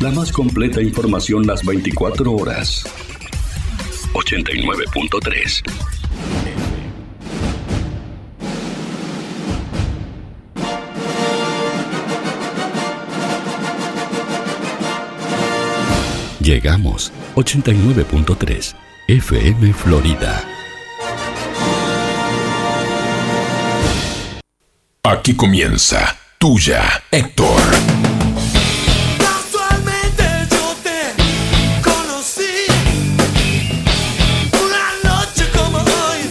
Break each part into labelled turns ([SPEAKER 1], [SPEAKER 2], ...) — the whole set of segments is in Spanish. [SPEAKER 1] La más completa información las 24 horas. 89.3 Llegamos 89.3 FM Florida.
[SPEAKER 2] Aquí comienza Tuya, Héctor.
[SPEAKER 3] Casualmente yo te conocí una noche como hoy.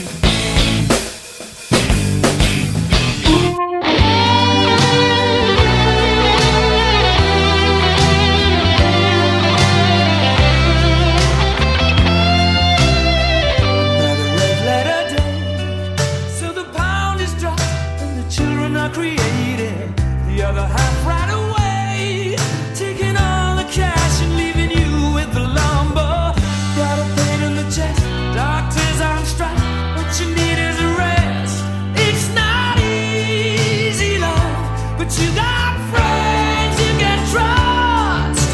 [SPEAKER 3] By the red letter day, so the pound is dropped and the children are created. The other half right away, taking all the cash and leaving you with the lumber. Got a pain in the chest, doctors on strike. What you need is a rest. It's not easy, love, but you got friends you can trust.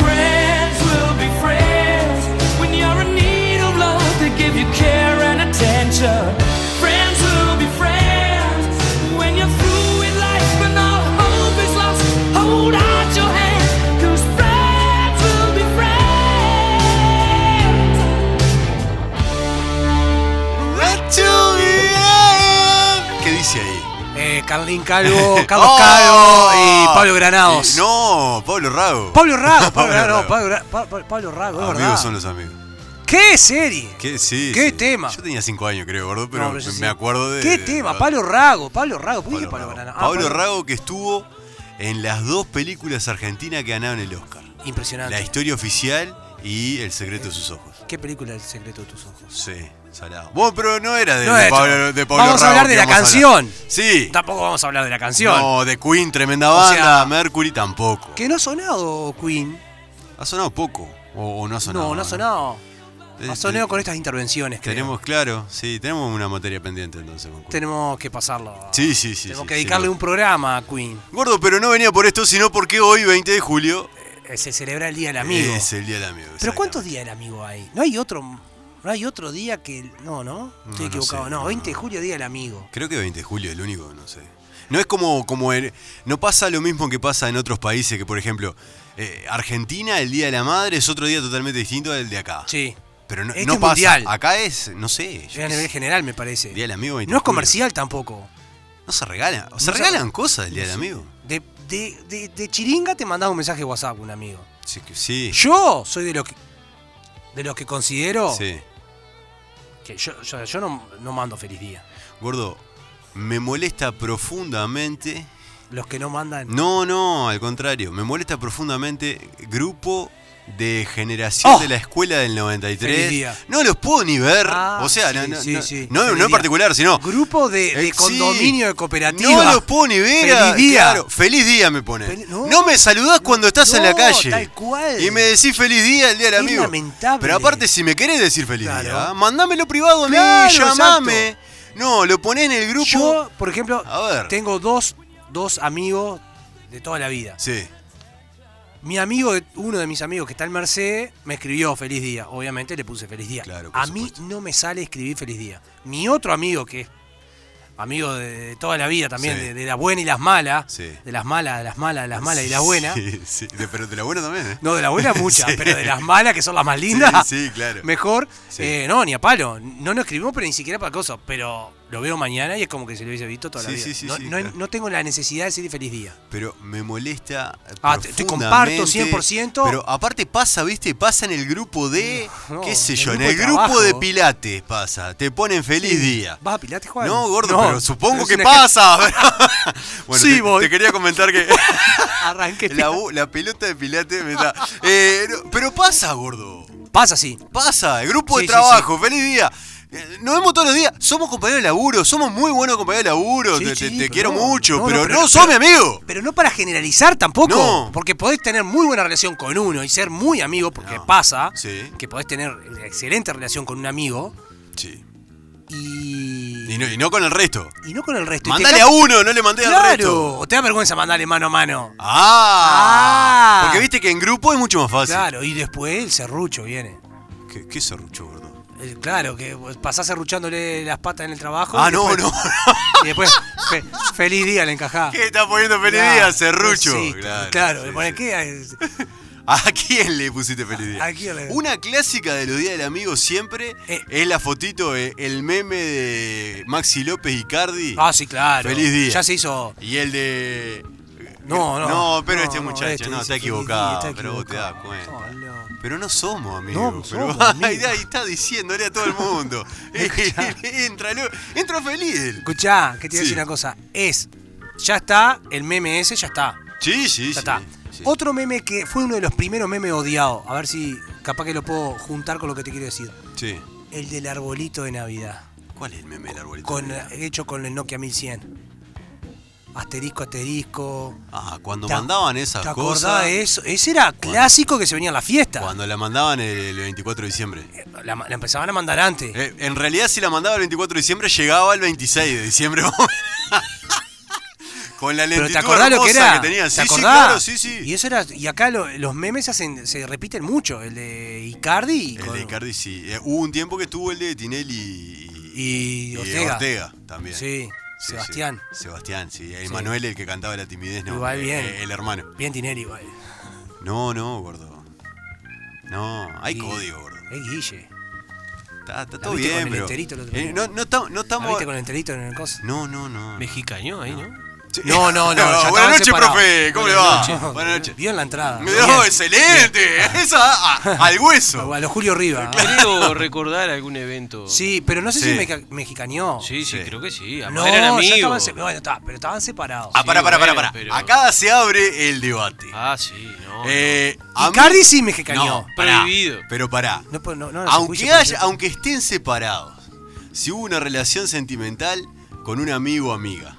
[SPEAKER 3] Friends will be friends when you're in need of love. They give you care and attention. Friends will be friends when you're through with life and all hope is lost. Hold out your hand, 'cause friends will be friends.
[SPEAKER 4] ¿Qué dice ahí?
[SPEAKER 5] Eh, Carlín Calvo, Carlos
[SPEAKER 4] ¡Oh!
[SPEAKER 5] Calvo y Pablo Granados.
[SPEAKER 4] Y- No, Pablo Rago.
[SPEAKER 5] Pablo Rago, Pablo
[SPEAKER 4] Pablo
[SPEAKER 5] Granados,
[SPEAKER 4] Rago.
[SPEAKER 5] Pablo, Gra- Pa- Pa- Pablo Rago, es
[SPEAKER 4] amigos
[SPEAKER 5] verdad.
[SPEAKER 4] son los amigos.
[SPEAKER 5] ¿Qué serie?
[SPEAKER 4] ¿Qué, sí,
[SPEAKER 5] ¿Qué
[SPEAKER 4] sí.
[SPEAKER 5] tema?
[SPEAKER 4] Yo tenía 5 años, creo, gordo,
[SPEAKER 5] No,
[SPEAKER 4] pero
[SPEAKER 5] pero yo
[SPEAKER 4] me,
[SPEAKER 5] sí.
[SPEAKER 4] me acuerdo de.
[SPEAKER 5] ¿Qué
[SPEAKER 4] de-
[SPEAKER 5] tema?
[SPEAKER 4] de-
[SPEAKER 5] Pablo Rago, Pablo Rago. ¿Por
[SPEAKER 4] Pablo
[SPEAKER 5] qué dije Pablo
[SPEAKER 4] Rago.
[SPEAKER 5] Granados? Ah,
[SPEAKER 4] Pablo Rago que estuvo en las dos películas argentinas que ganaron el Oscar: La
[SPEAKER 5] Impresionante.
[SPEAKER 4] historia oficial y El secreto de sus ojos.
[SPEAKER 5] ¿Qué película El secreto de tus ojos?
[SPEAKER 4] Sí, salado. Bueno, pero no era de,
[SPEAKER 5] No
[SPEAKER 4] de
[SPEAKER 5] era-
[SPEAKER 4] Pablo, de Pablo
[SPEAKER 5] Vamos a
[SPEAKER 4] Rago
[SPEAKER 5] hablar de
[SPEAKER 4] que
[SPEAKER 5] la
[SPEAKER 4] vamos a
[SPEAKER 5] canción.
[SPEAKER 4] Sí.
[SPEAKER 5] Tampoco vamos a hablar de la canción.
[SPEAKER 4] No, de Queen, tremenda
[SPEAKER 5] O
[SPEAKER 4] banda.
[SPEAKER 5] sea-
[SPEAKER 4] Mercury tampoco.
[SPEAKER 5] Que no ha sonado Queen.
[SPEAKER 4] ¿Ha sonado poco? ¿O, o no ha sonado?
[SPEAKER 5] no, no ha sonado.
[SPEAKER 4] Eh,
[SPEAKER 5] Ha sonado
[SPEAKER 4] te-
[SPEAKER 5] con estas intervenciones, creo.
[SPEAKER 4] Tenemos, claro, sí, tenemos una materia pendiente entonces con Queen.
[SPEAKER 5] Tenemos que pasarlo. a-
[SPEAKER 4] Sí, sí, sí.
[SPEAKER 5] Tenemos
[SPEAKER 4] sí,
[SPEAKER 5] que dedicarle
[SPEAKER 4] sí.
[SPEAKER 5] un programa a Queen.
[SPEAKER 4] Gordo, pero no venía por esto, sino porque hoy, 20 de julio,
[SPEAKER 5] Eh, Se celebra el Día del Amigo.
[SPEAKER 4] es el Día del Amigo.
[SPEAKER 5] Pero
[SPEAKER 4] exactamente.
[SPEAKER 5] ¿cuántos días del amigo hay? No hay otro, no hay otro día que el- no, no,
[SPEAKER 4] No, no
[SPEAKER 5] estoy equivocado.
[SPEAKER 4] sé,
[SPEAKER 5] no,
[SPEAKER 4] no,
[SPEAKER 5] 20 de
[SPEAKER 4] no.
[SPEAKER 5] julio día del amigo.
[SPEAKER 4] Creo que 20 de julio es el único, no sé. No es como, como el- no pasa lo mismo que pasa en otros países, que por ejemplo, eh, Argentina, el Día de la Madre es otro día totalmente distinto al de acá.
[SPEAKER 5] Sí.
[SPEAKER 4] Pero no,
[SPEAKER 5] Este
[SPEAKER 4] no
[SPEAKER 5] es
[SPEAKER 4] pasa.
[SPEAKER 5] mundial.
[SPEAKER 4] Acá es, no sé. yo
[SPEAKER 5] Yo a
[SPEAKER 4] qué
[SPEAKER 5] nivel
[SPEAKER 4] sé,
[SPEAKER 5] general me parece.
[SPEAKER 4] Día del Amigo 20
[SPEAKER 5] no es
[SPEAKER 4] de julio.
[SPEAKER 5] comercial tampoco.
[SPEAKER 4] No se regalan. Se
[SPEAKER 5] No se-
[SPEAKER 4] regalan cosas el Día del Amigo.
[SPEAKER 5] De, de- de- de chiringa te mandaba un mensaje de WhatsApp un amigo.
[SPEAKER 4] Sí, que- sí.
[SPEAKER 5] Yo soy de los que de los que considero
[SPEAKER 4] Sí.
[SPEAKER 5] que yo, yo, yo no, no mando feliz día.
[SPEAKER 4] Gordo, me molesta profundamente.
[SPEAKER 5] Los que no mandan
[SPEAKER 4] No, no, al contrario. Me molesta profundamente grupo de generación
[SPEAKER 5] Oh.
[SPEAKER 4] de la escuela del
[SPEAKER 5] Feliz
[SPEAKER 4] 93.
[SPEAKER 5] día.
[SPEAKER 4] No los puedo ni ver.
[SPEAKER 5] Ah,
[SPEAKER 4] o sea, no-
[SPEAKER 5] sí,
[SPEAKER 4] no,
[SPEAKER 5] sí,
[SPEAKER 4] no-
[SPEAKER 5] sí.
[SPEAKER 4] no- no
[SPEAKER 5] Feliz
[SPEAKER 4] en
[SPEAKER 5] día.
[SPEAKER 4] particular, sino.
[SPEAKER 5] grupo de, de
[SPEAKER 4] Eh, sí.
[SPEAKER 5] condominio de cooperativa.
[SPEAKER 4] No los puedo ni ver.
[SPEAKER 5] Feliz día.
[SPEAKER 4] Claro, feliz día me pone.
[SPEAKER 5] Fel-
[SPEAKER 4] no,
[SPEAKER 5] no.
[SPEAKER 4] me saludás cuando estás en la
[SPEAKER 5] No,
[SPEAKER 4] calle.
[SPEAKER 5] tal cual.
[SPEAKER 4] Y me decís feliz día el día del
[SPEAKER 5] Es
[SPEAKER 4] amigo.
[SPEAKER 5] lamentable.
[SPEAKER 4] Pero aparte, si me querés decir feliz
[SPEAKER 5] Claro.
[SPEAKER 4] día, mandámelo privado a mí,
[SPEAKER 5] Claro,
[SPEAKER 4] llamame. No, lo ponés en el grupo.
[SPEAKER 5] Yo, por ejemplo,
[SPEAKER 4] A ver.
[SPEAKER 5] tengo dos, dos amigos de toda la vida.
[SPEAKER 4] Sí.
[SPEAKER 5] Mi amigo, de- uno de mis amigos que está en Mercedes, me escribió feliz día. Obviamente le puse feliz día.
[SPEAKER 4] Claro, por
[SPEAKER 5] a mí
[SPEAKER 4] supuesto.
[SPEAKER 5] no me sale escribir feliz día. Mi otro amigo, que es amigo de, de toda la vida también,
[SPEAKER 4] Sí.
[SPEAKER 5] de, de las buenas y las malas,
[SPEAKER 4] Sí.
[SPEAKER 5] de las malas, de las malas, de las malas y las buenas.
[SPEAKER 4] Sí, sí. De- pero de la buena también, ¿eh?
[SPEAKER 5] No, de las buenas muchas,
[SPEAKER 4] Sí.
[SPEAKER 5] pero de las malas, que son las más lindas,
[SPEAKER 4] Sí, sí, claro.
[SPEAKER 5] mejor.
[SPEAKER 4] Sí.
[SPEAKER 5] Eh, no, ni a palo. No nos escribimos, pero ni siquiera para cosas. Pero lo veo mañana y es como que se lo hubiese visto toda la
[SPEAKER 4] Sí,
[SPEAKER 5] vida.
[SPEAKER 4] sí, sí,
[SPEAKER 5] no,
[SPEAKER 4] sí,
[SPEAKER 5] no-
[SPEAKER 4] claro.
[SPEAKER 5] no tengo la necesidad de decir feliz día.
[SPEAKER 4] Pero me molesta.
[SPEAKER 5] Ah, te- te
[SPEAKER 4] profundamente.
[SPEAKER 5] comparto 100%.
[SPEAKER 4] Pero aparte pasa, ¿viste? Pasa en el grupo de.
[SPEAKER 5] No,
[SPEAKER 4] ¿Qué sé
[SPEAKER 5] en el
[SPEAKER 4] yo? En
[SPEAKER 5] grupo
[SPEAKER 4] el
[SPEAKER 5] de
[SPEAKER 4] grupo de
[SPEAKER 5] trabajo.
[SPEAKER 4] Pilates pasa. Te ponen feliz día.
[SPEAKER 5] ¿Vas a Pilates, Juan?
[SPEAKER 4] No, gordo,
[SPEAKER 5] No,
[SPEAKER 4] pero supongo
[SPEAKER 5] es
[SPEAKER 4] que
[SPEAKER 5] una-
[SPEAKER 4] pasa. bueno,
[SPEAKER 5] Sí,
[SPEAKER 4] te,
[SPEAKER 5] voy.
[SPEAKER 4] te quería comentar que
[SPEAKER 5] Arranque.
[SPEAKER 4] la, u- la pelota de Pilates me está. Eh, no, pero pasa, gordo.
[SPEAKER 5] Pasa así.
[SPEAKER 4] Pasa, el grupo de
[SPEAKER 5] Sí, sí,
[SPEAKER 4] trabajo, feliz día. Eh, Nos vemos todos los días, somos compañeros de laburo, somos muy buenos compañeros de laburo,
[SPEAKER 5] Sí,
[SPEAKER 4] te,
[SPEAKER 5] sí,
[SPEAKER 4] te- te
[SPEAKER 5] pero
[SPEAKER 4] quiero
[SPEAKER 5] no,
[SPEAKER 4] mucho,
[SPEAKER 5] no, no,
[SPEAKER 4] pero no,
[SPEAKER 5] pero-
[SPEAKER 4] sos
[SPEAKER 5] pero-
[SPEAKER 4] mi amigo.
[SPEAKER 5] Pero no para generalizar tampoco.
[SPEAKER 4] No.
[SPEAKER 5] Porque podés tener muy buena relación con uno y ser muy amigo, porque
[SPEAKER 4] No.
[SPEAKER 5] pasa
[SPEAKER 4] Sí.
[SPEAKER 5] que podés tener excelente relación con un amigo,
[SPEAKER 4] Sí,
[SPEAKER 5] Y.
[SPEAKER 4] Y no, y no con el resto.
[SPEAKER 5] y no con el resto. Y te
[SPEAKER 4] Mandale
[SPEAKER 5] ca-
[SPEAKER 4] a uno, no le mandé
[SPEAKER 5] Claro,
[SPEAKER 4] al resto.
[SPEAKER 5] o te da vergüenza mandarle mano a mano.
[SPEAKER 4] Ah,
[SPEAKER 5] Ah.
[SPEAKER 4] Porque viste que en grupo es mucho más fácil.
[SPEAKER 5] Claro, y después el serrucho viene.
[SPEAKER 4] ¿Qué, qué serrucho, gordo?
[SPEAKER 5] El- claro, que vos pasás serruchándole las patas en el trabajo.
[SPEAKER 4] Ah,
[SPEAKER 5] y
[SPEAKER 4] no, no.
[SPEAKER 5] después- Y después, fe- feliz día le encajá.
[SPEAKER 4] ¿Qué está poniendo feliz
[SPEAKER 5] Claro,
[SPEAKER 4] día, serrucho?
[SPEAKER 5] sí, claro,
[SPEAKER 4] sí,
[SPEAKER 5] le ponés,
[SPEAKER 4] sí.
[SPEAKER 5] ¿qué?
[SPEAKER 4] ¿A quién le pusiste feliz día?
[SPEAKER 5] ¿A quién le-
[SPEAKER 4] Una clásica de los días del amigo siempre
[SPEAKER 5] Eh.
[SPEAKER 4] es la fotito, eh, el meme de Maxi López y Cardi.
[SPEAKER 5] Ah, sí, claro.
[SPEAKER 4] Feliz día.
[SPEAKER 5] Ya se hizo.
[SPEAKER 4] Y el de.
[SPEAKER 5] No, no.
[SPEAKER 4] No, pero
[SPEAKER 5] no,
[SPEAKER 4] este
[SPEAKER 5] no,
[SPEAKER 4] muchacho,
[SPEAKER 5] este
[SPEAKER 4] no, está
[SPEAKER 5] dice feliz día,
[SPEAKER 4] equivocado,
[SPEAKER 5] está
[SPEAKER 4] pero vos te das
[SPEAKER 5] equivocado.
[SPEAKER 4] cuenta.
[SPEAKER 5] No, no.
[SPEAKER 4] Pero no somos amigos.
[SPEAKER 5] No,
[SPEAKER 4] pero
[SPEAKER 5] somos
[SPEAKER 4] Ay,
[SPEAKER 5] amigos.
[SPEAKER 4] ahí está diciéndole a todo el mundo. entra, entra feliz. él.
[SPEAKER 5] Escuchá, que te voy a
[SPEAKER 4] Sí.
[SPEAKER 5] decir una cosa. Es, ya está, el meme ese ya está.
[SPEAKER 4] Sí, sí, sí.
[SPEAKER 5] Ya está.
[SPEAKER 4] sí.
[SPEAKER 5] Otro meme que fue uno de los primeros memes odiados. A ver si capaz que lo puedo juntar con lo que te quiero decir.
[SPEAKER 4] Sí.
[SPEAKER 5] El del arbolito de Navidad.
[SPEAKER 4] ¿Cuál es el meme del arbolito?
[SPEAKER 5] Con, hecho con el Nokia 1100. Asterisco, asterisco.
[SPEAKER 4] Ah, cuando
[SPEAKER 5] ¿Te ac-
[SPEAKER 4] mandaban esas
[SPEAKER 5] ¿Te acordás
[SPEAKER 4] cosas.
[SPEAKER 5] de eso? Ese era clásico que se venía a la fiesta.
[SPEAKER 4] Cuando la mandaban el 24 de diciembre.
[SPEAKER 5] La, la empezaban a mandar antes.
[SPEAKER 4] Eh, en realidad, si la mandaba el 24 de diciembre, llegaba el 26 de diciembre. Con la
[SPEAKER 5] Pero
[SPEAKER 4] lentitud
[SPEAKER 5] te acordás lo que
[SPEAKER 4] hermosa
[SPEAKER 5] era.
[SPEAKER 4] que tenía.
[SPEAKER 5] ¿Te
[SPEAKER 4] Sí, sí,
[SPEAKER 5] acordás?
[SPEAKER 4] claro, sí, sí.
[SPEAKER 5] Y eso era. Y acá lo- los memes hacen, se repiten mucho. El de Icardi y,
[SPEAKER 4] El
[SPEAKER 5] con-
[SPEAKER 4] de Icardi sí. Eh, hubo un tiempo que estuvo el de Tinelli y, eh,
[SPEAKER 5] y Ortega.
[SPEAKER 4] también.
[SPEAKER 5] Sí,
[SPEAKER 4] Sí,
[SPEAKER 5] Sebastián.
[SPEAKER 4] sí. Sebastián, sí. El Manuel, el que cantaba La timidez, no.
[SPEAKER 5] Igual
[SPEAKER 4] eh,
[SPEAKER 5] bien.
[SPEAKER 4] eh, el hermano.
[SPEAKER 5] Bien Tinelli igual. Eh,
[SPEAKER 4] No, no, gordo. No, hay
[SPEAKER 5] Y-
[SPEAKER 4] código, gordo.
[SPEAKER 5] Es Guille.
[SPEAKER 4] Está, está todo
[SPEAKER 5] viste
[SPEAKER 4] bien,
[SPEAKER 5] con el
[SPEAKER 4] pero-
[SPEAKER 5] enterito el otro
[SPEAKER 4] Eh,
[SPEAKER 5] día?
[SPEAKER 4] no, no, tam- no
[SPEAKER 5] ¿La
[SPEAKER 4] estamos.
[SPEAKER 5] viste con el enterito en el coso?
[SPEAKER 4] No, no, no. no.
[SPEAKER 6] Mexicaño ahí, ¿no?
[SPEAKER 4] Sí.
[SPEAKER 5] No, no, no, ya estaban
[SPEAKER 4] buenas noches,
[SPEAKER 5] separados.
[SPEAKER 4] profe. ¿Cómo le
[SPEAKER 5] Buenas
[SPEAKER 4] va?
[SPEAKER 5] noches.
[SPEAKER 4] Buenas noches.
[SPEAKER 5] Vio en la entrada.
[SPEAKER 4] No,
[SPEAKER 5] Bien.
[SPEAKER 4] excelente. Esa a- al hueso.
[SPEAKER 5] A los Julio Riva. ¿eh?
[SPEAKER 6] Creo recordar algún evento.
[SPEAKER 5] Sí, pero no sé si
[SPEAKER 4] Sí.
[SPEAKER 5] meca- mexicaneó.
[SPEAKER 6] sí, sí,
[SPEAKER 4] Sí.
[SPEAKER 6] creo que sí. Además,
[SPEAKER 5] No,
[SPEAKER 6] eran
[SPEAKER 5] ya
[SPEAKER 6] amigos.
[SPEAKER 5] estaban se- bueno, está, pero estaban separados.
[SPEAKER 4] Ah, para, para, para,
[SPEAKER 6] bueno,
[SPEAKER 4] para.
[SPEAKER 6] pero-
[SPEAKER 4] Acá se abre el debate.
[SPEAKER 6] Ah, sí, no.
[SPEAKER 4] Eh, a mí-
[SPEAKER 5] Icardi sí mexicaneó.
[SPEAKER 4] No, pará,
[SPEAKER 6] Prohibido.
[SPEAKER 4] Pero pará.
[SPEAKER 5] No, puedo- no, no, no,
[SPEAKER 4] aunque,
[SPEAKER 5] escucho,
[SPEAKER 4] haya-
[SPEAKER 5] escucho.
[SPEAKER 4] aunque estén separados, si hubo una relación sentimental con un amigo o amiga,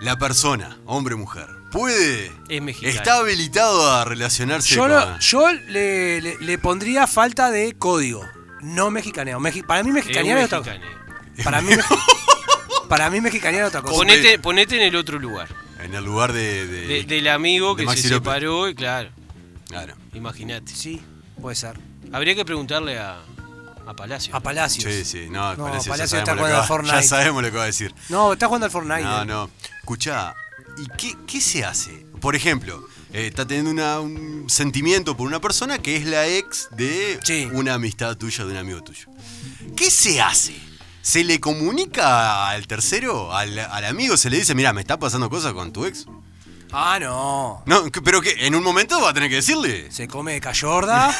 [SPEAKER 4] la persona, hombre o mujer, puede.
[SPEAKER 6] Es mexicano.
[SPEAKER 4] Está habilitado a relacionarse
[SPEAKER 5] Yo,
[SPEAKER 4] con.
[SPEAKER 5] lo- yo le, le- le pondría falta de código. No mexicaneo. Mexi- para
[SPEAKER 4] Eh,
[SPEAKER 5] mí
[SPEAKER 6] Es un
[SPEAKER 5] mexicanear es otra cosa.
[SPEAKER 6] mexicaneo.
[SPEAKER 5] Para mí, mexi- para mí mexicanear es otra cosa.
[SPEAKER 6] Ponete, ponete en el otro lugar.
[SPEAKER 4] En el lugar de. de-
[SPEAKER 6] de- del amigo
[SPEAKER 4] de
[SPEAKER 6] que
[SPEAKER 4] Maxi
[SPEAKER 6] se
[SPEAKER 4] López.
[SPEAKER 6] separó y claro,
[SPEAKER 4] Claro.
[SPEAKER 6] imagínate.
[SPEAKER 5] Sí, puede ser.
[SPEAKER 6] Habría que preguntarle a, a Palacio.
[SPEAKER 5] A Palacios.
[SPEAKER 4] Sí, sí, no,
[SPEAKER 5] No,
[SPEAKER 4] Palacio,
[SPEAKER 5] Palacio
[SPEAKER 4] ya,
[SPEAKER 5] está
[SPEAKER 4] sabemos lo
[SPEAKER 5] jugando a
[SPEAKER 4] que va, ya
[SPEAKER 5] Fortnite.
[SPEAKER 4] sabemos lo que va a decir.
[SPEAKER 5] No, está jugando al Fortnite.
[SPEAKER 4] No, no. Escuchá, ¿y qué, qué se hace? Por ejemplo, eh, está teniendo una- un sentimiento por una persona que es la ex de
[SPEAKER 5] Sí.
[SPEAKER 4] una amistad tuya, de un amigo tuyo. ¿Qué se hace? ¿Se le comunica al tercero, al, al amigo? ¿Se le dice, mira, me está pasando cosas con tu ex?
[SPEAKER 5] Ah, no.
[SPEAKER 4] No, que- pero que en un momento va a tener que decirle.
[SPEAKER 5] Se come de cayorda.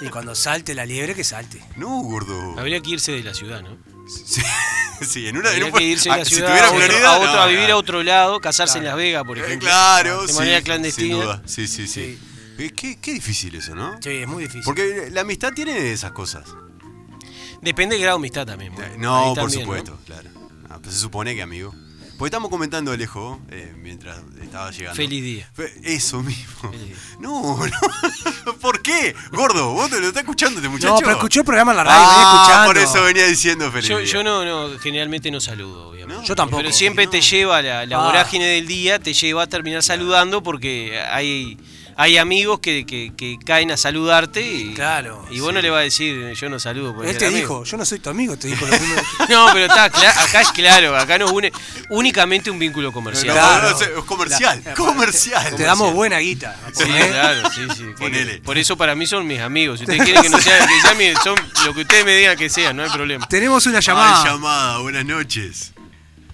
[SPEAKER 5] y cuando salte la liebre, que salte.
[SPEAKER 4] No, gordo.
[SPEAKER 6] Habría que irse de la ciudad, ¿no?
[SPEAKER 4] Sí, sí, en una, en
[SPEAKER 6] Habría
[SPEAKER 4] un-
[SPEAKER 6] que irse de
[SPEAKER 4] ah,
[SPEAKER 6] la
[SPEAKER 4] si
[SPEAKER 6] ciudad
[SPEAKER 4] tuviera
[SPEAKER 6] a, otro,
[SPEAKER 4] Florida,
[SPEAKER 6] a otro-
[SPEAKER 4] no,
[SPEAKER 6] a vivir
[SPEAKER 4] no.
[SPEAKER 6] a otro lado, casarse en Las Vegas, por
[SPEAKER 4] Eh,
[SPEAKER 6] ejemplo.
[SPEAKER 4] claro,
[SPEAKER 6] De
[SPEAKER 4] sí,
[SPEAKER 6] manera
[SPEAKER 4] Sin
[SPEAKER 6] clandestina.
[SPEAKER 4] duda. Sí, sí, sí. Eh, Qué, qué difícil eso, ¿no?
[SPEAKER 5] Sí, es muy difícil.
[SPEAKER 4] Porque la amistad tiene esas cosas. Eh,
[SPEAKER 6] Depende del grado de amistad también. bueno.
[SPEAKER 4] No,
[SPEAKER 6] Ahí
[SPEAKER 4] por
[SPEAKER 6] también, ¿no?
[SPEAKER 4] supuesto, claro. Ah, pues se supone que amigo. Porque estamos comentando Alejo eh, mientras estaba llegando.
[SPEAKER 6] Feliz día.
[SPEAKER 4] Fe- Eso mismo.
[SPEAKER 6] Feliz día.
[SPEAKER 4] No, no. ¿Por qué? Gordo, vos te lo estás escuchando este muchacho.
[SPEAKER 5] No, pero escuché el programa en la radio, venía
[SPEAKER 4] Ah,
[SPEAKER 5] escuchando.
[SPEAKER 4] por eso venía diciendo feliz
[SPEAKER 6] Yo,
[SPEAKER 4] día.
[SPEAKER 6] yo no, no, generalmente no saludo, obviamente.
[SPEAKER 4] No,
[SPEAKER 5] Yo tampoco.
[SPEAKER 6] Pero siempre te lleva la, la
[SPEAKER 5] Ah.
[SPEAKER 6] vorágine del día, te lleva a terminar saludando porque hay, hay amigos que, que- que caen a saludarte y,
[SPEAKER 5] Claro,
[SPEAKER 6] y vos no le vas a decir yo no saludo. Porque
[SPEAKER 5] Él te
[SPEAKER 6] era
[SPEAKER 5] Este dijo, yo no soy tu amigo, te dijo lo primero.
[SPEAKER 6] amigo. No, pero está, cla- acá es claro, acá nos une únicamente un vínculo comercial.
[SPEAKER 5] Claro.
[SPEAKER 4] No, no, no, es comercial,
[SPEAKER 5] La-
[SPEAKER 4] comercial.
[SPEAKER 5] Te damos buena guita.
[SPEAKER 6] Sí,
[SPEAKER 5] ¿eh?
[SPEAKER 6] claro, sí, sí. ¿Qué
[SPEAKER 4] Ponele.
[SPEAKER 6] querés? Por eso para mí son mis amigos. Si ustedes quieren que no sean, que sean mis- son lo que ustedes me digan que sean, no hay problema.
[SPEAKER 5] Tenemos una
[SPEAKER 4] llamada.
[SPEAKER 5] llamada.
[SPEAKER 4] llamada, buenas noches.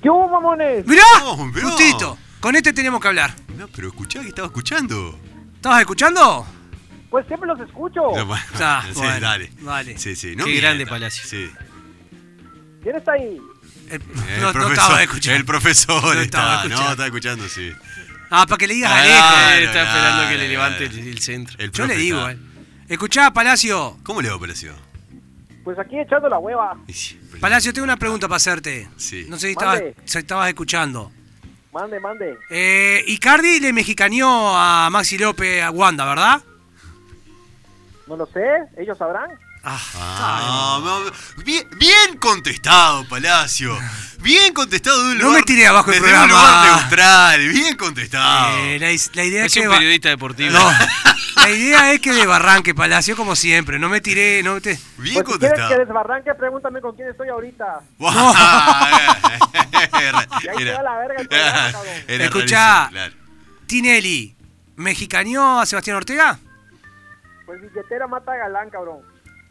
[SPEAKER 7] ¿Qué hubo, mamones?
[SPEAKER 5] Mirá,
[SPEAKER 4] No, mirá.
[SPEAKER 5] justito, con este tenemos que hablar.
[SPEAKER 4] No, pero escuchá que estaba escuchando.
[SPEAKER 5] ¿Estabas escuchando?
[SPEAKER 7] Pues siempre los escucho.
[SPEAKER 4] No, bueno,
[SPEAKER 5] Ah,
[SPEAKER 4] sí,
[SPEAKER 5] bueno,
[SPEAKER 4] dale.
[SPEAKER 5] vale.
[SPEAKER 4] Sí, sí, no
[SPEAKER 6] Qué
[SPEAKER 4] mienta.
[SPEAKER 6] grande Palacio.
[SPEAKER 4] Sí.
[SPEAKER 7] ¿Quién está ahí?
[SPEAKER 5] El-
[SPEAKER 4] El
[SPEAKER 5] no, no
[SPEAKER 4] profesor,
[SPEAKER 5] estaba escuchando.
[SPEAKER 4] El profesor
[SPEAKER 5] No estaba
[SPEAKER 4] estaba, no,
[SPEAKER 5] escuchando.
[SPEAKER 4] estaba escuchando, sí.
[SPEAKER 5] Ah, para que le digas a
[SPEAKER 4] Ah,
[SPEAKER 5] Alejo. eh.
[SPEAKER 6] Él está
[SPEAKER 4] claro,
[SPEAKER 6] esperando que le
[SPEAKER 4] claro.
[SPEAKER 6] levante el, el centro.
[SPEAKER 4] El
[SPEAKER 5] Yo
[SPEAKER 4] profe
[SPEAKER 5] le digo,
[SPEAKER 4] está-
[SPEAKER 5] eh. Escuchá, Palacio.
[SPEAKER 4] ¿Cómo le va, Palacio?
[SPEAKER 7] Pues aquí echando la hueva.
[SPEAKER 5] Palacio, tengo una pregunta para hacerte.
[SPEAKER 4] Sí.
[SPEAKER 5] No sé si estabas,
[SPEAKER 7] Mande.
[SPEAKER 5] si estabas escuchando.
[SPEAKER 7] Mande, mande.
[SPEAKER 5] Eh, Icardi le mexicaneó a Maxi López a Wanda, ¿verdad?
[SPEAKER 7] No lo sé, ellos sabrán.
[SPEAKER 4] Ah, ma- bien, bien contestado, Palacio. Bien contestado de un
[SPEAKER 5] No
[SPEAKER 4] lugar-
[SPEAKER 5] me tiré abajo el
[SPEAKER 4] desde un
[SPEAKER 5] programa.
[SPEAKER 4] lugar neutral. Bien contestado.
[SPEAKER 5] Eh, la, is- la idea
[SPEAKER 6] Es
[SPEAKER 5] que
[SPEAKER 6] un
[SPEAKER 5] va-
[SPEAKER 6] periodista deportivo.
[SPEAKER 5] No, la idea es que de Barranque Palacio, como siempre. No me tiré, no te.
[SPEAKER 4] bien
[SPEAKER 7] pues si quieres que
[SPEAKER 4] contestado.
[SPEAKER 7] desbarranque, pregúntame con quién estoy ahorita.
[SPEAKER 4] Era-
[SPEAKER 7] Y ahí te va
[SPEAKER 4] era-
[SPEAKER 7] la verga el programa, cabrón.
[SPEAKER 4] era
[SPEAKER 5] Escuchá.
[SPEAKER 4] rarísimo, claro.
[SPEAKER 5] Tinelli, ¿mexicaneó a Sebastián Ortega?
[SPEAKER 7] Pues billetera mata galán, cabrón.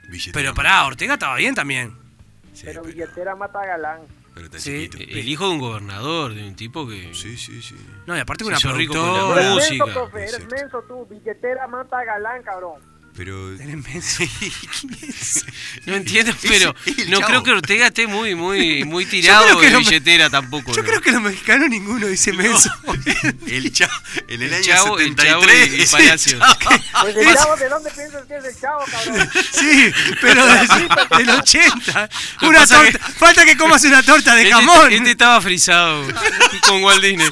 [SPEAKER 4] Billetera
[SPEAKER 5] Pero
[SPEAKER 4] mata.
[SPEAKER 5] pará, Ortega estaba bien también.
[SPEAKER 4] Sí,
[SPEAKER 7] Pero
[SPEAKER 4] pero,
[SPEAKER 7] billetera mata galán.
[SPEAKER 4] pero está
[SPEAKER 5] Sí.
[SPEAKER 4] chiquito.
[SPEAKER 6] E-, El hijo de un gobernador, de un tipo que.
[SPEAKER 4] Sí, sí, sí.
[SPEAKER 5] No, y aparte
[SPEAKER 6] Se
[SPEAKER 5] que una
[SPEAKER 6] hizo rico con la
[SPEAKER 5] productora.
[SPEAKER 6] Hola.
[SPEAKER 7] Eres
[SPEAKER 6] música.
[SPEAKER 7] menso, profe,
[SPEAKER 4] Es
[SPEAKER 7] eres
[SPEAKER 4] cierto.
[SPEAKER 7] menso tú. Billetera mata galán, cabrón.
[SPEAKER 4] Pero.
[SPEAKER 5] Tremendo.
[SPEAKER 6] No entiendo, pero
[SPEAKER 4] es el
[SPEAKER 6] no
[SPEAKER 4] chavo.
[SPEAKER 6] creo que Ortega esté muy, muy, muy tirado
[SPEAKER 5] creo que
[SPEAKER 6] de
[SPEAKER 5] no me-
[SPEAKER 6] billetera tampoco.
[SPEAKER 5] Yo
[SPEAKER 6] ¿no?
[SPEAKER 5] creo que los mexicanos ninguno dice menso.
[SPEAKER 4] El chavo. En el,
[SPEAKER 6] El
[SPEAKER 4] año
[SPEAKER 6] Chavo- el Chavo y-
[SPEAKER 4] 73.
[SPEAKER 6] y Palacio.
[SPEAKER 4] Chavo.
[SPEAKER 7] Pues el chavo, ¿de dónde piensas que es el chavo, cabrón?
[SPEAKER 5] Sí, pero de- del 80.
[SPEAKER 6] Lo
[SPEAKER 5] Una
[SPEAKER 6] pasa que-
[SPEAKER 5] torta. Falta que comas una torta de
[SPEAKER 6] Este-
[SPEAKER 5] jamón.
[SPEAKER 6] Este, estaba frisado con Walt Disney.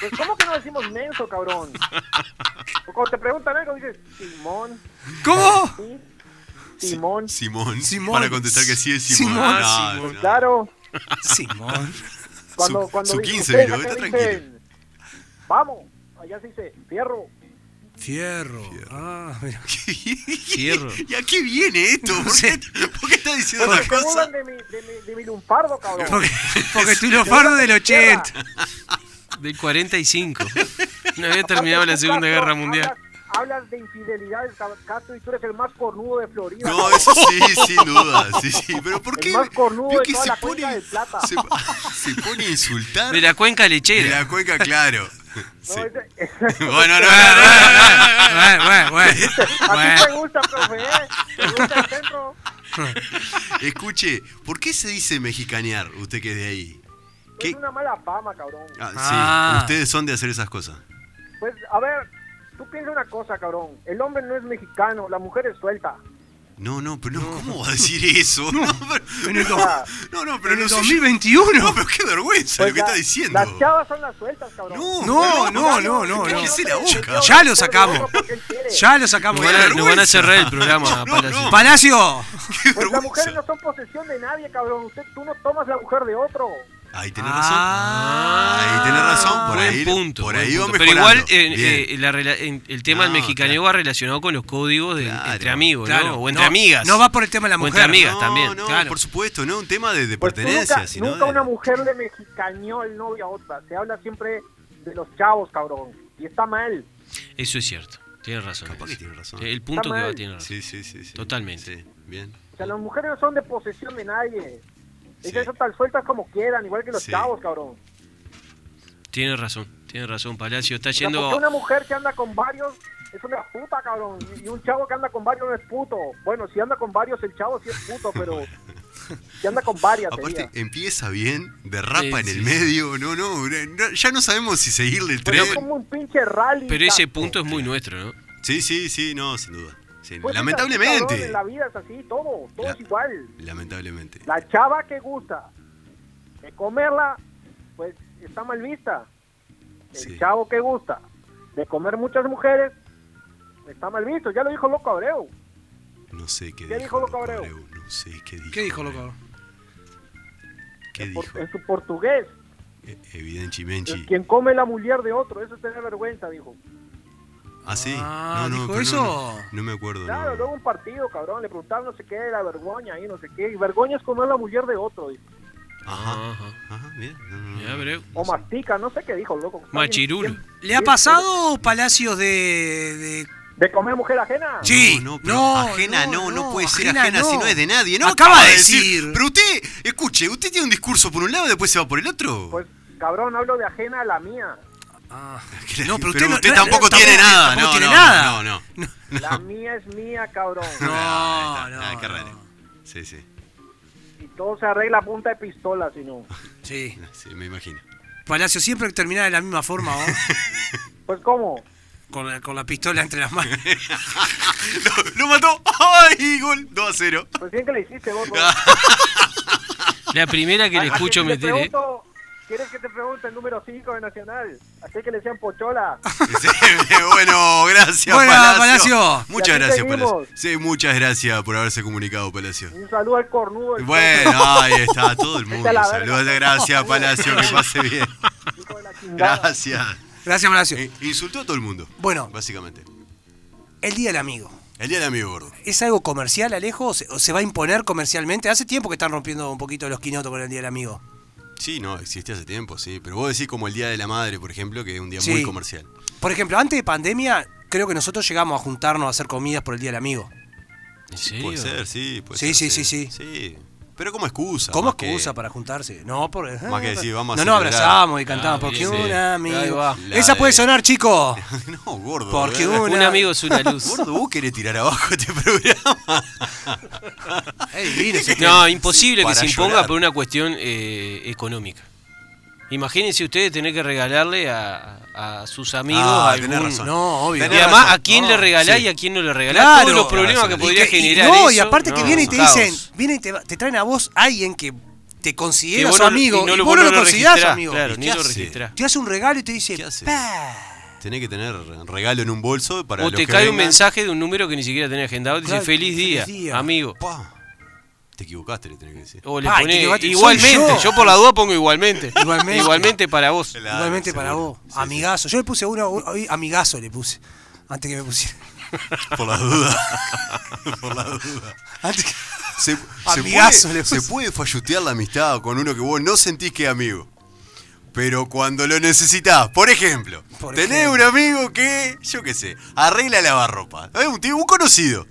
[SPEAKER 7] Pues ¿cómo que no decimos menso, cabrón? O cuando te preguntan algo dices, Simón,
[SPEAKER 5] ¿Cómo?
[SPEAKER 7] sí, Simón,
[SPEAKER 4] Simón.
[SPEAKER 5] Simón.
[SPEAKER 4] Para contestar que sí es Simón.
[SPEAKER 5] Simón.
[SPEAKER 4] No,
[SPEAKER 6] Ah, Simón.
[SPEAKER 4] no.
[SPEAKER 7] claro.
[SPEAKER 5] Simón.
[SPEAKER 7] Cuando,
[SPEAKER 4] Su-
[SPEAKER 7] cuando
[SPEAKER 4] su
[SPEAKER 7] dicen,
[SPEAKER 4] 15,
[SPEAKER 7] "Ustedes
[SPEAKER 4] pero
[SPEAKER 7] acá
[SPEAKER 4] está
[SPEAKER 7] dicen, Vamos, allá se dice, fierro.
[SPEAKER 5] Fierro. Ah, mira.
[SPEAKER 6] Fierro.
[SPEAKER 4] ¿Y a qué viene esto? ¿Por,
[SPEAKER 5] sé.
[SPEAKER 4] qué, por qué está diciendo
[SPEAKER 7] Porque
[SPEAKER 4] las
[SPEAKER 7] se burlan
[SPEAKER 4] cosas?
[SPEAKER 7] de mi, de mi, de mi lumpardo, cabrón.
[SPEAKER 5] Porque, porque tú lo fardo del 80.
[SPEAKER 6] Del 45. No había terminado la
[SPEAKER 7] Aparte, tú,
[SPEAKER 6] Segunda
[SPEAKER 7] Castro,
[SPEAKER 6] Guerra Mundial.
[SPEAKER 7] Hablas, hablas de infidelidades, ca- Castro, y tú eres el más cornudo de Florida.
[SPEAKER 4] No, eso sí, sin duda. Sí, sí. Pero ¿por
[SPEAKER 7] El
[SPEAKER 4] qué?
[SPEAKER 7] más cornudo
[SPEAKER 4] Vio
[SPEAKER 7] de
[SPEAKER 4] que
[SPEAKER 7] toda
[SPEAKER 4] se
[SPEAKER 7] la
[SPEAKER 4] pone,
[SPEAKER 7] cuenca del Plata.
[SPEAKER 4] Se, se pone a insultar
[SPEAKER 6] De la cuenca lechera.
[SPEAKER 4] de la cuenca, claro. Sí.
[SPEAKER 7] No, es-
[SPEAKER 4] Bueno, no, no, no, no, no.
[SPEAKER 5] Bueno, bueno, bueno.
[SPEAKER 7] a ti te
[SPEAKER 5] Bueno.
[SPEAKER 7] gusta, profe, ¿eh? Te gusta el centro.
[SPEAKER 4] Escuche, ¿por qué se dice mexicanear usted que es de ahí? ¿Qué?
[SPEAKER 7] Es una mala fama, cabrón.
[SPEAKER 4] Ah, sí,
[SPEAKER 5] Ah.
[SPEAKER 4] ustedes son de hacer esas cosas.
[SPEAKER 7] Pues, a ver, tú piensa una cosa, cabrón. El hombre no es mexicano, la mujer es suelta.
[SPEAKER 4] No, no, pero no, ¿cómo va a decir eso? No, pero,
[SPEAKER 5] En el, do-
[SPEAKER 4] no, no, pero
[SPEAKER 5] en
[SPEAKER 4] no
[SPEAKER 5] el
[SPEAKER 4] sé yo.
[SPEAKER 5] 2021.
[SPEAKER 4] No, pero qué vergüenza
[SPEAKER 7] Pues
[SPEAKER 4] lo que
[SPEAKER 7] la-
[SPEAKER 4] está diciendo.
[SPEAKER 7] Las chavas son las sueltas, cabrón.
[SPEAKER 4] No,
[SPEAKER 5] No, no, no, no. no.
[SPEAKER 4] Cállese la boca.
[SPEAKER 5] Ya lo sacamos. Ya lo sacamos.
[SPEAKER 6] Nos van, a,
[SPEAKER 4] vergüenza.
[SPEAKER 6] nos van a cerrar el programa,
[SPEAKER 4] No, no,
[SPEAKER 6] Palacio.
[SPEAKER 4] no.
[SPEAKER 5] Palacio.
[SPEAKER 4] Qué
[SPEAKER 7] Pues las mujeres
[SPEAKER 4] vergüenza.
[SPEAKER 7] no son posesión de nadie, cabrón. Usted, tú no tomas la mujer de otro.
[SPEAKER 4] Ahí tenés
[SPEAKER 5] Ah.
[SPEAKER 4] razón. Ahí Ah, tenés razón. Por
[SPEAKER 6] Buen
[SPEAKER 4] ahí,
[SPEAKER 6] punto,
[SPEAKER 4] por
[SPEAKER 6] buen
[SPEAKER 4] ahí va
[SPEAKER 6] punto. Pero igual eh,
[SPEAKER 4] mejorando. Bien.
[SPEAKER 6] eh, la rela- en- el tema del
[SPEAKER 4] No,
[SPEAKER 6] mexicaneo va relacionado con los códigos de-
[SPEAKER 4] Claro,
[SPEAKER 6] entre amigos, ¿no?
[SPEAKER 5] claro.
[SPEAKER 6] O entre
[SPEAKER 5] No,
[SPEAKER 6] amigas.
[SPEAKER 5] no va por el tema de la
[SPEAKER 6] O entre
[SPEAKER 5] mujer.
[SPEAKER 6] amigas
[SPEAKER 4] no,
[SPEAKER 6] también.
[SPEAKER 4] no,
[SPEAKER 5] claro.
[SPEAKER 4] por supuesto, no un tema de, de
[SPEAKER 7] Pues tú
[SPEAKER 4] pertenencia,
[SPEAKER 7] nunca,
[SPEAKER 4] sino
[SPEAKER 7] nunca
[SPEAKER 4] de-
[SPEAKER 7] una mujer le mexicaneó el novio a otra. Se habla siempre de los chavos, cabrón. Y está mal.
[SPEAKER 6] Eso es cierto. Tienes razón.
[SPEAKER 4] Capaz
[SPEAKER 6] en
[SPEAKER 4] que
[SPEAKER 6] eso.
[SPEAKER 4] tiene razón.
[SPEAKER 6] El punto
[SPEAKER 7] Está
[SPEAKER 6] que va
[SPEAKER 7] mal.
[SPEAKER 6] tiene razón.
[SPEAKER 4] Sí, sí, sí, sí.
[SPEAKER 6] Totalmente.
[SPEAKER 4] Sí, bien.
[SPEAKER 7] O sea, las mujeres no son de posesión de nadie.
[SPEAKER 4] Sí.
[SPEAKER 7] Ellas son tan sueltas como quieran, igual que los
[SPEAKER 4] Sí.
[SPEAKER 7] chavos, cabrón.
[SPEAKER 6] Tienes razón. Tienes razón, Palacio. Está
[SPEAKER 7] O sea,
[SPEAKER 6] yendo.
[SPEAKER 7] porque una mujer que anda con varios es una puta, cabrón. Y un chavo que anda con varios no es puto. Bueno, si anda con varios, el chavo sí es puto, pero si anda con varias,
[SPEAKER 4] Aparte,
[SPEAKER 7] sería.
[SPEAKER 4] empieza bien, derrapa
[SPEAKER 6] Sí,
[SPEAKER 4] en el
[SPEAKER 6] sí.
[SPEAKER 4] medio, no, no, eh, no, ya no sabemos si seguirle el
[SPEAKER 7] Pues
[SPEAKER 4] tren.
[SPEAKER 7] es como un pinche rally.
[SPEAKER 6] Pero ese
[SPEAKER 7] Castro.
[SPEAKER 6] punto es muy nuestro, ¿no?
[SPEAKER 4] Sí, sí, sí, no, sin duda. Sí,
[SPEAKER 7] Pues es así, cabrón,
[SPEAKER 4] lamentablemente.
[SPEAKER 7] en la vida es así, todo, todo
[SPEAKER 4] La-
[SPEAKER 7] es igual.
[SPEAKER 4] Lamentablemente.
[SPEAKER 7] La chava que gusta de comerla, pues está mal vista. El
[SPEAKER 4] Sí.
[SPEAKER 7] chavo que gusta de comer muchas mujeres, está mal visto. Ya lo dijo Loco Abreu.
[SPEAKER 4] No sé qué,
[SPEAKER 7] ¿Qué
[SPEAKER 4] dijo
[SPEAKER 7] dijo
[SPEAKER 4] Loco
[SPEAKER 7] Loco
[SPEAKER 4] Abreu,
[SPEAKER 7] Abreu?
[SPEAKER 4] No sé qué dijo.
[SPEAKER 5] ¿Qué dijo,
[SPEAKER 4] Abreu,
[SPEAKER 5] loco?
[SPEAKER 4] ¿Qué
[SPEAKER 7] por-
[SPEAKER 4] dijo?
[SPEAKER 7] en su portugués.
[SPEAKER 4] E- Evidentemente.
[SPEAKER 7] Quien come la mujer de otro, eso es tener vergüenza, dijo.
[SPEAKER 4] Ah, sí.
[SPEAKER 5] Ah,
[SPEAKER 4] No, no,
[SPEAKER 5] ¿dijo
[SPEAKER 4] pero no,
[SPEAKER 5] eso?
[SPEAKER 4] No, no me acuerdo.
[SPEAKER 7] Claro,
[SPEAKER 4] no.
[SPEAKER 7] luego un partido, cabrón, le preguntaron no sé qué, la vergüenza y no sé qué. Y vergüenza es comer la mujer de otro, dijo.
[SPEAKER 4] Ajá.
[SPEAKER 6] Ajá.
[SPEAKER 4] Ajá, bien. no, no, no.
[SPEAKER 6] Ya, pero-
[SPEAKER 7] O mastica, no sé qué dijo, loco. Está bien-
[SPEAKER 6] Machirulo.
[SPEAKER 7] bien-
[SPEAKER 5] ¿Le ha
[SPEAKER 7] bien-
[SPEAKER 5] pasado Palacios de- de
[SPEAKER 7] ¿De comer mujer ajena?
[SPEAKER 5] Sí.
[SPEAKER 4] No, no, pero
[SPEAKER 5] No,
[SPEAKER 4] ajena no, no,
[SPEAKER 5] no, no,
[SPEAKER 4] puede ser
[SPEAKER 5] ajena
[SPEAKER 4] ajena si
[SPEAKER 5] no.
[SPEAKER 4] no es de nadie. No,
[SPEAKER 5] Acaba de decir.
[SPEAKER 4] Pero usted, escuche, usted tiene un discurso por un lado y después se va por el otro.
[SPEAKER 7] Pues, cabrón, hablo de ajena a la mía.
[SPEAKER 5] No, pero usted, no-
[SPEAKER 4] usted
[SPEAKER 5] no-
[SPEAKER 4] tampoco
[SPEAKER 5] no-
[SPEAKER 4] tiene nada.
[SPEAKER 5] tampoco
[SPEAKER 4] no,
[SPEAKER 5] tiene
[SPEAKER 4] no,
[SPEAKER 5] nada.
[SPEAKER 4] No, no.
[SPEAKER 7] La mía es mía, cabrón.
[SPEAKER 5] No,
[SPEAKER 4] Ah, ahí está.
[SPEAKER 5] no,
[SPEAKER 4] Ah, qué
[SPEAKER 5] no.
[SPEAKER 4] raro. Sí, sí.
[SPEAKER 7] Y todo se arregla a punta de pistola, si no.
[SPEAKER 5] Sí.
[SPEAKER 4] Sí, me imagino.
[SPEAKER 5] Palacio siempre termina de la misma forma, ¿o?
[SPEAKER 7] Pues, ¿cómo?
[SPEAKER 5] con, la, con la pistola entre las manos.
[SPEAKER 4] lo, lo mató. ¡Ay! Gol 2 a 0.
[SPEAKER 7] Pues bien que le hiciste vos, ¿no?
[SPEAKER 6] La primera que le
[SPEAKER 7] A-
[SPEAKER 6] escucho
[SPEAKER 7] a quien le
[SPEAKER 6] meter, ¿eh?
[SPEAKER 7] pregunto, ¿Quieres que te pregunte el número 5 de Nacional? Así que le decían Pochola.
[SPEAKER 4] Sí, bueno, gracias,
[SPEAKER 5] Bueno,
[SPEAKER 4] Palacio.
[SPEAKER 5] Palacio.
[SPEAKER 7] Y
[SPEAKER 4] Muchas
[SPEAKER 7] así
[SPEAKER 4] gracias,
[SPEAKER 7] seguimos.
[SPEAKER 4] Palacio. Sí, muchas gracias por haberse comunicado, Palacio.
[SPEAKER 7] Un saludo al cornudo. el
[SPEAKER 4] Bueno, ahí está todo el mundo.
[SPEAKER 7] Vete a la verga.
[SPEAKER 4] Saludos, gracias, Palacio, que pase bien.
[SPEAKER 7] hijo de la chingada.
[SPEAKER 4] Gracias.
[SPEAKER 5] Gracias, Malacio.
[SPEAKER 4] Eh, Insultó a todo el mundo.
[SPEAKER 5] Bueno.
[SPEAKER 4] Básicamente.
[SPEAKER 5] El Día del Amigo.
[SPEAKER 4] El día del amigo gordo.
[SPEAKER 5] ¿Es algo comercial, Alejo? ¿O se, o se va a imponer comercialmente? Hace tiempo que están rompiendo un poquito los quinotos con el Día del Amigo.
[SPEAKER 4] Sí, no, existe hace tiempo, sí. Pero vos decís como el día de la madre, por ejemplo, que es un día
[SPEAKER 5] Sí.
[SPEAKER 4] muy comercial.
[SPEAKER 5] Por ejemplo, antes de pandemia, creo que nosotros llegamos a juntarnos a hacer comidas por el Día del Amigo.
[SPEAKER 6] ¿En serio?
[SPEAKER 4] Puede ser, sí. Puede
[SPEAKER 5] Sí,
[SPEAKER 4] ser,
[SPEAKER 5] sí, sí, sí.
[SPEAKER 4] Sí. Pero como excusa.
[SPEAKER 5] ¿Cómo
[SPEAKER 4] más que-
[SPEAKER 5] excusa para juntarse? No, por... eh,
[SPEAKER 4] Más que decir, vamos a
[SPEAKER 5] No, no,
[SPEAKER 4] celebrar.
[SPEAKER 5] abrazamos y cantamos. porque
[SPEAKER 6] bien,
[SPEAKER 5] un
[SPEAKER 6] sí. Ahí
[SPEAKER 5] amigo...
[SPEAKER 6] va.
[SPEAKER 4] La
[SPEAKER 5] Esa
[SPEAKER 4] de-
[SPEAKER 5] puede sonar, chico.
[SPEAKER 4] No, gordo.
[SPEAKER 5] Porque
[SPEAKER 4] ¿verdad?
[SPEAKER 6] Un
[SPEAKER 5] Una-
[SPEAKER 6] amigo es una luz.
[SPEAKER 4] Gordo, vos querés tirar abajo este programa.
[SPEAKER 5] Ey, divino ese tema.
[SPEAKER 6] No, imposible que
[SPEAKER 4] Para
[SPEAKER 6] se imponga
[SPEAKER 4] llorar.
[SPEAKER 6] por una cuestión eh, económica. Imagínense ustedes tener que regalarle a, a sus amigos.
[SPEAKER 4] Ah,
[SPEAKER 6] algún-
[SPEAKER 4] tenés razón.
[SPEAKER 5] No, obvio.
[SPEAKER 6] Y
[SPEAKER 4] Tenés
[SPEAKER 6] además,
[SPEAKER 4] razón.
[SPEAKER 6] ¿a quién le
[SPEAKER 4] No,
[SPEAKER 6] regalás
[SPEAKER 4] sí.
[SPEAKER 6] y a quién no le regalás?
[SPEAKER 5] Claro.
[SPEAKER 6] Todos los
[SPEAKER 5] Tenés
[SPEAKER 6] problemas
[SPEAKER 4] razón.
[SPEAKER 6] que
[SPEAKER 4] Y
[SPEAKER 6] podría
[SPEAKER 5] Y que- y-
[SPEAKER 6] generar
[SPEAKER 5] no, y
[SPEAKER 6] eso,
[SPEAKER 5] aparte que
[SPEAKER 6] no,
[SPEAKER 5] viene y te
[SPEAKER 6] caos.
[SPEAKER 5] dicen, viene y te, va- te traen a vos alguien que te
[SPEAKER 6] Que
[SPEAKER 5] considera
[SPEAKER 6] vos
[SPEAKER 5] su
[SPEAKER 6] no-
[SPEAKER 5] amigo y,
[SPEAKER 6] y lo-
[SPEAKER 5] vos no lo, considerás su
[SPEAKER 6] registrás,
[SPEAKER 5] amigo.
[SPEAKER 6] Claro,
[SPEAKER 4] ¿Y
[SPEAKER 6] ni
[SPEAKER 4] qué
[SPEAKER 6] lo
[SPEAKER 4] hace?
[SPEAKER 6] registrás.
[SPEAKER 5] Te hace un regalo y te dice,
[SPEAKER 4] ¿Qué haces?
[SPEAKER 5] "Pa".
[SPEAKER 4] Tenés que tener regalo en un bolso para
[SPEAKER 6] O
[SPEAKER 4] los
[SPEAKER 6] te
[SPEAKER 4] que
[SPEAKER 6] cae un
[SPEAKER 4] vengan.
[SPEAKER 6] mensaje de un número que ni siquiera tenés agendado y te
[SPEAKER 5] Claro,
[SPEAKER 6] dice feliz
[SPEAKER 5] feliz
[SPEAKER 6] día,
[SPEAKER 5] día".
[SPEAKER 6] amigo.
[SPEAKER 4] Pa, Te equivocaste, le tenés que decir.
[SPEAKER 6] O le
[SPEAKER 5] Ay,
[SPEAKER 6] ponés
[SPEAKER 5] te equivocaste, soy
[SPEAKER 6] igualmente.
[SPEAKER 5] yo.
[SPEAKER 6] Yo. por la duda pongo igualmente.
[SPEAKER 5] Igualmente.
[SPEAKER 6] igualmente para vos.
[SPEAKER 4] Claro,
[SPEAKER 5] Igualmente
[SPEAKER 4] seguro.
[SPEAKER 5] para vos,
[SPEAKER 4] Sí,
[SPEAKER 5] amigazo. Yo le puse uno, hoy amigazo le puse. Antes que me pusiera.
[SPEAKER 4] sí. Por la duda. Por la duda.
[SPEAKER 5] Antes que-
[SPEAKER 4] Se, se
[SPEAKER 5] Amigazo
[SPEAKER 4] puede,
[SPEAKER 5] le puse.
[SPEAKER 4] se puede fallutear la amistad con uno que vos no sentís que es amigo. Pero cuando lo necesitas, por ejemplo,
[SPEAKER 5] Por
[SPEAKER 4] tenés
[SPEAKER 5] ejemplo.
[SPEAKER 4] un amigo que, yo qué sé, arregla lavarropa. Es un tío, un conocido.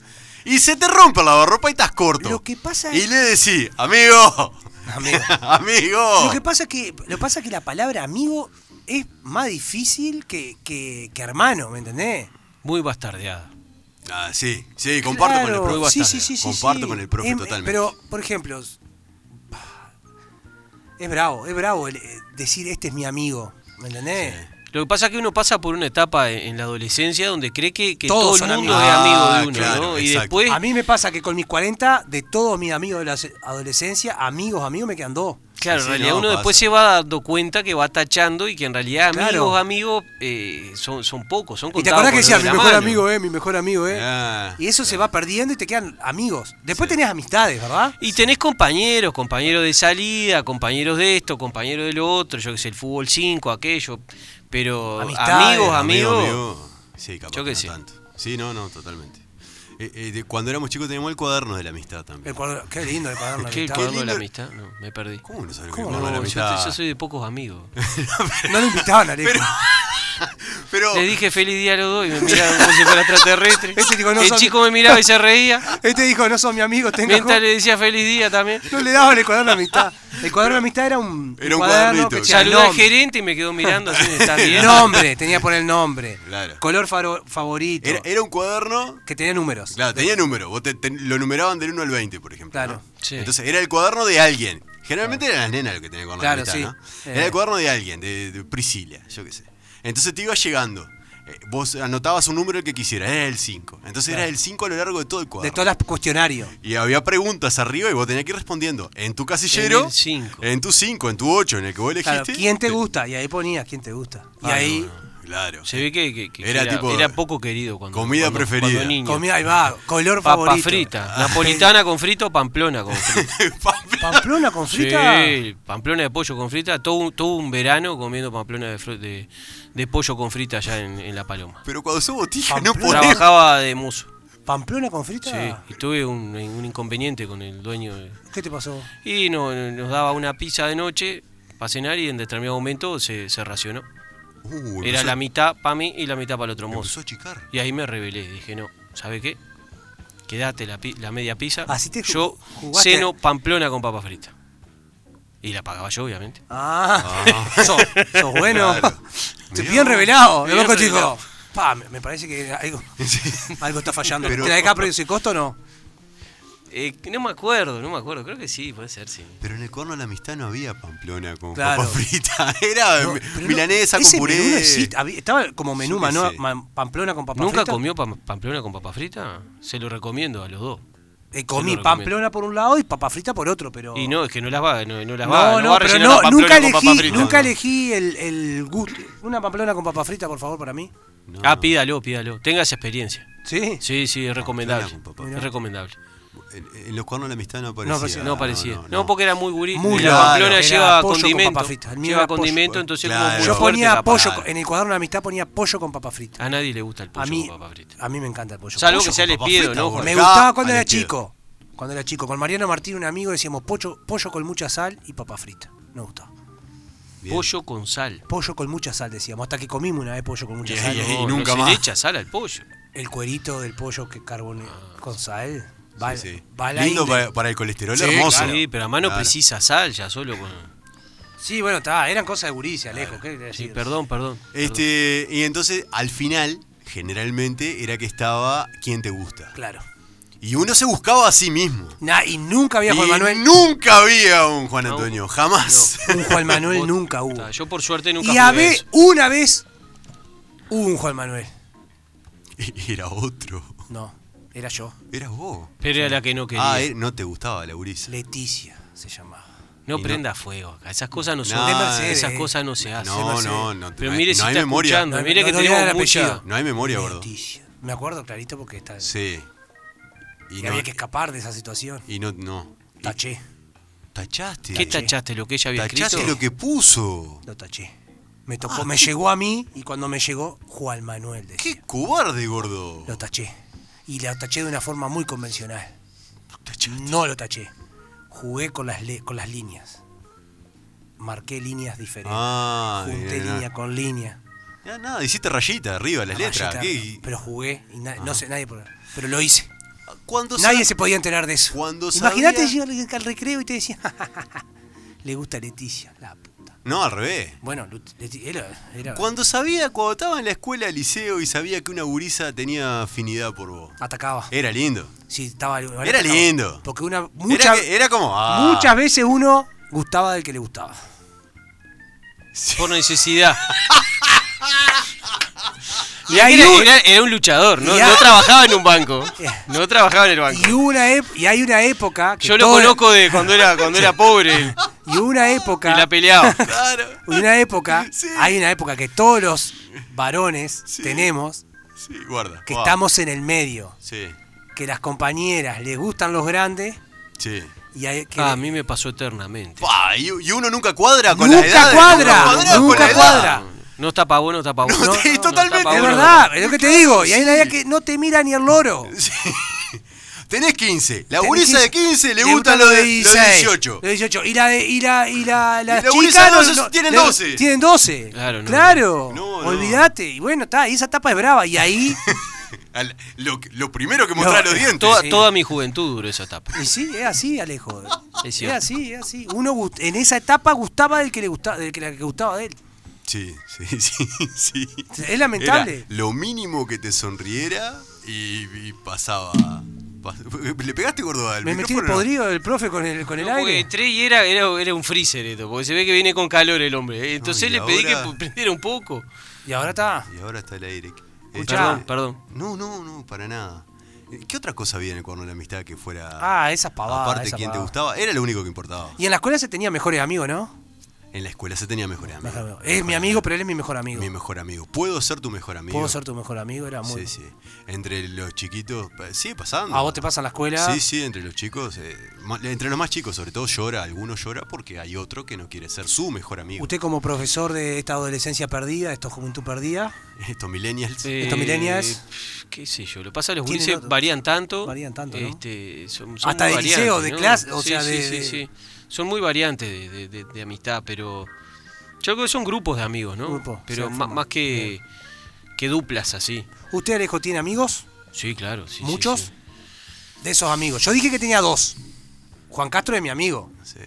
[SPEAKER 4] Y se te rompe la lavarropa y estás corto.
[SPEAKER 5] Lo que pasa
[SPEAKER 4] Y
[SPEAKER 5] es-
[SPEAKER 4] le decís, amigo,
[SPEAKER 5] Amigo.
[SPEAKER 4] amigo.
[SPEAKER 5] Lo que pasa es que, lo que pasa es que la palabra amigo es más difícil que, que, que hermano, ¿me entendés?
[SPEAKER 6] Muy bastardeada.
[SPEAKER 4] Ah, sí, sí, comparto
[SPEAKER 5] Claro,
[SPEAKER 4] con el profe.
[SPEAKER 5] Sí, sí, sí, sí,
[SPEAKER 4] Comparto
[SPEAKER 5] sí.
[SPEAKER 4] con el profe
[SPEAKER 5] Em,
[SPEAKER 4] totalmente.
[SPEAKER 5] Pero, por ejemplo, es bravo, es bravo el, eh, decir este es mi amigo, ¿me entendés?
[SPEAKER 6] Lo que pasa es que uno pasa por una etapa en en la adolescencia donde cree que, que
[SPEAKER 5] Todos
[SPEAKER 6] todo el
[SPEAKER 5] son
[SPEAKER 6] mundo es
[SPEAKER 5] amigos.
[SPEAKER 6] amigo
[SPEAKER 4] Ah,
[SPEAKER 6] de uno,
[SPEAKER 4] claro,
[SPEAKER 6] ¿no? Y
[SPEAKER 4] exacto.
[SPEAKER 6] después
[SPEAKER 5] A mí me pasa que con mis 40, de todos mis amigos de la ase- adolescencia, amigos, amigos me quedan dos.
[SPEAKER 6] Claro,
[SPEAKER 4] Sí,
[SPEAKER 6] en realidad
[SPEAKER 4] no,
[SPEAKER 6] uno
[SPEAKER 4] pasa.
[SPEAKER 6] después se va dando cuenta que va tachando y que en realidad amigos,
[SPEAKER 5] Claro.
[SPEAKER 6] amigos eh, son, son pocos, son
[SPEAKER 5] Y te
[SPEAKER 6] contados
[SPEAKER 5] acordás que
[SPEAKER 6] con
[SPEAKER 5] decía,
[SPEAKER 6] los
[SPEAKER 5] mi
[SPEAKER 6] de la
[SPEAKER 5] mejor
[SPEAKER 6] mano.
[SPEAKER 5] amigo, eh, mi mejor amigo, eh.
[SPEAKER 4] Ah,
[SPEAKER 5] y eso se va perdiendo y te quedan amigos. Después tenés amistades, ¿verdad?
[SPEAKER 6] Y tenés compañeros, compañeros de salida, compañeros de esto, compañeros de lo otro, yo que sé, el fútbol 5, aquello, pero
[SPEAKER 5] Amistades.
[SPEAKER 6] amigos,
[SPEAKER 4] amigo,
[SPEAKER 6] amigos,
[SPEAKER 4] amigo. Eh, Sí, capaz
[SPEAKER 6] Yo qué
[SPEAKER 4] que no
[SPEAKER 6] sé.
[SPEAKER 4] tanto. Sí, no, no, totalmente. Eh, eh, de- cuando éramos chicos teníamos el cuaderno de la amistad
[SPEAKER 5] El
[SPEAKER 4] también.
[SPEAKER 5] cuaderno- qué lindo el cuaderno. de
[SPEAKER 6] ¿Qué, el
[SPEAKER 5] amistad.
[SPEAKER 6] cuaderno de la
[SPEAKER 4] lindo.
[SPEAKER 6] amistad? No, me perdí.
[SPEAKER 4] ¿Cómo no sabes lo que es
[SPEAKER 5] ¿Cómo
[SPEAKER 4] el
[SPEAKER 5] no?
[SPEAKER 4] cuaderno de la
[SPEAKER 6] No, yo,
[SPEAKER 4] amistad?
[SPEAKER 6] yo soy de pocos amigos.
[SPEAKER 5] No lo invitaban, Alejo.
[SPEAKER 4] Pero,
[SPEAKER 6] Le dije feliz día a los dos y me miraron como si fuera extraterrestre.
[SPEAKER 5] Este dijo, no
[SPEAKER 6] el
[SPEAKER 5] son-
[SPEAKER 6] chico me miraba y se reía,
[SPEAKER 5] Este dijo, no son mi amigo, tengo
[SPEAKER 6] mientras le decía feliz día también.
[SPEAKER 5] No le daban el cuaderno de amistad. El cuaderno de amistad era un,
[SPEAKER 4] Era un cuadernito,
[SPEAKER 5] que tenía
[SPEAKER 6] Saludó al
[SPEAKER 5] nombre.
[SPEAKER 6] gerente y me quedó mirando así, ¿está bien?
[SPEAKER 5] Nombre, tenía que poner el nombre.
[SPEAKER 4] Claro.
[SPEAKER 5] Color faro- favorito.
[SPEAKER 4] era, era un cuaderno.
[SPEAKER 5] Que tenía números.
[SPEAKER 4] Claro, tenía número. Vos te- te- lo numeraban del 1 al 20, por ejemplo.
[SPEAKER 5] Claro.
[SPEAKER 4] ¿no?
[SPEAKER 6] Sí.
[SPEAKER 4] Entonces era el cuaderno de alguien. Generalmente eran las nenas lo que tenían el cuaderno de
[SPEAKER 5] Claro,
[SPEAKER 4] la amistad,
[SPEAKER 5] sí.
[SPEAKER 4] ¿no? Era
[SPEAKER 5] Eh.
[SPEAKER 4] el cuaderno de alguien, de, de Priscila, yo qué sé. Entonces te iba llegando. Eh, Vos anotabas un número el que quisieras, era el 5. Entonces era el 5 a lo largo de todo el
[SPEAKER 5] De
[SPEAKER 4] cuaderno.
[SPEAKER 5] todas las cuestionarios.
[SPEAKER 4] Y había preguntas arriba y vos tenías que ir respondiendo en tu casillero,
[SPEAKER 6] En el cinco.
[SPEAKER 4] en tu 5, en tu 8, en el que vos elegiste.
[SPEAKER 5] Claro, ¿quién te gusta? Y ahí ponía quién te gusta. Y
[SPEAKER 4] Ah,
[SPEAKER 5] ahí,
[SPEAKER 4] no, no, claro.
[SPEAKER 6] Se ve que, que- que
[SPEAKER 4] Era
[SPEAKER 6] era,
[SPEAKER 4] tipo-
[SPEAKER 6] era poco querido cuando
[SPEAKER 4] comida
[SPEAKER 6] cuando-
[SPEAKER 4] preferida.
[SPEAKER 6] cuando niño.
[SPEAKER 5] comida, ahí va, color
[SPEAKER 6] Papa
[SPEAKER 5] favorito. Ah,
[SPEAKER 6] frita, napolitana con frita o pamplona con frita.
[SPEAKER 5] Pamplona con frita.
[SPEAKER 6] Sí, pamplona de pollo con frita. Todo, un- todo un verano comiendo pamplona de, fru- de, de pollo con frita allá en, en La Paloma.
[SPEAKER 4] Pero cuando sos botija no
[SPEAKER 5] Pamplona.
[SPEAKER 4] podés.
[SPEAKER 6] Trabajaba de muso.
[SPEAKER 5] Pamplona con frita.
[SPEAKER 6] Sí, y tuve un, un inconveniente con el dueño. de-
[SPEAKER 5] ¿Qué te pasó?
[SPEAKER 6] y no- no- nos daba una pizza de noche para cenar y en determinado momento se, se racionó.
[SPEAKER 4] Uh, me
[SPEAKER 6] Era
[SPEAKER 4] empezó-
[SPEAKER 6] la mitad para mí y la mitad para el otro
[SPEAKER 4] me empezó
[SPEAKER 6] mozo.
[SPEAKER 4] a chicar.
[SPEAKER 6] Y ahí me rebelé. Dije, no, ¿sabe qué? Quedate la, pi- la media pizza.
[SPEAKER 5] Así Ah, te ju-
[SPEAKER 6] yo
[SPEAKER 5] jugaste-
[SPEAKER 6] ceno pamplona con papa frita. Y la pagaba yo, obviamente.
[SPEAKER 5] Ah, sos, sos bueno.
[SPEAKER 4] Claro.
[SPEAKER 5] Te
[SPEAKER 4] Mirá
[SPEAKER 5] bien
[SPEAKER 4] vos.
[SPEAKER 5] revelado. El
[SPEAKER 6] Bien
[SPEAKER 5] loco chico.
[SPEAKER 6] revelado.
[SPEAKER 5] Pa, me, me parece que algo, algo está fallando.
[SPEAKER 4] Pero-
[SPEAKER 5] ¿Te la dejás precio y costo o no?
[SPEAKER 6] Eh, no me acuerdo, no me acuerdo. Creo que sí, puede ser, sí.
[SPEAKER 4] Pero en el cuerno de la amistad no había pamplona con
[SPEAKER 5] Claro.
[SPEAKER 4] papa frita. Era
[SPEAKER 5] No,
[SPEAKER 4] mi-
[SPEAKER 5] pero no,
[SPEAKER 4] milanesa
[SPEAKER 5] ese
[SPEAKER 4] con puré.
[SPEAKER 5] menú no existe. Había- estaba como menú
[SPEAKER 4] Yo qué
[SPEAKER 5] mano-
[SPEAKER 4] sé.
[SPEAKER 5] ma- pamplona con papa
[SPEAKER 6] ¿Nunca
[SPEAKER 5] frita.
[SPEAKER 6] comió pam- pamplona con papa frita? Se lo recomiendo a los dos.
[SPEAKER 5] Eh, comí
[SPEAKER 6] lo recomiendo.
[SPEAKER 5] pamplona por un lado y papa frita por otro, pero.
[SPEAKER 6] Y no, es que no las va, no, no las va.
[SPEAKER 5] no, no,
[SPEAKER 6] va a
[SPEAKER 5] pero
[SPEAKER 6] rellenar
[SPEAKER 5] no,
[SPEAKER 6] la pamplona
[SPEAKER 5] nunca
[SPEAKER 6] con papa
[SPEAKER 5] elegí,
[SPEAKER 6] frita.
[SPEAKER 5] nunca elegí el, el gusto. Una pamplona con papa frita, por favor, para mí.
[SPEAKER 4] No,
[SPEAKER 6] Ah,
[SPEAKER 4] no.
[SPEAKER 6] pídalo, pídalo. Tenga esa experiencia.
[SPEAKER 5] ¿Sí?
[SPEAKER 6] Sí, sí, es recomendable.
[SPEAKER 4] Pamplona con papa
[SPEAKER 6] Es
[SPEAKER 4] frita.
[SPEAKER 6] recomendable.
[SPEAKER 4] En, en los cuernos de la amistad no
[SPEAKER 5] No
[SPEAKER 4] aparecía.
[SPEAKER 5] aparecía,
[SPEAKER 6] No parecía. No,
[SPEAKER 4] no,
[SPEAKER 6] porque era muy gurí.
[SPEAKER 5] Muy
[SPEAKER 6] la
[SPEAKER 4] claro.
[SPEAKER 6] pamplona
[SPEAKER 5] Era
[SPEAKER 6] lleva
[SPEAKER 5] pollo con
[SPEAKER 6] condimento.
[SPEAKER 5] papa frita. El mío
[SPEAKER 6] Lleva
[SPEAKER 5] era pollo.
[SPEAKER 6] condimento, entonces
[SPEAKER 4] Claro.
[SPEAKER 6] como muy
[SPEAKER 5] Yo
[SPEAKER 6] fuerte
[SPEAKER 5] ponía
[SPEAKER 6] la papa.
[SPEAKER 5] pollo, con- en el cuadro de la amistad ponía pollo con papa frita.
[SPEAKER 6] A nadie le gusta el pollo
[SPEAKER 5] A mí,
[SPEAKER 6] con papa frita.
[SPEAKER 5] a mí me encanta el pollo.
[SPEAKER 6] Salvo
[SPEAKER 5] Pollo
[SPEAKER 6] que sea
[SPEAKER 5] con
[SPEAKER 6] les
[SPEAKER 5] papa
[SPEAKER 6] pido,
[SPEAKER 4] frita,
[SPEAKER 6] ¿no?
[SPEAKER 4] gordo.
[SPEAKER 5] Me
[SPEAKER 4] Acá,
[SPEAKER 5] gustaba cuando
[SPEAKER 4] al
[SPEAKER 5] era
[SPEAKER 4] Espiedo.
[SPEAKER 5] chico. Cuando era chico. Con Mariano Martín, un amigo, decíamos pollo, pollo con mucha sal y papa frita. Nos gustaba.
[SPEAKER 4] Bien.
[SPEAKER 6] Pollo con sal.
[SPEAKER 5] Pollo con mucha sal, decíamos. Hasta que comimos una vez pollo con mucha
[SPEAKER 4] Y
[SPEAKER 5] sal.
[SPEAKER 4] ahí, ahí,
[SPEAKER 6] No,
[SPEAKER 4] nunca
[SPEAKER 6] no se
[SPEAKER 4] más.
[SPEAKER 6] le echa sal al pollo.
[SPEAKER 5] El cuerito del pollo que carbone con sal. Va,
[SPEAKER 4] Sí, sí.
[SPEAKER 5] va a la
[SPEAKER 4] Lindo
[SPEAKER 5] ingle.
[SPEAKER 4] para, para el colesterol,
[SPEAKER 5] Sí,
[SPEAKER 4] hermoso.
[SPEAKER 5] claro.
[SPEAKER 6] Sí, pero a mano
[SPEAKER 4] Claro.
[SPEAKER 6] precisa sal ya solo con...
[SPEAKER 5] Sí, bueno, está. Eran cosas de guricia, Alejo. ¿qué querés
[SPEAKER 6] Sí,
[SPEAKER 5] decir?
[SPEAKER 6] perdón, perdón. perdón.
[SPEAKER 4] Este, y entonces, al final, generalmente era que estaba quien te gusta.
[SPEAKER 5] Claro.
[SPEAKER 4] Y uno se buscaba a sí mismo.
[SPEAKER 5] Nah, y nunca había Juan
[SPEAKER 4] Y
[SPEAKER 5] Manuel.
[SPEAKER 4] Nunca había un Juan
[SPEAKER 6] No.
[SPEAKER 4] Antonio, jamás.
[SPEAKER 5] Un Juan Manuel
[SPEAKER 6] Vos-
[SPEAKER 5] nunca
[SPEAKER 6] Ta,
[SPEAKER 5] hubo.
[SPEAKER 6] Yo por suerte nunca
[SPEAKER 5] Y
[SPEAKER 6] fui
[SPEAKER 5] a
[SPEAKER 6] de
[SPEAKER 5] ve-
[SPEAKER 6] eso.
[SPEAKER 5] una vez hubo un Juan Manuel.
[SPEAKER 4] Era otro.
[SPEAKER 5] No, era yo.
[SPEAKER 4] Eras vos.
[SPEAKER 6] Pero era la que no quería.
[SPEAKER 4] Ah, eh, no te gustaba la gurisa.
[SPEAKER 5] Leticia se llamaba.
[SPEAKER 6] no
[SPEAKER 4] y no.
[SPEAKER 6] prenda fuego acá. Esas cosas no se
[SPEAKER 4] No,
[SPEAKER 5] De
[SPEAKER 6] hacen.
[SPEAKER 5] Mercedes.
[SPEAKER 6] Esas cosas no se hacen.
[SPEAKER 4] No,
[SPEAKER 5] Mercedes.
[SPEAKER 4] no, no.
[SPEAKER 6] Pero
[SPEAKER 4] no
[SPEAKER 6] mire
[SPEAKER 4] hay-
[SPEAKER 6] si
[SPEAKER 4] no hay
[SPEAKER 6] está
[SPEAKER 4] memoria.
[SPEAKER 6] escuchando. mire
[SPEAKER 5] no
[SPEAKER 6] que
[SPEAKER 5] le voy a
[SPEAKER 6] tenemos
[SPEAKER 5] dar
[SPEAKER 6] mucha...
[SPEAKER 5] apellido.
[SPEAKER 4] No hay memoria, gordo.
[SPEAKER 5] Leticia. Me acuerdo clarito porque está,
[SPEAKER 4] Sí. Y
[SPEAKER 5] que
[SPEAKER 4] no,
[SPEAKER 5] había que escapar de esa situación.
[SPEAKER 4] y no, no.
[SPEAKER 5] Taché,
[SPEAKER 4] Tachaste.
[SPEAKER 6] ¿Qué tachaste? ¿Lo que ella había escrito?
[SPEAKER 4] Tachaste lo que puso.
[SPEAKER 5] lo taché. Me tocó, me llegó a mí y cuando me llegó, Juan Manuel decía.
[SPEAKER 4] Ah, Qué cobarde, gordo.
[SPEAKER 5] Lo taché. Y lo taché de una forma muy convencional. No lo taché. Jugué con las, le- con las líneas. Marqué líneas diferentes.
[SPEAKER 4] Ah,
[SPEAKER 5] Junté
[SPEAKER 4] bien,
[SPEAKER 5] línea con línea.
[SPEAKER 4] Ya nada, hiciste rayita arriba las
[SPEAKER 5] La
[SPEAKER 4] letras.
[SPEAKER 5] rayita,
[SPEAKER 4] ¿qué?
[SPEAKER 5] Pero jugué y na- no sé, nadie. por- Pero lo hice.
[SPEAKER 4] Cuando
[SPEAKER 5] Nadie
[SPEAKER 4] sa-
[SPEAKER 5] se podía enterar de eso.
[SPEAKER 4] Cuando
[SPEAKER 5] Imagínate
[SPEAKER 4] sabía-
[SPEAKER 5] llegar al recreo y te decía, le gusta Leticia, la puta.
[SPEAKER 4] No, al revés.
[SPEAKER 5] Bueno, Lut- Leti- era, era-
[SPEAKER 4] Cuando sabía, cuando estaba en la escuela, liceo y sabía que una gurisa tenía afinidad por vos.
[SPEAKER 5] atacaba.
[SPEAKER 4] Era lindo.
[SPEAKER 5] Sí, estaba
[SPEAKER 4] Era lindo.
[SPEAKER 5] Porque una
[SPEAKER 4] era,
[SPEAKER 5] muchas
[SPEAKER 4] que- era como. ah,
[SPEAKER 5] muchas veces uno gustaba del que le gustaba.
[SPEAKER 6] Por necesidad.
[SPEAKER 5] Y hay
[SPEAKER 6] era,
[SPEAKER 5] un-
[SPEAKER 6] era- era un luchador, no,
[SPEAKER 5] Y hay-
[SPEAKER 6] no trabajaba en un banco. No trabajaba en el banco.
[SPEAKER 5] Y hubo una ep- y hay una época que
[SPEAKER 6] Yo lo
[SPEAKER 5] todo-
[SPEAKER 6] conozco de cuando era, cuando era pobre
[SPEAKER 5] y una
[SPEAKER 6] y la
[SPEAKER 5] época
[SPEAKER 6] peleaba.
[SPEAKER 4] Claro.
[SPEAKER 5] y una época
[SPEAKER 4] Sí.
[SPEAKER 5] hay una época que todos los varones tenemos
[SPEAKER 4] Sí, guarda.
[SPEAKER 5] que
[SPEAKER 4] guarda.
[SPEAKER 5] estamos en el medio,
[SPEAKER 4] Sí,
[SPEAKER 5] que las compañeras les gustan los grandes
[SPEAKER 4] sí.
[SPEAKER 5] y hay que
[SPEAKER 6] Ah, a mí me pasó eternamente.
[SPEAKER 4] Pa, y, y uno nunca cuadra con la
[SPEAKER 5] Nunca
[SPEAKER 4] edad.
[SPEAKER 5] cuadra,
[SPEAKER 4] con
[SPEAKER 5] nunca
[SPEAKER 4] la edad.
[SPEAKER 5] cuadra.
[SPEAKER 6] No está pa' bueno, está pa' bueno.
[SPEAKER 4] No, sí, totalmente,
[SPEAKER 6] está pa'
[SPEAKER 5] Es
[SPEAKER 6] Ah, bueno.
[SPEAKER 5] verdad, es lo que te digo. Y hay una idea que no te mira ni el loro.
[SPEAKER 4] Tenés 15. La
[SPEAKER 5] Tenés
[SPEAKER 4] gurisa de 15 le gusta lo de, lo de
[SPEAKER 5] 16,
[SPEAKER 4] 18.
[SPEAKER 5] lo de 18. Y la de- y la, y la, las
[SPEAKER 4] la
[SPEAKER 5] chicas
[SPEAKER 4] gurisa de
[SPEAKER 5] no-
[SPEAKER 4] 12
[SPEAKER 5] no-
[SPEAKER 4] tienen
[SPEAKER 5] le-
[SPEAKER 4] 12.
[SPEAKER 5] Tienen 12.
[SPEAKER 6] Claro, no.
[SPEAKER 5] Claro.
[SPEAKER 4] No, no.
[SPEAKER 5] Olvídate. Y bueno, está, y esa etapa es brava. Y ahí,
[SPEAKER 4] Al- Lo, lo primero que mostraba
[SPEAKER 5] No, eh,
[SPEAKER 4] los dientes.
[SPEAKER 6] Toda,
[SPEAKER 5] Sí.
[SPEAKER 6] toda mi juventud duró esa etapa.
[SPEAKER 5] y sí, es así, Alejo.
[SPEAKER 6] Es
[SPEAKER 5] Es,
[SPEAKER 6] cierto.
[SPEAKER 5] así, es así. Uno gust- en esa etapa gustaba del que le gustaba, del que, la que gustaba de él.
[SPEAKER 4] Sí, sí, sí, sí.
[SPEAKER 5] Es lamentable.
[SPEAKER 4] Era lo mínimo que te sonriera y, y pasaba. pas- ¿Le pegaste gordo al
[SPEAKER 5] Me metí el
[SPEAKER 4] micrófono, no?
[SPEAKER 5] podrido del profe con el, con el
[SPEAKER 6] No, porque
[SPEAKER 5] aire.
[SPEAKER 6] entré y era, era, era un freezer esto, porque se ve que viene con calor el hombre. Entonces
[SPEAKER 4] No, y
[SPEAKER 6] le pedí
[SPEAKER 4] ahora-
[SPEAKER 6] que prendiera un poco.
[SPEAKER 5] Y ahora está.
[SPEAKER 4] Y ahora está el aire. Eh,
[SPEAKER 5] Escuchá.
[SPEAKER 6] Perdón, perdón.
[SPEAKER 4] No, no, no, para nada. Eh, ¿Qué otra cosa había en el cuerno de la amistad que fuera.
[SPEAKER 5] Ah, esas pavadas.
[SPEAKER 4] aparte,
[SPEAKER 5] esas
[SPEAKER 4] quien te
[SPEAKER 5] pavadas.
[SPEAKER 4] gustaba? Era lo único que importaba.
[SPEAKER 5] Y en la escuela se tenía mejores amigos, ¿no?
[SPEAKER 4] En la escuela se tenía mejor amigo.
[SPEAKER 5] Es mi amigo, pero él es mi mejor amigo.
[SPEAKER 4] Mi mejor amigo. ¿Puedo ser tu mejor amigo?
[SPEAKER 5] Puedo ser tu mejor amigo, era muy.
[SPEAKER 4] Sí, sí. Entre los chiquitos. pa- Sigue pasando.
[SPEAKER 5] A vos te pasa en la escuela.
[SPEAKER 4] Sí, sí, entre los chicos. eh, ma- entre los más chicos, sobre todo, llora. Alguno llora porque hay otro que no quiere ser su mejor amigo.
[SPEAKER 5] Usted como profesor de esta adolescencia perdida, esta juventud perdida,
[SPEAKER 4] Estos millennials.
[SPEAKER 5] Estos millennials.
[SPEAKER 6] Qué sé yo, lo que pasa es que los
[SPEAKER 5] Tienen
[SPEAKER 6] gurises
[SPEAKER 5] otro-
[SPEAKER 6] varían tanto.
[SPEAKER 5] varían tanto, ¿no?
[SPEAKER 6] este, son- son
[SPEAKER 5] Hasta
[SPEAKER 6] muy
[SPEAKER 5] de liceo,
[SPEAKER 6] variantes,
[SPEAKER 5] de
[SPEAKER 6] ¿no?
[SPEAKER 5] clase, o
[SPEAKER 6] Sí,
[SPEAKER 5] sea,
[SPEAKER 6] sí,
[SPEAKER 5] de-
[SPEAKER 6] sí,
[SPEAKER 5] de-
[SPEAKER 6] sí. Son muy variantes de, de- de- de amistad, pero. Yo creo que son grupos de amigos, ¿no?
[SPEAKER 5] Grupo,
[SPEAKER 6] pero
[SPEAKER 5] se
[SPEAKER 6] ma-
[SPEAKER 5] forman,
[SPEAKER 6] más que, que duplas así.
[SPEAKER 5] ¿usted Alejo tiene amigos?
[SPEAKER 6] Sí, claro. sí, sí,
[SPEAKER 5] ¿Muchos?
[SPEAKER 6] sí.
[SPEAKER 5] De esos amigos. Yo dije que tenía dos. Juan Castro es mi amigo.
[SPEAKER 4] Sí.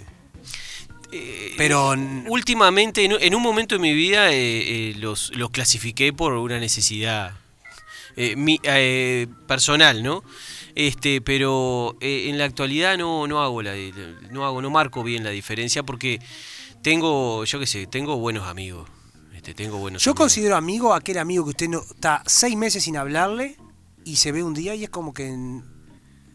[SPEAKER 5] Pero n-
[SPEAKER 6] Mm, Últimamente, en, un- en un momento de mi vida, eh, eh, los, los clasifiqué por una necesidad eh, mi- eh, personal, ¿no? Este, pero eh, en la actualidad no, no hago la, eh, no hago, no marco bien la diferencia porque tengo, yo qué sé, tengo buenos amigos. Este, tengo buenos
[SPEAKER 5] yo
[SPEAKER 6] amigos.
[SPEAKER 5] considero amigo aquel amigo que usted no está seis meses sin hablarle y se ve un día y es como que en-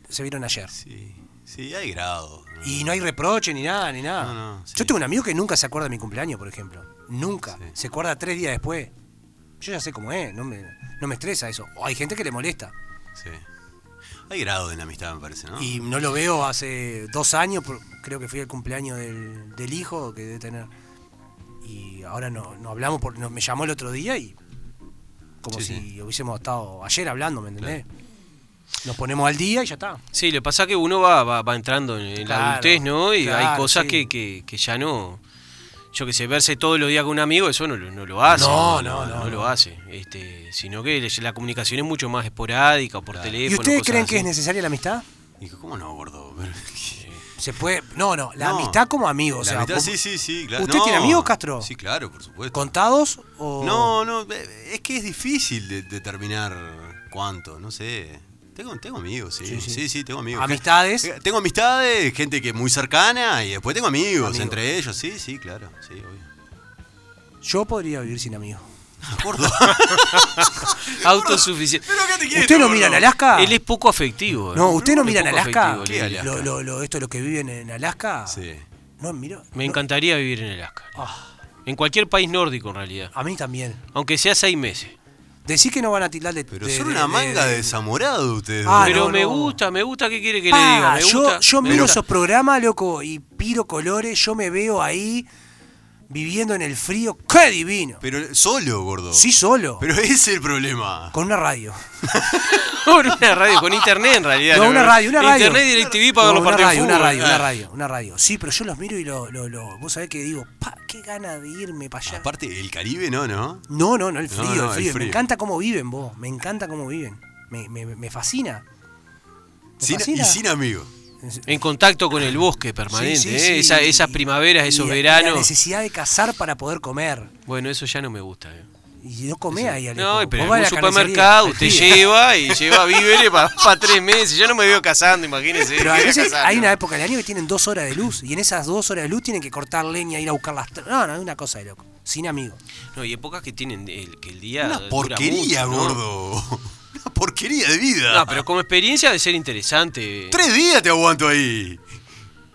[SPEAKER 5] se vieron ayer.
[SPEAKER 4] Sí, sí, hay grado. ¿no?
[SPEAKER 5] Y no hay reproche ni nada, ni nada.
[SPEAKER 4] No, no, sí.
[SPEAKER 5] Yo tengo un amigo que nunca se acuerda de mi cumpleaños, por ejemplo. Nunca. Se acuerda tres días después. Yo ya sé cómo es, no me, no me estresa eso. O hay gente que le molesta.
[SPEAKER 4] Sí. Hay grado en la amistad, me parece, ¿no?
[SPEAKER 5] Y no lo veo hace dos años, por- creo que fui el cumpleaños del, del hijo que debe tener. Y ahora no, no hablamos, por, no- me llamó el otro día y como
[SPEAKER 4] Sí,
[SPEAKER 5] si
[SPEAKER 4] sí.
[SPEAKER 5] hubiésemos estado ayer hablando, ¿me entendés? Nos ponemos al día y ya está.
[SPEAKER 6] Sí, lo que pasa es que uno va, va, va entrando en en
[SPEAKER 5] Claro,
[SPEAKER 6] la adultez, ¿no? Y hay
[SPEAKER 5] claro,
[SPEAKER 6] cosas
[SPEAKER 5] sí.
[SPEAKER 6] que, que, que ya no. Yo que sé, verse todos los días con un amigo, eso no, lo- no lo hace.
[SPEAKER 5] No, no, no,
[SPEAKER 6] lo
[SPEAKER 5] no.
[SPEAKER 6] hace. Este, sino que le- la comunicación es mucho más esporádica o por
[SPEAKER 5] ¿Y
[SPEAKER 6] teléfono.
[SPEAKER 5] ustedes
[SPEAKER 6] cosas
[SPEAKER 5] creen que es
[SPEAKER 6] así.
[SPEAKER 5] necesaria la amistad?
[SPEAKER 4] Y digo, ¿cómo no, gordo? Pero-
[SPEAKER 5] Se puede. No, no, la
[SPEAKER 4] No.
[SPEAKER 5] amistad como amigos.
[SPEAKER 4] La
[SPEAKER 5] o sea,
[SPEAKER 4] amistad,
[SPEAKER 5] vos-
[SPEAKER 4] sí, sí, sí, claro.
[SPEAKER 5] ¿Usted tiene amigos, Castro?
[SPEAKER 4] Sí, claro, por supuesto.
[SPEAKER 5] ¿Contados o.?
[SPEAKER 4] No, no, eh, es que es difícil de- determinar cuánto, no sé. Tengo, tengo amigos, sí, sí,
[SPEAKER 5] Sí, sí.
[SPEAKER 4] sí, tengo amigos.
[SPEAKER 5] ¿Amistades?
[SPEAKER 4] Gen- Tengo amistades, gente que es muy cercana y después tengo amigos,
[SPEAKER 5] Amigos.
[SPEAKER 4] entre ellos, sí, sí, claro, sí, obvio.
[SPEAKER 5] Yo podría vivir sin amigos.
[SPEAKER 4] Gordo.
[SPEAKER 6] Autosuficiente.
[SPEAKER 4] Pero acá te quiero,
[SPEAKER 5] ¿Usted no
[SPEAKER 4] gordo.
[SPEAKER 5] mira en Alaska?
[SPEAKER 6] Él es poco afectivo.
[SPEAKER 5] No, ¿usted no
[SPEAKER 6] Él es
[SPEAKER 5] mira en
[SPEAKER 6] poco
[SPEAKER 5] Alaska?
[SPEAKER 6] afectivo,
[SPEAKER 4] ¿Qué
[SPEAKER 6] Lili.
[SPEAKER 4] Alaska?
[SPEAKER 5] Lo, lo, lo- esto, los que viven en Alaska.
[SPEAKER 4] Sí.
[SPEAKER 5] No, mira.
[SPEAKER 6] Me
[SPEAKER 5] no-
[SPEAKER 6] encantaría vivir en Alaska.
[SPEAKER 5] Ah,
[SPEAKER 6] En cualquier país nórdico, en realidad.
[SPEAKER 5] a mí también.
[SPEAKER 6] Aunque sea seis meses.
[SPEAKER 5] Decís que no van a tildar de.
[SPEAKER 4] Pero
[SPEAKER 5] de-
[SPEAKER 4] son
[SPEAKER 5] de-
[SPEAKER 4] una manga de desamorado ustedes.
[SPEAKER 5] Ah,
[SPEAKER 4] gordo.
[SPEAKER 6] Pero
[SPEAKER 5] no,
[SPEAKER 6] me
[SPEAKER 5] no.
[SPEAKER 6] gusta, me gusta. ¿Qué quiere que le diga?
[SPEAKER 5] Pa,
[SPEAKER 6] Me
[SPEAKER 5] yo
[SPEAKER 6] gusta,
[SPEAKER 5] yo
[SPEAKER 6] me
[SPEAKER 5] miro
[SPEAKER 6] gusta.
[SPEAKER 5] esos programas, loco, y piro colores. Yo me veo ahí viviendo en el frío. ¡Qué divino!
[SPEAKER 4] Pero solo, gordo.
[SPEAKER 5] Sí, solo.
[SPEAKER 4] Pero ese es el problema.
[SPEAKER 5] Con una radio.
[SPEAKER 6] Con una radio, con internet en realidad.
[SPEAKER 5] No,
[SPEAKER 6] la
[SPEAKER 5] una
[SPEAKER 6] verdad.
[SPEAKER 5] radio, una radio.
[SPEAKER 6] Internet y DirecTV para
[SPEAKER 5] No,
[SPEAKER 6] ver los
[SPEAKER 5] una
[SPEAKER 6] partidos
[SPEAKER 5] radio, una
[SPEAKER 6] de fútbol.
[SPEAKER 5] radio, una
[SPEAKER 6] Ah.
[SPEAKER 5] radio, una radio. Sí, pero yo los miro y lo, lo, lo- vos sabés que digo, pa, qué gana de irme para allá.
[SPEAKER 4] Aparte, el Caribe no, ¿no?
[SPEAKER 5] No, no, no, el
[SPEAKER 4] No, no,
[SPEAKER 5] frío, el
[SPEAKER 4] el
[SPEAKER 5] frío. Me
[SPEAKER 4] frío.
[SPEAKER 5] encanta cómo viven vos, me encanta cómo viven. Me, me, me fascina. Me
[SPEAKER 4] Sin- y
[SPEAKER 5] fascina.
[SPEAKER 4] sin amigos.
[SPEAKER 6] En contacto con el bosque permanente,
[SPEAKER 5] Sí, sí,
[SPEAKER 6] ¿eh?
[SPEAKER 5] sí,
[SPEAKER 6] Esa-
[SPEAKER 5] y-
[SPEAKER 6] esas primaveras,
[SPEAKER 5] y-
[SPEAKER 6] esos
[SPEAKER 5] y la- La
[SPEAKER 6] veranos.
[SPEAKER 5] necesidad de cazar para poder comer.
[SPEAKER 6] Bueno, eso ya no me gusta. ¿eh?
[SPEAKER 5] Y no comés ahí, Alejo.
[SPEAKER 6] No,
[SPEAKER 5] Vos
[SPEAKER 6] pero en
[SPEAKER 5] vas a
[SPEAKER 6] un
[SPEAKER 5] la
[SPEAKER 6] supermercado usted
[SPEAKER 5] carnicería.
[SPEAKER 6] lleva y lleva víveres para tres meses. Yo no me veo casando, imagínese.
[SPEAKER 5] Pero a
[SPEAKER 6] me veo
[SPEAKER 5] veces
[SPEAKER 6] casando.
[SPEAKER 5] hay una época del año que tienen dos horas de luz y en esas dos horas de luz tienen que cortar leña, ir a buscar las... tra- No, no, es una cosa de loco. Sin amigos.
[SPEAKER 6] No, y épocas que tienen el, que el día.
[SPEAKER 4] Una
[SPEAKER 6] dura
[SPEAKER 4] porquería,
[SPEAKER 6] mucho, ¿no?
[SPEAKER 4] gordo. Una porquería de vida.
[SPEAKER 6] No, pero como experiencia debe ser interesante.
[SPEAKER 4] Tres días te aguanto ahí.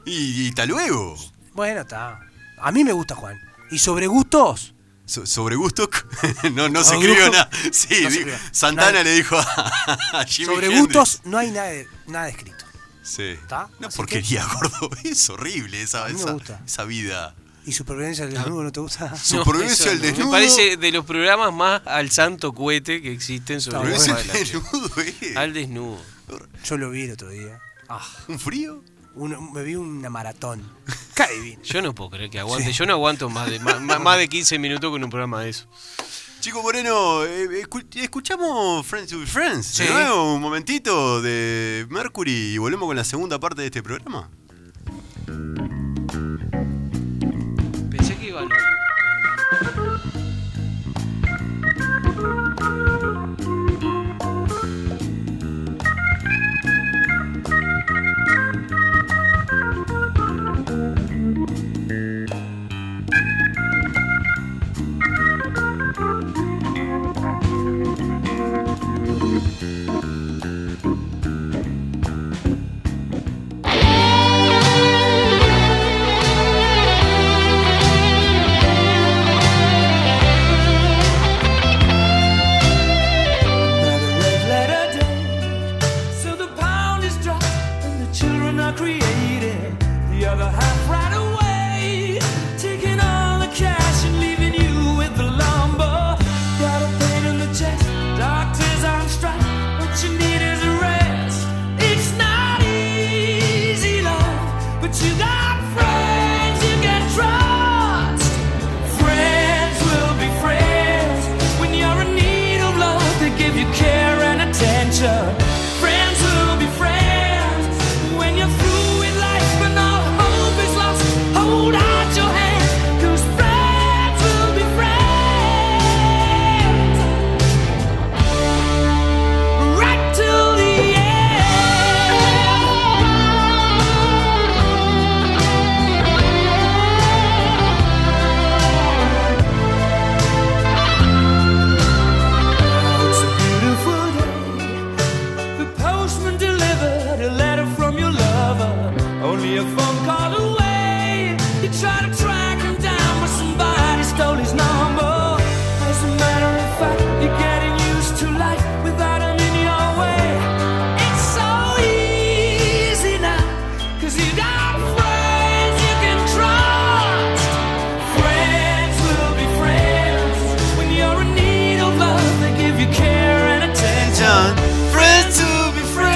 [SPEAKER 4] Y, y hasta luego.
[SPEAKER 5] Bueno, está. A mí me gusta, Juan. Y sobre gustos,
[SPEAKER 4] So- sobre gusto, no, no se
[SPEAKER 5] ¿Sobre
[SPEAKER 4] escribió
[SPEAKER 5] gusto?
[SPEAKER 4] nada. Sí,
[SPEAKER 5] No se
[SPEAKER 4] dijo-
[SPEAKER 5] escribió.
[SPEAKER 4] Santana
[SPEAKER 5] Nadie.
[SPEAKER 4] le dijo a, a Jimi
[SPEAKER 5] sobre
[SPEAKER 4] Hendrix.
[SPEAKER 5] gustos no hay nada, de- nada escrito.
[SPEAKER 4] Sí.
[SPEAKER 5] ¿Está?
[SPEAKER 4] Una
[SPEAKER 5] Así
[SPEAKER 4] porquería, gordo. Es horrible esa,
[SPEAKER 5] A mí me
[SPEAKER 4] esa,
[SPEAKER 5] gusta.
[SPEAKER 4] esa vida.
[SPEAKER 5] ¿Y supervivencia
[SPEAKER 6] Ah.
[SPEAKER 5] del desnudo no te gusta?
[SPEAKER 6] No,
[SPEAKER 4] Supervivencia
[SPEAKER 6] eso
[SPEAKER 4] del
[SPEAKER 6] no.
[SPEAKER 4] desnudo.
[SPEAKER 6] Me parece de los programas más al santo cohete que existen sobre el
[SPEAKER 4] Supervivencia
[SPEAKER 6] tema de la-
[SPEAKER 4] del desnudo, eh.
[SPEAKER 6] Al desnudo.
[SPEAKER 5] Yo lo vi el otro día. Ah,
[SPEAKER 4] ¿Un frío?
[SPEAKER 5] un- me vi una maratón. Qué divino.
[SPEAKER 6] Yo no puedo creer que aguante. Yo no aguanto más de, más, más- más de 15 minutos con un programa de eso.
[SPEAKER 4] Chico Moreno, eh, escu- escuchamos Friends to be Friends.
[SPEAKER 5] Sí.
[SPEAKER 4] De nuevo, un momentito de Mercury y volvemos con la segunda parte de este programa.
[SPEAKER 6] Pensé que iban.
[SPEAKER 3] Another red letter day. So the pound is dropped and the children are created. The other half right away, taking all the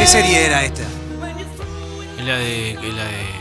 [SPEAKER 5] serie era esta?
[SPEAKER 6] Es la de. Es la de.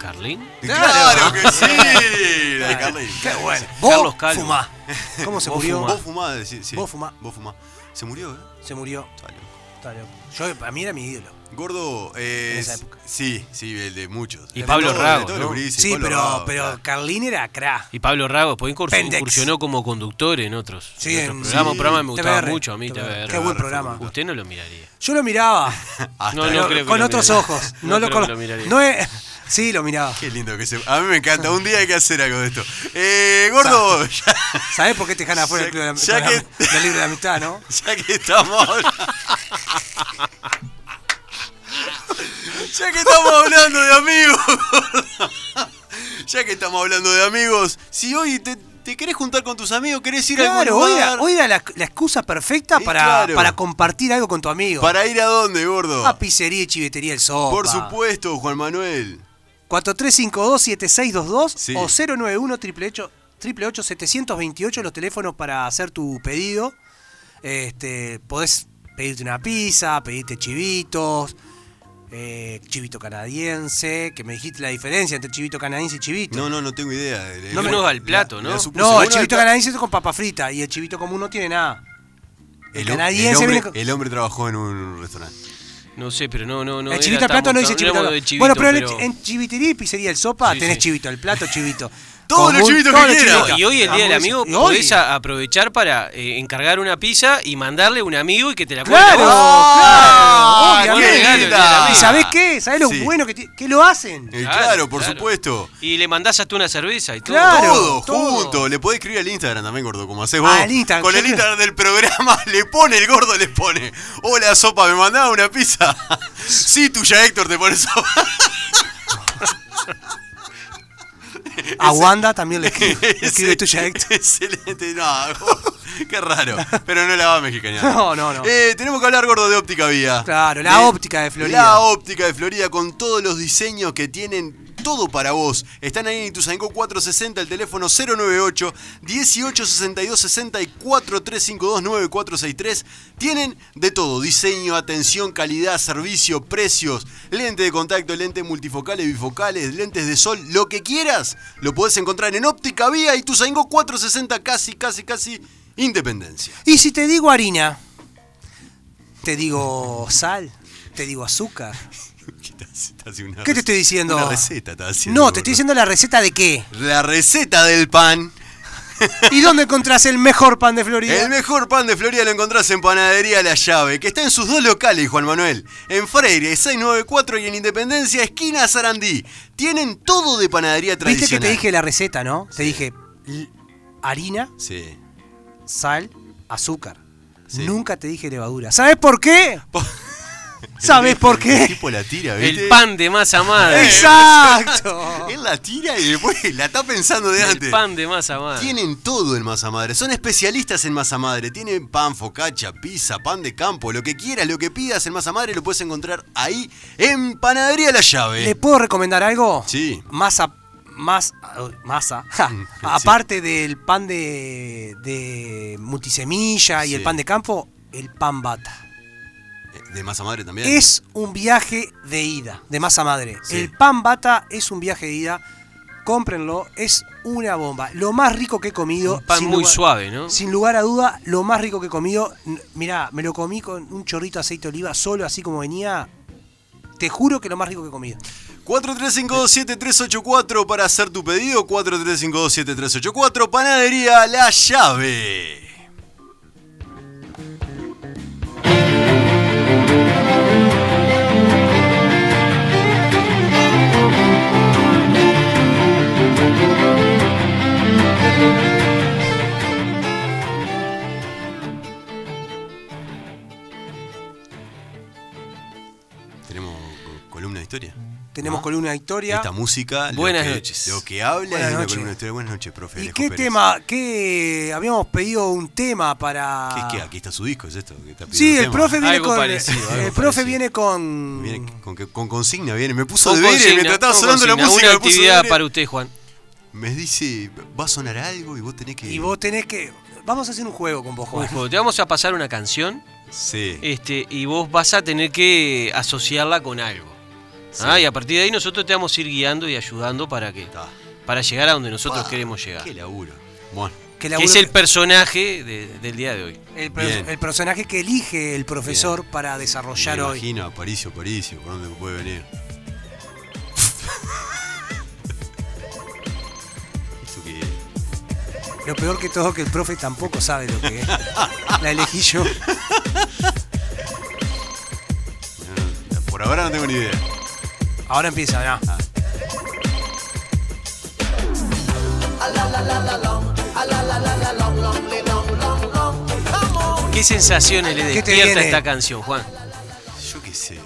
[SPEAKER 6] ¿Carlín?
[SPEAKER 4] Claro que sí, la de Carlín.
[SPEAKER 5] Qué bueno.
[SPEAKER 6] Carlos
[SPEAKER 5] Vos
[SPEAKER 6] Calvo.
[SPEAKER 5] fumá. ¿Cómo se
[SPEAKER 6] Vos
[SPEAKER 5] murió?
[SPEAKER 6] fumá.
[SPEAKER 4] Vos fumás, sí, sí.
[SPEAKER 5] Vos fumá.
[SPEAKER 4] Vos fumás. Se murió, ¿eh?
[SPEAKER 5] Se murió.
[SPEAKER 4] Está loco.
[SPEAKER 5] Está loco. Yo, para mí era mi ídolo.
[SPEAKER 4] Gordo, eh,
[SPEAKER 5] En esa
[SPEAKER 4] s-
[SPEAKER 5] época.
[SPEAKER 4] sí, sí, el de muchos.
[SPEAKER 6] Y
[SPEAKER 4] El de
[SPEAKER 6] Pablo
[SPEAKER 4] todos, el de
[SPEAKER 6] Rago,
[SPEAKER 4] todos
[SPEAKER 6] ¿no?
[SPEAKER 4] los gurises,
[SPEAKER 5] Sí,
[SPEAKER 4] Pablo
[SPEAKER 5] pero,
[SPEAKER 4] Rago, Ah,
[SPEAKER 5] pero
[SPEAKER 4] claro.
[SPEAKER 5] Carlín era cra.
[SPEAKER 6] Y Pablo Rago, después incurs-
[SPEAKER 5] Pendex.
[SPEAKER 6] incursionó como conductor en otros,
[SPEAKER 5] Sí,
[SPEAKER 6] en otros
[SPEAKER 5] en-
[SPEAKER 6] programas. Un
[SPEAKER 4] sí,
[SPEAKER 6] programa que me gustaba
[SPEAKER 5] TVR.
[SPEAKER 6] mucho a mí, TVR.
[SPEAKER 5] Qué buen programa.
[SPEAKER 6] Usted no lo miraría.
[SPEAKER 5] Yo lo miraba.
[SPEAKER 4] Hasta
[SPEAKER 6] No, no
[SPEAKER 4] ahora.
[SPEAKER 5] pero
[SPEAKER 6] creo que
[SPEAKER 5] con
[SPEAKER 6] lo
[SPEAKER 5] otros
[SPEAKER 6] miraría.
[SPEAKER 5] ojos.
[SPEAKER 6] No
[SPEAKER 5] No, lo,
[SPEAKER 6] creo que
[SPEAKER 5] con-
[SPEAKER 6] lo miraría.
[SPEAKER 5] no es- Sí, lo miraba.
[SPEAKER 4] Qué lindo que se. A mí me encanta. Un día hay que hacer algo de esto. Eh, gordo, ya,
[SPEAKER 5] ¿Sabés por qué te dejan
[SPEAKER 4] Ya-
[SPEAKER 5] afuera del club de la,
[SPEAKER 4] ya
[SPEAKER 5] con la-
[SPEAKER 4] que-
[SPEAKER 5] del libro de la amistad, no?
[SPEAKER 4] ya que estamos. ya que estamos hablando de amigos. gordo. ya que estamos hablando de amigos. Si hoy te, te querés juntar con tus amigos, querés ir a
[SPEAKER 5] Claro,
[SPEAKER 4] algún
[SPEAKER 5] hoy
[SPEAKER 4] lugar.
[SPEAKER 5] era, hoy era la, la excusa perfecta
[SPEAKER 4] Y
[SPEAKER 5] para,
[SPEAKER 4] claro.
[SPEAKER 5] para compartir algo con tu amigo.
[SPEAKER 4] ¿Para ir a dónde, gordo?
[SPEAKER 5] A pizzería y chivetería el sol.
[SPEAKER 4] Por supuesto, Juan Manuel.
[SPEAKER 5] 4352-7622
[SPEAKER 4] Sí.
[SPEAKER 5] o 091 888 728 los teléfonos para hacer tu pedido. Este, podés pedirte una pizza, pedirte chivitos, eh, chivito canadiense, que me dijiste la diferencia entre chivito canadiense y chivito.
[SPEAKER 4] No, no, no tengo idea.
[SPEAKER 6] Y uno al plato, ¿no?
[SPEAKER 4] la sup-
[SPEAKER 5] No,
[SPEAKER 4] Según
[SPEAKER 5] el chivito
[SPEAKER 4] el-
[SPEAKER 5] canadiense es con papa frita y el chivito común no tiene nada.
[SPEAKER 4] El,
[SPEAKER 5] El
[SPEAKER 4] hom-
[SPEAKER 5] canadiense
[SPEAKER 4] el hombre,
[SPEAKER 5] viene con-
[SPEAKER 4] el hombre trabajó en un restaurante.
[SPEAKER 6] No sé, pero no, no, no.
[SPEAKER 5] el
[SPEAKER 6] era
[SPEAKER 5] chivito al
[SPEAKER 6] tan
[SPEAKER 5] plato no dice
[SPEAKER 6] montado-
[SPEAKER 5] chivito.
[SPEAKER 6] era
[SPEAKER 5] al-
[SPEAKER 6] de chivito,
[SPEAKER 5] bueno, pero, en el-
[SPEAKER 6] pero-
[SPEAKER 5] en chivitería y pizzería el sopa
[SPEAKER 6] Sí,
[SPEAKER 5] tenés
[SPEAKER 6] sí.
[SPEAKER 5] chivito, el plato chivito.
[SPEAKER 4] Todos los
[SPEAKER 5] Común,
[SPEAKER 4] chivitos
[SPEAKER 5] todos
[SPEAKER 4] que
[SPEAKER 5] los
[SPEAKER 4] quieras.
[SPEAKER 5] chivitos.
[SPEAKER 6] No, y hoy el Día del
[SPEAKER 5] Vamos,
[SPEAKER 6] Amigo
[SPEAKER 5] y hoy.
[SPEAKER 6] podés a- aprovechar para eh, encargar una pizza y mandarle a un amigo y que te la cuente.
[SPEAKER 5] Claro,
[SPEAKER 4] Ah,
[SPEAKER 5] claro,
[SPEAKER 6] qué
[SPEAKER 5] obviamente.
[SPEAKER 6] linda.
[SPEAKER 5] ¿Y sabés qué? ¿Sabés lo
[SPEAKER 4] Sí.
[SPEAKER 5] bueno que, ti- que lo hacen?
[SPEAKER 4] Eh,
[SPEAKER 6] Claro,
[SPEAKER 4] claro, por
[SPEAKER 6] claro.
[SPEAKER 4] supuesto.
[SPEAKER 6] Y le mandás hasta una cerveza y todo.
[SPEAKER 5] Claro.
[SPEAKER 4] todo,
[SPEAKER 5] todo.
[SPEAKER 4] junto. Le podés escribir al Instagram también, gordo, como haces vos.
[SPEAKER 5] Al Instagram,
[SPEAKER 4] Con
[SPEAKER 5] yo
[SPEAKER 4] el
[SPEAKER 5] creo-
[SPEAKER 4] Instagram del programa le pone, el gordo le pone. Hola, sopa, ¿me mandaba una pizza? sí, tuya, Héctor, te pone sopa.
[SPEAKER 5] A Wanda también le escribe, le este escribe
[SPEAKER 4] Ese-
[SPEAKER 5] tuya Héctor.
[SPEAKER 4] Excelente, no, gordo, qué raro. Pero no la va a mexicanear.
[SPEAKER 5] No, no, no.
[SPEAKER 4] Eh, tenemos que hablar, gordo, de óptica vía.
[SPEAKER 5] Claro, la óptica de Florida.
[SPEAKER 4] ¿Eh? La óptica de Florida con todos los diseños que tienen. Todo para vos. Están ahí en Ituzaingó 460, el teléfono 098 1862 64 352 9463. Tienen de todo: diseño, atención, calidad, servicio, precios, lente de contacto, lentes multifocales, bifocales, lentes de sol, lo que quieras. Lo podés encontrar en Óptica Vía Ituzaingó 460, casi, casi, casi Independencia.
[SPEAKER 5] Y si te digo harina, te digo sal, te digo azúcar.
[SPEAKER 4] ¿Qué, te hace- te hace una
[SPEAKER 5] ¿Qué te
[SPEAKER 4] rec-
[SPEAKER 5] estoy diciendo?
[SPEAKER 4] Una receta, estás haciendo.
[SPEAKER 5] No, te
[SPEAKER 4] gordo.
[SPEAKER 5] estoy diciendo la receta de qué.
[SPEAKER 4] La receta del pan.
[SPEAKER 5] ¿Y dónde encontrás el mejor pan de Florida?
[SPEAKER 4] El mejor pan de Florida lo encontrás en Panadería La Llave, que está en sus dos locales, Juan Manuel. En Freire 694 y en Independencia, esquina Sarandí. Tienen todo de panadería
[SPEAKER 5] Viste
[SPEAKER 4] tradicional.
[SPEAKER 5] que te dije la receta, ¿no? Te dije l- harina,
[SPEAKER 4] Sí.
[SPEAKER 5] sal, azúcar.
[SPEAKER 4] Sí.
[SPEAKER 5] Nunca te dije levadura. ¿Sabes por qué?
[SPEAKER 4] Po-
[SPEAKER 5] ¿Sabés por
[SPEAKER 4] El
[SPEAKER 5] qué?
[SPEAKER 4] tipo la tira, ¿viste?
[SPEAKER 6] El pan de masa madre.
[SPEAKER 5] Exacto.
[SPEAKER 4] Él la tira y después la está pensando de antes.
[SPEAKER 6] El pan de masa madre.
[SPEAKER 4] Tienen todo en masa madre. Son especialistas en masa madre. Tienen pan, focacha, pizza, pan de campo, lo que quieras, lo que pidas en masa madre lo puedes encontrar ahí en Panadería La Llave.
[SPEAKER 5] ¿Le puedo recomendar algo?
[SPEAKER 4] Sí. Mm,
[SPEAKER 5] Masa. Más, masa. ja. Aparte del pan de, de multisemilla y
[SPEAKER 4] Sí.
[SPEAKER 5] el pan de campo, el pan bata.
[SPEAKER 4] De masa madre también.
[SPEAKER 5] Es un viaje de ida, de masa madre.
[SPEAKER 4] Sí.
[SPEAKER 5] El pan bata es un viaje de ida. Cómprenlo, es una bomba. Lo más rico que he comido.
[SPEAKER 6] Un pan
[SPEAKER 5] sin
[SPEAKER 6] muy
[SPEAKER 5] lugar-
[SPEAKER 6] suave, ¿no?
[SPEAKER 5] Sin lugar a duda, lo más rico que he comido. N- Mirá, me lo comí con un chorrito de aceite de oliva solo, así como venía. Te juro que lo más rico que he comido.
[SPEAKER 4] 43527384 para hacer tu pedido. 43527384. Panadería La Llave. Tenemos eh, columna de historia.
[SPEAKER 5] Tenemos
[SPEAKER 6] Ah.
[SPEAKER 5] columna de historia.
[SPEAKER 4] Esta música,
[SPEAKER 6] Buenas
[SPEAKER 4] lo que,
[SPEAKER 6] noches.
[SPEAKER 4] Lo que habla
[SPEAKER 5] Buenas
[SPEAKER 4] es de una
[SPEAKER 5] noches.
[SPEAKER 4] columna de historia. Buenas noches, profe.
[SPEAKER 5] ¿Y
[SPEAKER 4] Alejo
[SPEAKER 5] qué
[SPEAKER 4] Pérez.
[SPEAKER 5] tema? ¿Qué? Habíamos pedido un tema para.
[SPEAKER 4] ¿Qué es que aquí está su disco? ¿Es esto? que está pidiendo
[SPEAKER 5] Sí, el
[SPEAKER 4] tema?
[SPEAKER 5] profe viene
[SPEAKER 6] Algo
[SPEAKER 5] con.
[SPEAKER 6] parecido,
[SPEAKER 5] el
[SPEAKER 6] algo
[SPEAKER 5] profe
[SPEAKER 6] parecido.
[SPEAKER 5] viene con.
[SPEAKER 4] Viene con, que- con consigna, viene. Me puso
[SPEAKER 6] Con
[SPEAKER 4] de deberes,
[SPEAKER 6] consigna,
[SPEAKER 4] mientras estaba
[SPEAKER 6] con
[SPEAKER 4] sonando la
[SPEAKER 6] consigna.
[SPEAKER 4] música.
[SPEAKER 6] Una
[SPEAKER 4] me puso
[SPEAKER 6] actividad
[SPEAKER 4] deberes.
[SPEAKER 6] para usted, Juan.
[SPEAKER 4] Me dice, va a sonar algo y vos tenés que.
[SPEAKER 5] Y vos tenés que. Vamos a hacer un juego con vos, Juan.
[SPEAKER 6] Ojo, te vamos a pasar una canción
[SPEAKER 4] Sí.
[SPEAKER 6] Este, y vos vas a tener que asociarla con algo. ¿ah? Y a partir de ahí nosotros te vamos a ir guiando y ayudando para que
[SPEAKER 4] Está.
[SPEAKER 6] para llegar a donde nosotros
[SPEAKER 4] Pa,
[SPEAKER 6] queremos llegar.
[SPEAKER 4] Qué laburo. Bueno.
[SPEAKER 5] Que
[SPEAKER 6] Que
[SPEAKER 5] laburo-
[SPEAKER 6] es el personaje de- del día de hoy.
[SPEAKER 5] el pro-
[SPEAKER 4] Bien.
[SPEAKER 5] el personaje que elige el profesor para desarrollar
[SPEAKER 4] me
[SPEAKER 5] hoy.
[SPEAKER 4] imagino a Paricio, Paricio, por dónde puede venir. ¿Esto qué es?
[SPEAKER 5] Lo peor que todo es que el profe tampoco sabe lo que es. La elegí yo.
[SPEAKER 4] No, no, Por ahora no tengo ni idea.
[SPEAKER 5] Ahora empieza, ya.
[SPEAKER 6] Ah, ¿Qué sensaciones le
[SPEAKER 5] ¿Qué te
[SPEAKER 6] despierta
[SPEAKER 5] viene?
[SPEAKER 6] esta canción, Juan?
[SPEAKER 4] Yo qué sé.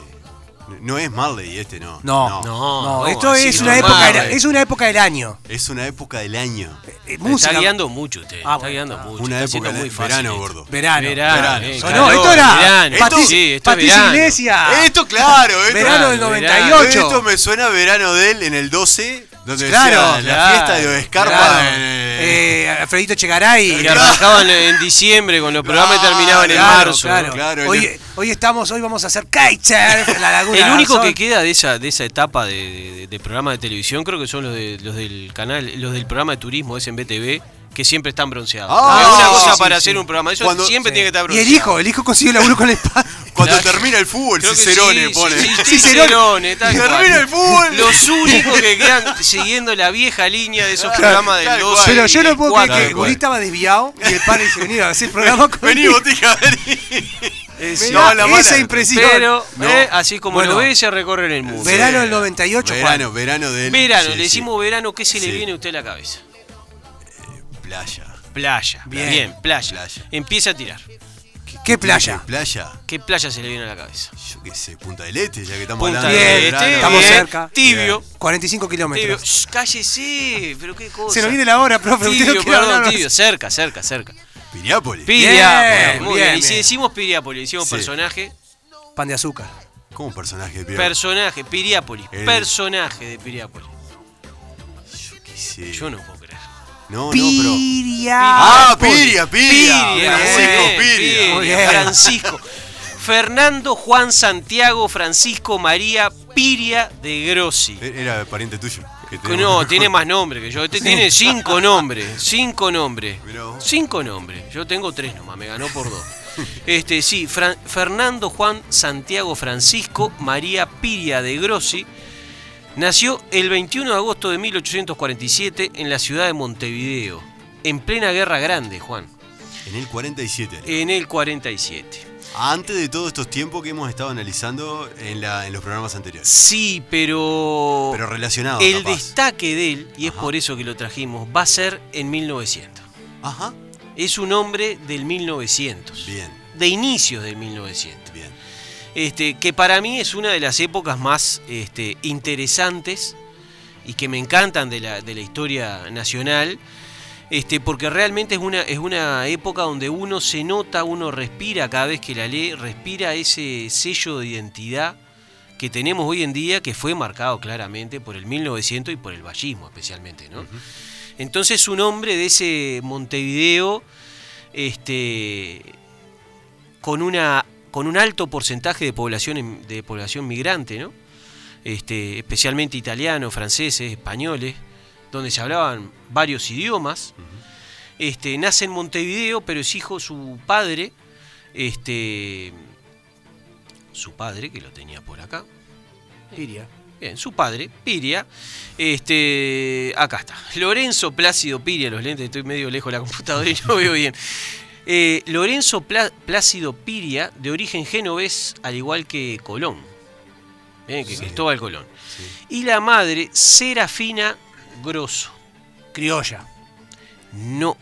[SPEAKER 4] No- No es Marley este, no.
[SPEAKER 5] No, no, no.
[SPEAKER 6] no,
[SPEAKER 5] esto
[SPEAKER 6] así
[SPEAKER 5] es
[SPEAKER 6] no, eh.
[SPEAKER 5] una,
[SPEAKER 6] no,
[SPEAKER 5] época, del-
[SPEAKER 6] madre.
[SPEAKER 5] es una época del año.
[SPEAKER 4] Es una época del año.
[SPEAKER 5] Eh, eh,
[SPEAKER 6] Me Está
[SPEAKER 5] música.
[SPEAKER 6] guiando mucho usted.
[SPEAKER 5] Ah,
[SPEAKER 6] está
[SPEAKER 5] bueno,
[SPEAKER 6] guiando mucho.
[SPEAKER 4] Una
[SPEAKER 6] está
[SPEAKER 4] época
[SPEAKER 6] siendo
[SPEAKER 4] del
[SPEAKER 6] muy fácil
[SPEAKER 4] verano,
[SPEAKER 6] esto.
[SPEAKER 4] gordo.
[SPEAKER 5] Verano.
[SPEAKER 6] Verano,
[SPEAKER 4] Verano.
[SPEAKER 6] eh,
[SPEAKER 5] Sonó,
[SPEAKER 6] calor,
[SPEAKER 5] esto era
[SPEAKER 6] verano.
[SPEAKER 5] Pati-
[SPEAKER 6] Esto- sí, esto es
[SPEAKER 5] Patricia
[SPEAKER 6] verano.
[SPEAKER 5] Iglesias.
[SPEAKER 4] Esto, claro, esto.
[SPEAKER 5] verano del
[SPEAKER 6] verano,
[SPEAKER 5] 98.
[SPEAKER 4] Esto me suena a verano de él en el 12, donde
[SPEAKER 5] Claro,
[SPEAKER 4] decía la
[SPEAKER 6] claro,
[SPEAKER 4] fiesta de Escarpa.
[SPEAKER 5] Claro.
[SPEAKER 4] en, eh,
[SPEAKER 5] Eh, Alfredito Chegaray.
[SPEAKER 6] Que arrancaban en diciembre con los programas y terminaban en
[SPEAKER 4] Claro,
[SPEAKER 6] marzo.
[SPEAKER 5] Claro,
[SPEAKER 4] claro, en
[SPEAKER 5] hoy,
[SPEAKER 4] el-
[SPEAKER 5] hoy estamos, hoy vamos a hacer kitesurf en la laguna.
[SPEAKER 6] El único que
[SPEAKER 5] Garzón.
[SPEAKER 6] queda de esa, de esa etapa de, de- de programa de televisión creo que son los, de- los del canal, los del programa de turismo es en BTV, que siempre están bronceados.
[SPEAKER 4] Ah,
[SPEAKER 6] es una
[SPEAKER 4] sí,
[SPEAKER 6] cosa
[SPEAKER 4] sí,
[SPEAKER 6] para
[SPEAKER 4] sí.
[SPEAKER 6] hacer un programa, eso
[SPEAKER 4] Cuando-
[SPEAKER 6] siempre
[SPEAKER 4] sí.
[SPEAKER 6] tiene que
[SPEAKER 5] Y
[SPEAKER 6] estar bronceado.
[SPEAKER 5] el hijo, el hijo consiguió laburo con el padre.
[SPEAKER 4] Cuando
[SPEAKER 6] Claro.
[SPEAKER 4] termina el fútbol,
[SPEAKER 6] Creo que
[SPEAKER 4] Cicerone
[SPEAKER 6] sí,
[SPEAKER 4] pone.
[SPEAKER 6] sí, sí, Cicerone, tal
[SPEAKER 4] Termina
[SPEAKER 6] cual.
[SPEAKER 4] el fútbol.
[SPEAKER 6] Los únicos que quedan siguiendo la vieja línea de esos
[SPEAKER 4] Claro,
[SPEAKER 6] programas del
[SPEAKER 4] tal
[SPEAKER 6] 12
[SPEAKER 4] cual.
[SPEAKER 5] Pero
[SPEAKER 6] y
[SPEAKER 5] yo no
[SPEAKER 6] del
[SPEAKER 5] puedo
[SPEAKER 6] 4.
[SPEAKER 5] creer
[SPEAKER 4] tal
[SPEAKER 5] que el gurí
[SPEAKER 4] cual.
[SPEAKER 5] estaba desviado y el padre dice, vení a hacer programa con
[SPEAKER 4] Vení, botija, vení.
[SPEAKER 5] Me
[SPEAKER 4] no,
[SPEAKER 5] da
[SPEAKER 4] la
[SPEAKER 5] esa
[SPEAKER 4] mala.
[SPEAKER 5] impresión.
[SPEAKER 6] Pero,
[SPEAKER 4] No.
[SPEAKER 6] eh, así como
[SPEAKER 5] Bueno.
[SPEAKER 6] lo ve, se recorre en el mundo.
[SPEAKER 5] Verano del 98, Juan.
[SPEAKER 4] Verano, verano de él.
[SPEAKER 6] Verano,
[SPEAKER 4] Sí,
[SPEAKER 6] le decimos verano, ¿qué se le
[SPEAKER 4] Sí.
[SPEAKER 6] viene a usted a la cabeza?
[SPEAKER 4] sí. Playa.
[SPEAKER 6] Playa.
[SPEAKER 5] Bien.
[SPEAKER 6] Bien, playa.
[SPEAKER 4] Playa.
[SPEAKER 6] Empieza a tirar.
[SPEAKER 5] ¿Qué playa?
[SPEAKER 4] Playa.
[SPEAKER 6] ¿Qué playa se le viene a la cabeza?
[SPEAKER 4] Yo qué sé, Punta del Este, ya que estamos
[SPEAKER 6] Punta
[SPEAKER 4] hablando.
[SPEAKER 5] del
[SPEAKER 4] de
[SPEAKER 6] del
[SPEAKER 5] Este,
[SPEAKER 4] verano.
[SPEAKER 6] Este,
[SPEAKER 5] estamos
[SPEAKER 6] bien,
[SPEAKER 5] cerca.
[SPEAKER 6] Tibio.
[SPEAKER 5] 45
[SPEAKER 6] Tibio.
[SPEAKER 5] kilómetros.
[SPEAKER 6] Shh, cállese, pero qué cosa.
[SPEAKER 5] Se nos viene la hora, profe. usted no
[SPEAKER 6] Tibio,
[SPEAKER 5] quiere
[SPEAKER 6] perdón,
[SPEAKER 5] hablar más.
[SPEAKER 6] tibio. Cerca, cerca, cerca.
[SPEAKER 4] Piriápolis.
[SPEAKER 6] Piriápolis. Muy
[SPEAKER 5] bien,
[SPEAKER 6] bien. Y si
[SPEAKER 5] bien.
[SPEAKER 6] decimos Piriápolis, decimos
[SPEAKER 4] Sí.
[SPEAKER 6] personaje.
[SPEAKER 5] Pan de azúcar.
[SPEAKER 4] ¿Cómo personaje de Piriápolis?
[SPEAKER 6] Personaje, Piriápolis.
[SPEAKER 4] El-
[SPEAKER 6] Personaje de Piriápolis.
[SPEAKER 4] Yo qué sé.
[SPEAKER 6] Yo no puedo creer.
[SPEAKER 4] No, no, pero.
[SPEAKER 5] Piria.
[SPEAKER 4] Ah,
[SPEAKER 6] Piriápolis.
[SPEAKER 4] Piria, Piria. Francisco
[SPEAKER 6] muy bien,
[SPEAKER 4] Piria.
[SPEAKER 5] Muy
[SPEAKER 6] Piria,
[SPEAKER 5] bien.
[SPEAKER 6] Francisco. Fernando Juan Santiago Francisco María Piria de Grossi.
[SPEAKER 4] e-, Era pariente tuyo. que
[SPEAKER 6] Que
[SPEAKER 4] tenemos.
[SPEAKER 6] No, tiene más nombre que yo. Este tiene cinco nombres. Cinco nombres.
[SPEAKER 4] Mirá vos.
[SPEAKER 6] Cinco nombres. Yo tengo tres nomás, me ganó por dos. Este, sí, Fran- Fernando Juan Santiago Francisco María Piria de Grossi nació el 21 de agosto de 1847 en la ciudad de Montevideo, en plena Guerra Grande, Juan,
[SPEAKER 4] En el 47.
[SPEAKER 6] en el 47.
[SPEAKER 4] Antes de todos estos tiempos que hemos estado analizando en, la, en los programas anteriores.
[SPEAKER 6] Sí, pero,
[SPEAKER 4] Pero relacionados.
[SPEAKER 6] el
[SPEAKER 4] capaz.
[SPEAKER 6] destaque de él, y es
[SPEAKER 4] Ajá.
[SPEAKER 6] por eso que lo trajimos, va a ser en 1900.
[SPEAKER 4] Ajá.
[SPEAKER 6] Es un hombre del 1900.
[SPEAKER 4] Bien,
[SPEAKER 6] De inicios del 1900.
[SPEAKER 4] bien.
[SPEAKER 6] Este, que para mí es una de las épocas más este, interesantes y que me encantan de la, de la historia nacional. Este, porque realmente es una, es una época donde uno se nota, uno respira cada vez que la lee, respira ese sello de identidad que tenemos hoy en día que fue marcado claramente por el 1900 y por el vallismo especialmente. ¿no? Entonces un hombre de ese Montevideo este, con, una, con un alto porcentaje de población, en- de población migrante, ¿no? este, especialmente italianos, franceses, españoles, donde se hablaban varios idiomas. Este, nace en Montevideo, pero es hijo su padre, este, su padre que lo tenía por acá, Piria. Bien, su padre, Piria. Este, acá está. Lorenzo Plácido Piria, los lentes, estoy medio lejos de la computadora y no veo bien. Eh, Lorenzo Pla- Plácido Piria, de origen genovés, al igual que Colón. Bien, que Cristóbal Colón. Y la madre, Serafina Grosso.
[SPEAKER 5] Criolla.
[SPEAKER 6] No,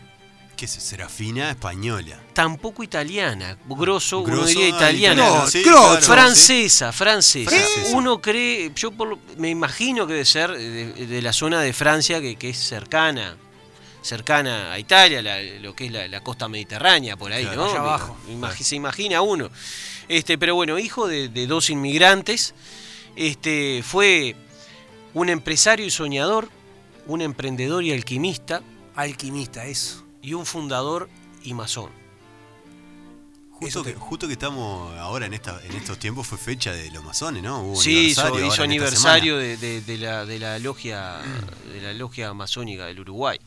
[SPEAKER 4] ¿Qué es Serafina española?
[SPEAKER 6] tampoco italiana. Grosso, uno
[SPEAKER 4] Grosso,
[SPEAKER 6] diría
[SPEAKER 4] ah,
[SPEAKER 6] italiana.
[SPEAKER 4] italiano,
[SPEAKER 5] No,
[SPEAKER 4] sí,
[SPEAKER 5] Croce,
[SPEAKER 4] claro, sí.
[SPEAKER 6] francesa, francesa.
[SPEAKER 4] Francesa.
[SPEAKER 6] Uno cree, yo por lo- me imagino que debe ser de, de la zona de Francia que, que es cercana, cercana a Italia, la- lo que es la, la costa mediterránea por ahí,
[SPEAKER 4] Claro,
[SPEAKER 6] ¿no?
[SPEAKER 5] allá abajo.
[SPEAKER 6] Imag- Se imagina uno. Este, pero bueno, hijo de, de dos inmigrantes, este, fue un empresario y soñador, un emprendedor y alquimista
[SPEAKER 5] Alquimista, eso.
[SPEAKER 6] y un fundador y masón.
[SPEAKER 4] Justo
[SPEAKER 5] Eso
[SPEAKER 4] que,
[SPEAKER 5] te-
[SPEAKER 4] justo que estamos ahora en esta, en estos tiempos fue fecha de los masones, ¿no? Hubo
[SPEAKER 6] Sí, hizo
[SPEAKER 4] aniversario
[SPEAKER 6] hizo
[SPEAKER 4] ahora en esta
[SPEAKER 6] aniversario de, de- de la, de la logia de la logia masónica del Uruguay.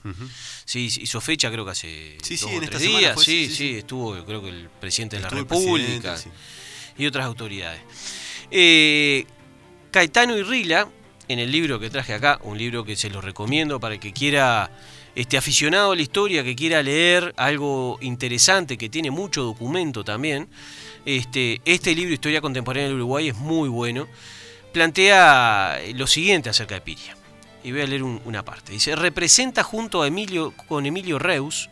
[SPEAKER 6] Sí, sí, hizo fecha creo que hace
[SPEAKER 4] Sí,
[SPEAKER 6] dos
[SPEAKER 4] sí,
[SPEAKER 6] o
[SPEAKER 4] en
[SPEAKER 6] tres
[SPEAKER 4] esta semana
[SPEAKER 6] días.
[SPEAKER 4] fue,
[SPEAKER 6] sí,
[SPEAKER 4] sí,
[SPEAKER 6] sí,
[SPEAKER 4] sí, sí.
[SPEAKER 6] estuvo creo que el presidente de la
[SPEAKER 4] Estuvo el
[SPEAKER 6] República
[SPEAKER 4] presidente, sí.
[SPEAKER 6] y otras autoridades. Eh, Caetano y Rila, en el libro que traje acá, un libro que se los recomiendo para el que quiera, este aficionado a la historia, que quiera leer algo interesante, que tiene mucho documento también, este, este libro, Historia Contemporánea del Uruguay, es muy bueno, plantea eh, lo siguiente acerca de Piria. Y voy a leer un- una parte. Dice, representa junto a Emilio, con Emilio Reus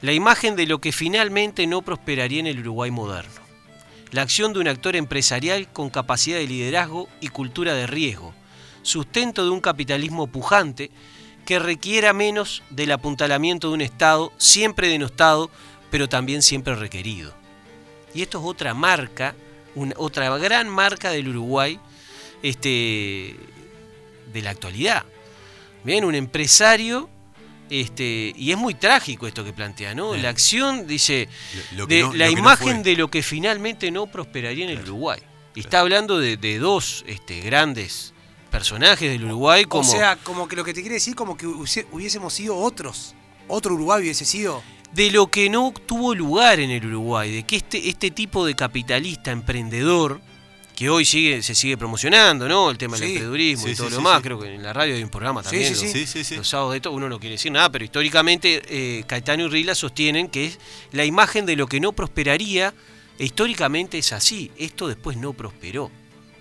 [SPEAKER 6] la imagen de lo que finalmente no prosperaría en el Uruguay moderno la acción de un actor empresarial con capacidad de liderazgo y cultura de riesgo, sustento de un capitalismo pujante que requiera menos del apuntalamiento de un Estado siempre denostado, pero también siempre requerido. Y esto es otra marca, una- otra gran marca del Uruguay este, de la actualidad. Bien, un empresario, este, y es muy trágico esto que plantea, ¿no?
[SPEAKER 4] Bien.
[SPEAKER 6] La acción, dice,
[SPEAKER 4] semana. Lo- lo que
[SPEAKER 6] de
[SPEAKER 4] no-
[SPEAKER 6] la
[SPEAKER 4] lo que no
[SPEAKER 6] imagen
[SPEAKER 4] fue.
[SPEAKER 6] de lo que finalmente no prosperaría en el Uruguay. Y está hablando de, de dos este, grandes personajes del Uruguay como...
[SPEAKER 5] O sea, como que lo que te quiere decir, como que hubiese- hubiésemos sido otros. Otro Uruguay hubiese sido.
[SPEAKER 6] de lo que no tuvo lugar en el Uruguay, de que este, este tipo de capitalista emprendedor, que hoy sigue, se sigue promocionando, ¿no? El tema del
[SPEAKER 5] Sí,
[SPEAKER 6] emprendedurismo y
[SPEAKER 4] sí,
[SPEAKER 6] todo
[SPEAKER 4] sí,
[SPEAKER 6] lo
[SPEAKER 4] sí,
[SPEAKER 6] más,
[SPEAKER 4] sí.
[SPEAKER 6] creo que en la radio hay un programa
[SPEAKER 5] Sí,
[SPEAKER 6] también.
[SPEAKER 5] sí,
[SPEAKER 6] los-
[SPEAKER 5] sí.
[SPEAKER 4] Sí, sí, sí.
[SPEAKER 6] Los sábados de todo, uno no quiere decir nada, pero históricamente eh, Caetano y Rila sostienen que es la imagen de lo que no prosperaría, e históricamente es así, esto después no prosperó.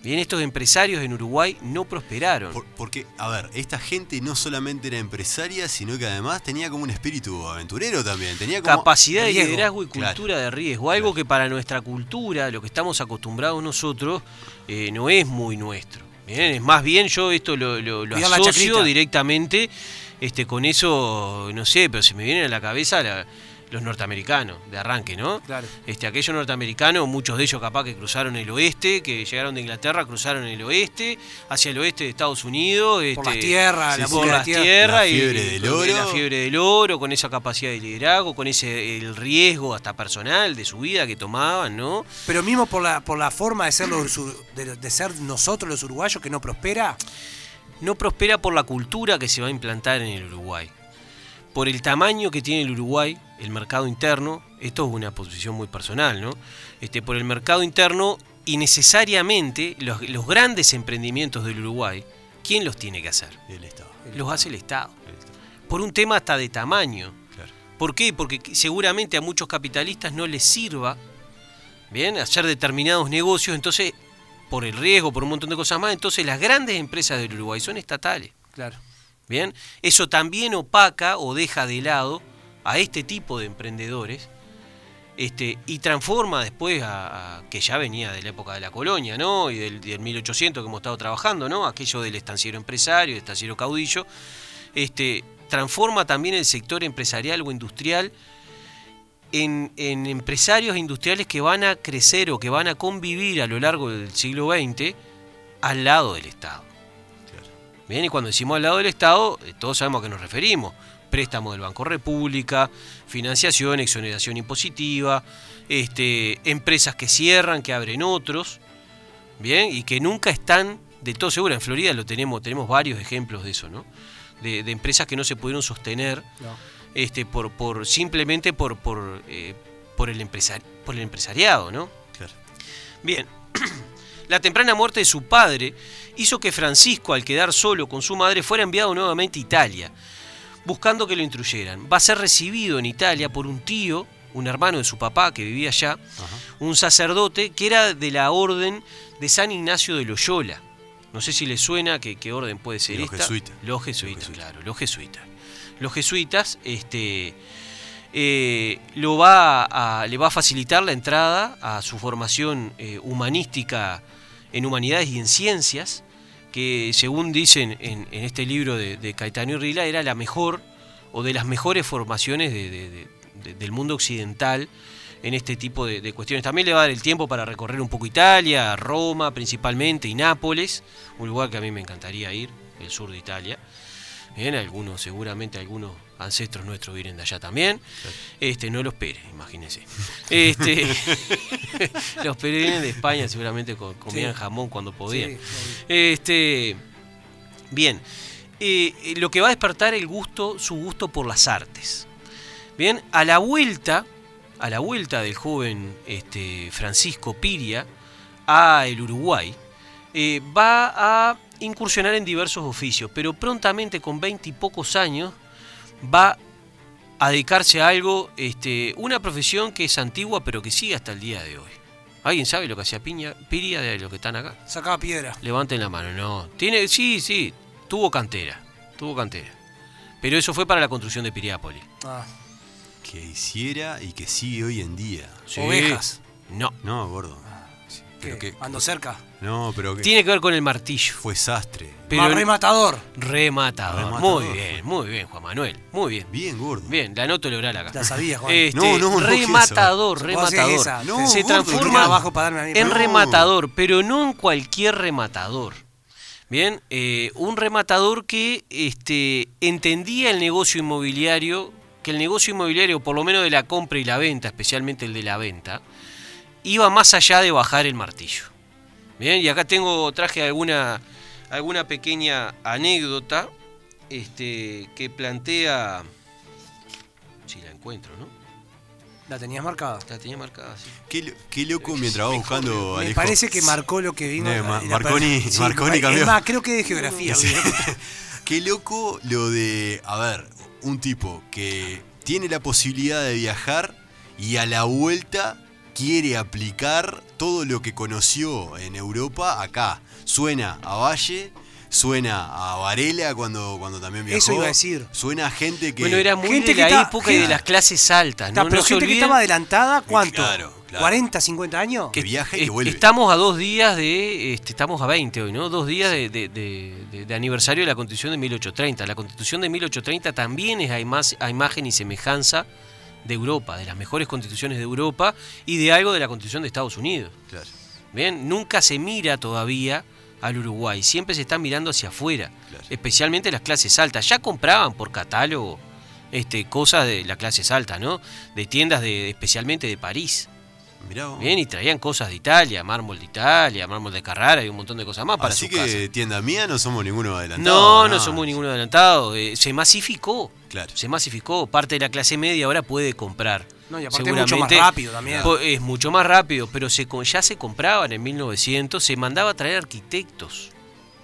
[SPEAKER 6] Bien, estos empresarios en Uruguay no prosperaron.
[SPEAKER 4] Por- porque, a ver, esta gente no solamente era empresaria, sino que además tenía como un espíritu aventurero también. Tenía como
[SPEAKER 6] capacidad de
[SPEAKER 4] riesgo.
[SPEAKER 6] liderazgo y
[SPEAKER 4] Claro.
[SPEAKER 6] cultura de riesgo, algo que para nuestra cultura, lo que estamos acostumbrados nosotros, eh, no es muy nuestro. Bien, es más bien yo esto lo, lo- lo
[SPEAKER 5] Cuidar la
[SPEAKER 6] asocio
[SPEAKER 5] chacrita.
[SPEAKER 6] directamente este, con eso, no sé, pero se me vienen a la cabeza la- los norteamericanos de arranque, ¿no?
[SPEAKER 5] Claro.
[SPEAKER 6] Este, aquellos norteamericanos, muchos de ellos capaz que cruzaron el oeste, que llegaron de Inglaterra, cruzaron el oeste, hacia el oeste de Estados Unidos.
[SPEAKER 5] Por
[SPEAKER 6] este,
[SPEAKER 5] las tierras,
[SPEAKER 4] sí,
[SPEAKER 5] la
[SPEAKER 4] sí,
[SPEAKER 6] por
[SPEAKER 5] búsqueda de
[SPEAKER 6] las
[SPEAKER 5] tierra.
[SPEAKER 6] tierras
[SPEAKER 4] La
[SPEAKER 6] y-
[SPEAKER 4] fiebre
[SPEAKER 6] y
[SPEAKER 4] del
[SPEAKER 6] con
[SPEAKER 4] oro.
[SPEAKER 6] la fiebre del oro, con esa capacidad de liderazgo, con ese el riesgo hasta personal de su vida que tomaban, ¿no?
[SPEAKER 5] Pero mismo por la, por la forma de ser, los ur- de, de ser nosotros los uruguayos que no prospera.
[SPEAKER 6] No prospera por la cultura que se va a implantar en el Uruguay. Por el tamaño que tiene el Uruguay, el mercado interno, esto es una posición muy personal, ¿no? Este, por el mercado interno y necesariamente los, los grandes emprendimientos del Uruguay, ¿quién los tiene que hacer?
[SPEAKER 4] Él estaba.
[SPEAKER 6] Los hace el Estado. Por un tema hasta de tamaño.
[SPEAKER 4] Claro.
[SPEAKER 6] ¿Por qué? Porque qu- seguramente a muchos capitalistas no les sirva bien hacer determinados negocios, entonces por el riesgo, por un montón de cosas más, entonces las grandes empresas del Uruguay son estatales.
[SPEAKER 5] Claro.
[SPEAKER 6] Bien, eso también opaca o deja de lado a este tipo de emprendedores este, y transforma después a, a- que ya venía de la época de la colonia, ¿no? Y del, del 1800 que hemos estado trabajando, ¿no? Aquello del estanciero empresario, del estanciero caudillo, este, transforma también el sector empresarial o industrial en, en empresarios industriales que van a crecer o que van a convivir a lo largo del siglo XX al lado del Estado. Bien, y cuando decimos al lado del Estado, eh, todos sabemos a qué nos referimos. Préstamo del Banco República, financiación, exoneración impositiva, este, empresas que cierran, que abren otros, bien, y que nunca están de todo seguras. En Florida lo tenemos, tenemos varios ejemplos de eso, ¿no? De, de empresas que no se pudieron sostener este, por, por simplemente por, por, eh, por, el empresar, por el empresariado, ¿no?
[SPEAKER 4] Claro.
[SPEAKER 6] Bien, la temprana muerte de su padre hizo que Francisco, al quedar solo con su madre, fuera enviado nuevamente a Italia, buscando que lo instruyeran. Va a ser recibido en Italia por un tío, un hermano de su papá que vivía allá, un sacerdote que era de la orden de San Ignacio de Loyola. No sé si le suena que qué orden puede ser
[SPEAKER 4] Los
[SPEAKER 6] esta.
[SPEAKER 4] jesuitas.
[SPEAKER 6] Los jesuitas,
[SPEAKER 4] Los jesuitas.
[SPEAKER 6] claro, los jesuitas. Los jesuitas, este, eh, lo va a- le va a facilitar la entrada a su formación eh, humanística en humanidades y en ciencias, que según dicen en, en este libro de, de Caetano y Rila era la mejor o de las mejores formaciones de- de- de- de- del mundo occidental en este tipo de, de cuestiones. También le va a dar el tiempo para recorrer un poco Italia, Roma principalmente y Nápoles, un lugar que a mí me encantaría ir, el sur de Italia. Bien, ¿Eh? algunos, seguramente algunos ancestros nuestros vienen de allá también. Este, no los Pérez, imagínense. Este, los Pérez vienen de España, seguramente co- comían
[SPEAKER 5] Sí.
[SPEAKER 6] jamón cuando podían.
[SPEAKER 5] Sí, obvio.
[SPEAKER 6] Este, bien, Eh, eh, lo que va a despertar el gusto, su gusto por las artes. Bien, a la vuelta, a la vuelta del joven este, Francisco Piria a el Uruguay, eh, va a incursionar en diversos oficios, pero prontamente con veinte y pocos años va a dedicarse a algo, este, una profesión que es antigua pero que sigue hasta el día de hoy. ¿Alguien sabe lo que hacía Piña, Piria de los que están acá?
[SPEAKER 5] Sacaba piedra.
[SPEAKER 6] Levanten la mano, no. Tiene, sí, sí, tuvo cantera, tuvo cantera. Pero eso fue para la construcción de Piriápolis.
[SPEAKER 5] Ah,
[SPEAKER 4] Que hiciera y que sigue hoy en día.
[SPEAKER 6] Sí. Ah,
[SPEAKER 5] Ovejas.
[SPEAKER 6] No.
[SPEAKER 4] No, gordo. Pero
[SPEAKER 5] ¿qué?
[SPEAKER 4] que-
[SPEAKER 5] Ando cerca.
[SPEAKER 4] No, pero que
[SPEAKER 6] Tiene que ver con el martillo.
[SPEAKER 4] fue sastre.
[SPEAKER 6] Pero
[SPEAKER 5] Más rematador.
[SPEAKER 6] rematador.
[SPEAKER 4] Rematador
[SPEAKER 6] Muy
[SPEAKER 4] fue.
[SPEAKER 6] bien, muy bien, Juan Manuel. Muy bien.
[SPEAKER 4] Bien, gordo.
[SPEAKER 6] Bien, la noto el oral acá.
[SPEAKER 5] La sabía, Juan.
[SPEAKER 6] Este,
[SPEAKER 4] No, no, no
[SPEAKER 6] rematador,
[SPEAKER 5] quiso. Vos hacés esa.
[SPEAKER 6] rematador.
[SPEAKER 4] No,
[SPEAKER 6] se
[SPEAKER 4] gordo,
[SPEAKER 6] transforma
[SPEAKER 4] no.
[SPEAKER 5] abajo para darme a mí.
[SPEAKER 6] en
[SPEAKER 5] No.
[SPEAKER 6] rematador, pero no en cualquier rematador. Bien, eh, un rematador que este, entendía el negocio inmobiliario, que el negocio inmobiliario, por lo menos de la compra y la venta, especialmente el de la venta, iba más allá de bajar el martillo. Bien, y acá tengo, traje alguna, alguna pequeña anécdota este, que plantea. Si la encuentro, ¿no?
[SPEAKER 5] La tenías marcada.
[SPEAKER 6] La tenía marcada, sí.
[SPEAKER 4] Qué, lo- qué loco mientras vas buscando
[SPEAKER 5] Me
[SPEAKER 4] Alejo.
[SPEAKER 5] parece que marcó lo que vimos.
[SPEAKER 4] No, Ma-
[SPEAKER 5] la-
[SPEAKER 4] Marconi-
[SPEAKER 5] la-
[SPEAKER 4] Marconi
[SPEAKER 5] es
[SPEAKER 4] cambió.
[SPEAKER 5] más, creo que de geografía.
[SPEAKER 4] Qué loco lo de, a ver, un tipo que tiene la posibilidad de viajar y a la vuelta quiere aplicar todo lo que conoció en Europa acá. Suena a Valle, suena a Varela cuando, cuando también viajó.
[SPEAKER 5] Eso iba a decir.
[SPEAKER 4] Suena a gente que...
[SPEAKER 6] Bueno, era muy
[SPEAKER 5] Gente
[SPEAKER 6] de
[SPEAKER 5] que
[SPEAKER 6] la
[SPEAKER 5] está-
[SPEAKER 6] época y de
[SPEAKER 5] gente-
[SPEAKER 6] las clases altas.
[SPEAKER 5] Está,
[SPEAKER 6] ¿no?
[SPEAKER 5] pero
[SPEAKER 6] No se
[SPEAKER 5] gente que
[SPEAKER 6] olviden
[SPEAKER 5] estaba adelantada, ¿cuánto?
[SPEAKER 4] Claro, claro.
[SPEAKER 5] 40, 50 años.
[SPEAKER 4] que viaja y que
[SPEAKER 6] es-
[SPEAKER 4] vuelve.
[SPEAKER 6] Estamos a dos días de. este, estamos a 20 hoy, ¿no? Dos días de, de- de- de- de aniversario de la Constitución de 1830. La Constitución de 1830 también es a, ima- a imagen y semejanza de Europa, de las mejores constituciones de Europa y de algo de la Constitución de Estados Unidos.
[SPEAKER 4] Claro.
[SPEAKER 6] Bien, nunca se mira todavía al Uruguay, siempre se está mirando hacia afuera,
[SPEAKER 4] Claro.
[SPEAKER 6] especialmente las clases altas. Ya compraban por catálogo este, cosas de las clases altas, ¿no? De tiendas de, especialmente de París.
[SPEAKER 4] Mirá vos.
[SPEAKER 6] Bien, y traían cosas de Italia, mármol de Italia, mármol de Carrara y un montón de cosas más para
[SPEAKER 4] Así
[SPEAKER 6] su
[SPEAKER 4] que
[SPEAKER 6] casa.
[SPEAKER 4] tienda mía no somos ninguno adelantado.
[SPEAKER 6] No, no somos ninguno adelantado. eh, se masificó.
[SPEAKER 4] Claro.
[SPEAKER 6] Se masificó. Parte de la clase media ahora puede comprar.
[SPEAKER 5] No, y aparte es mucho más rápido también.
[SPEAKER 6] Po- Es mucho más rápido, pero se, co- ya se compraban en 1900. Se mandaba a traer arquitectos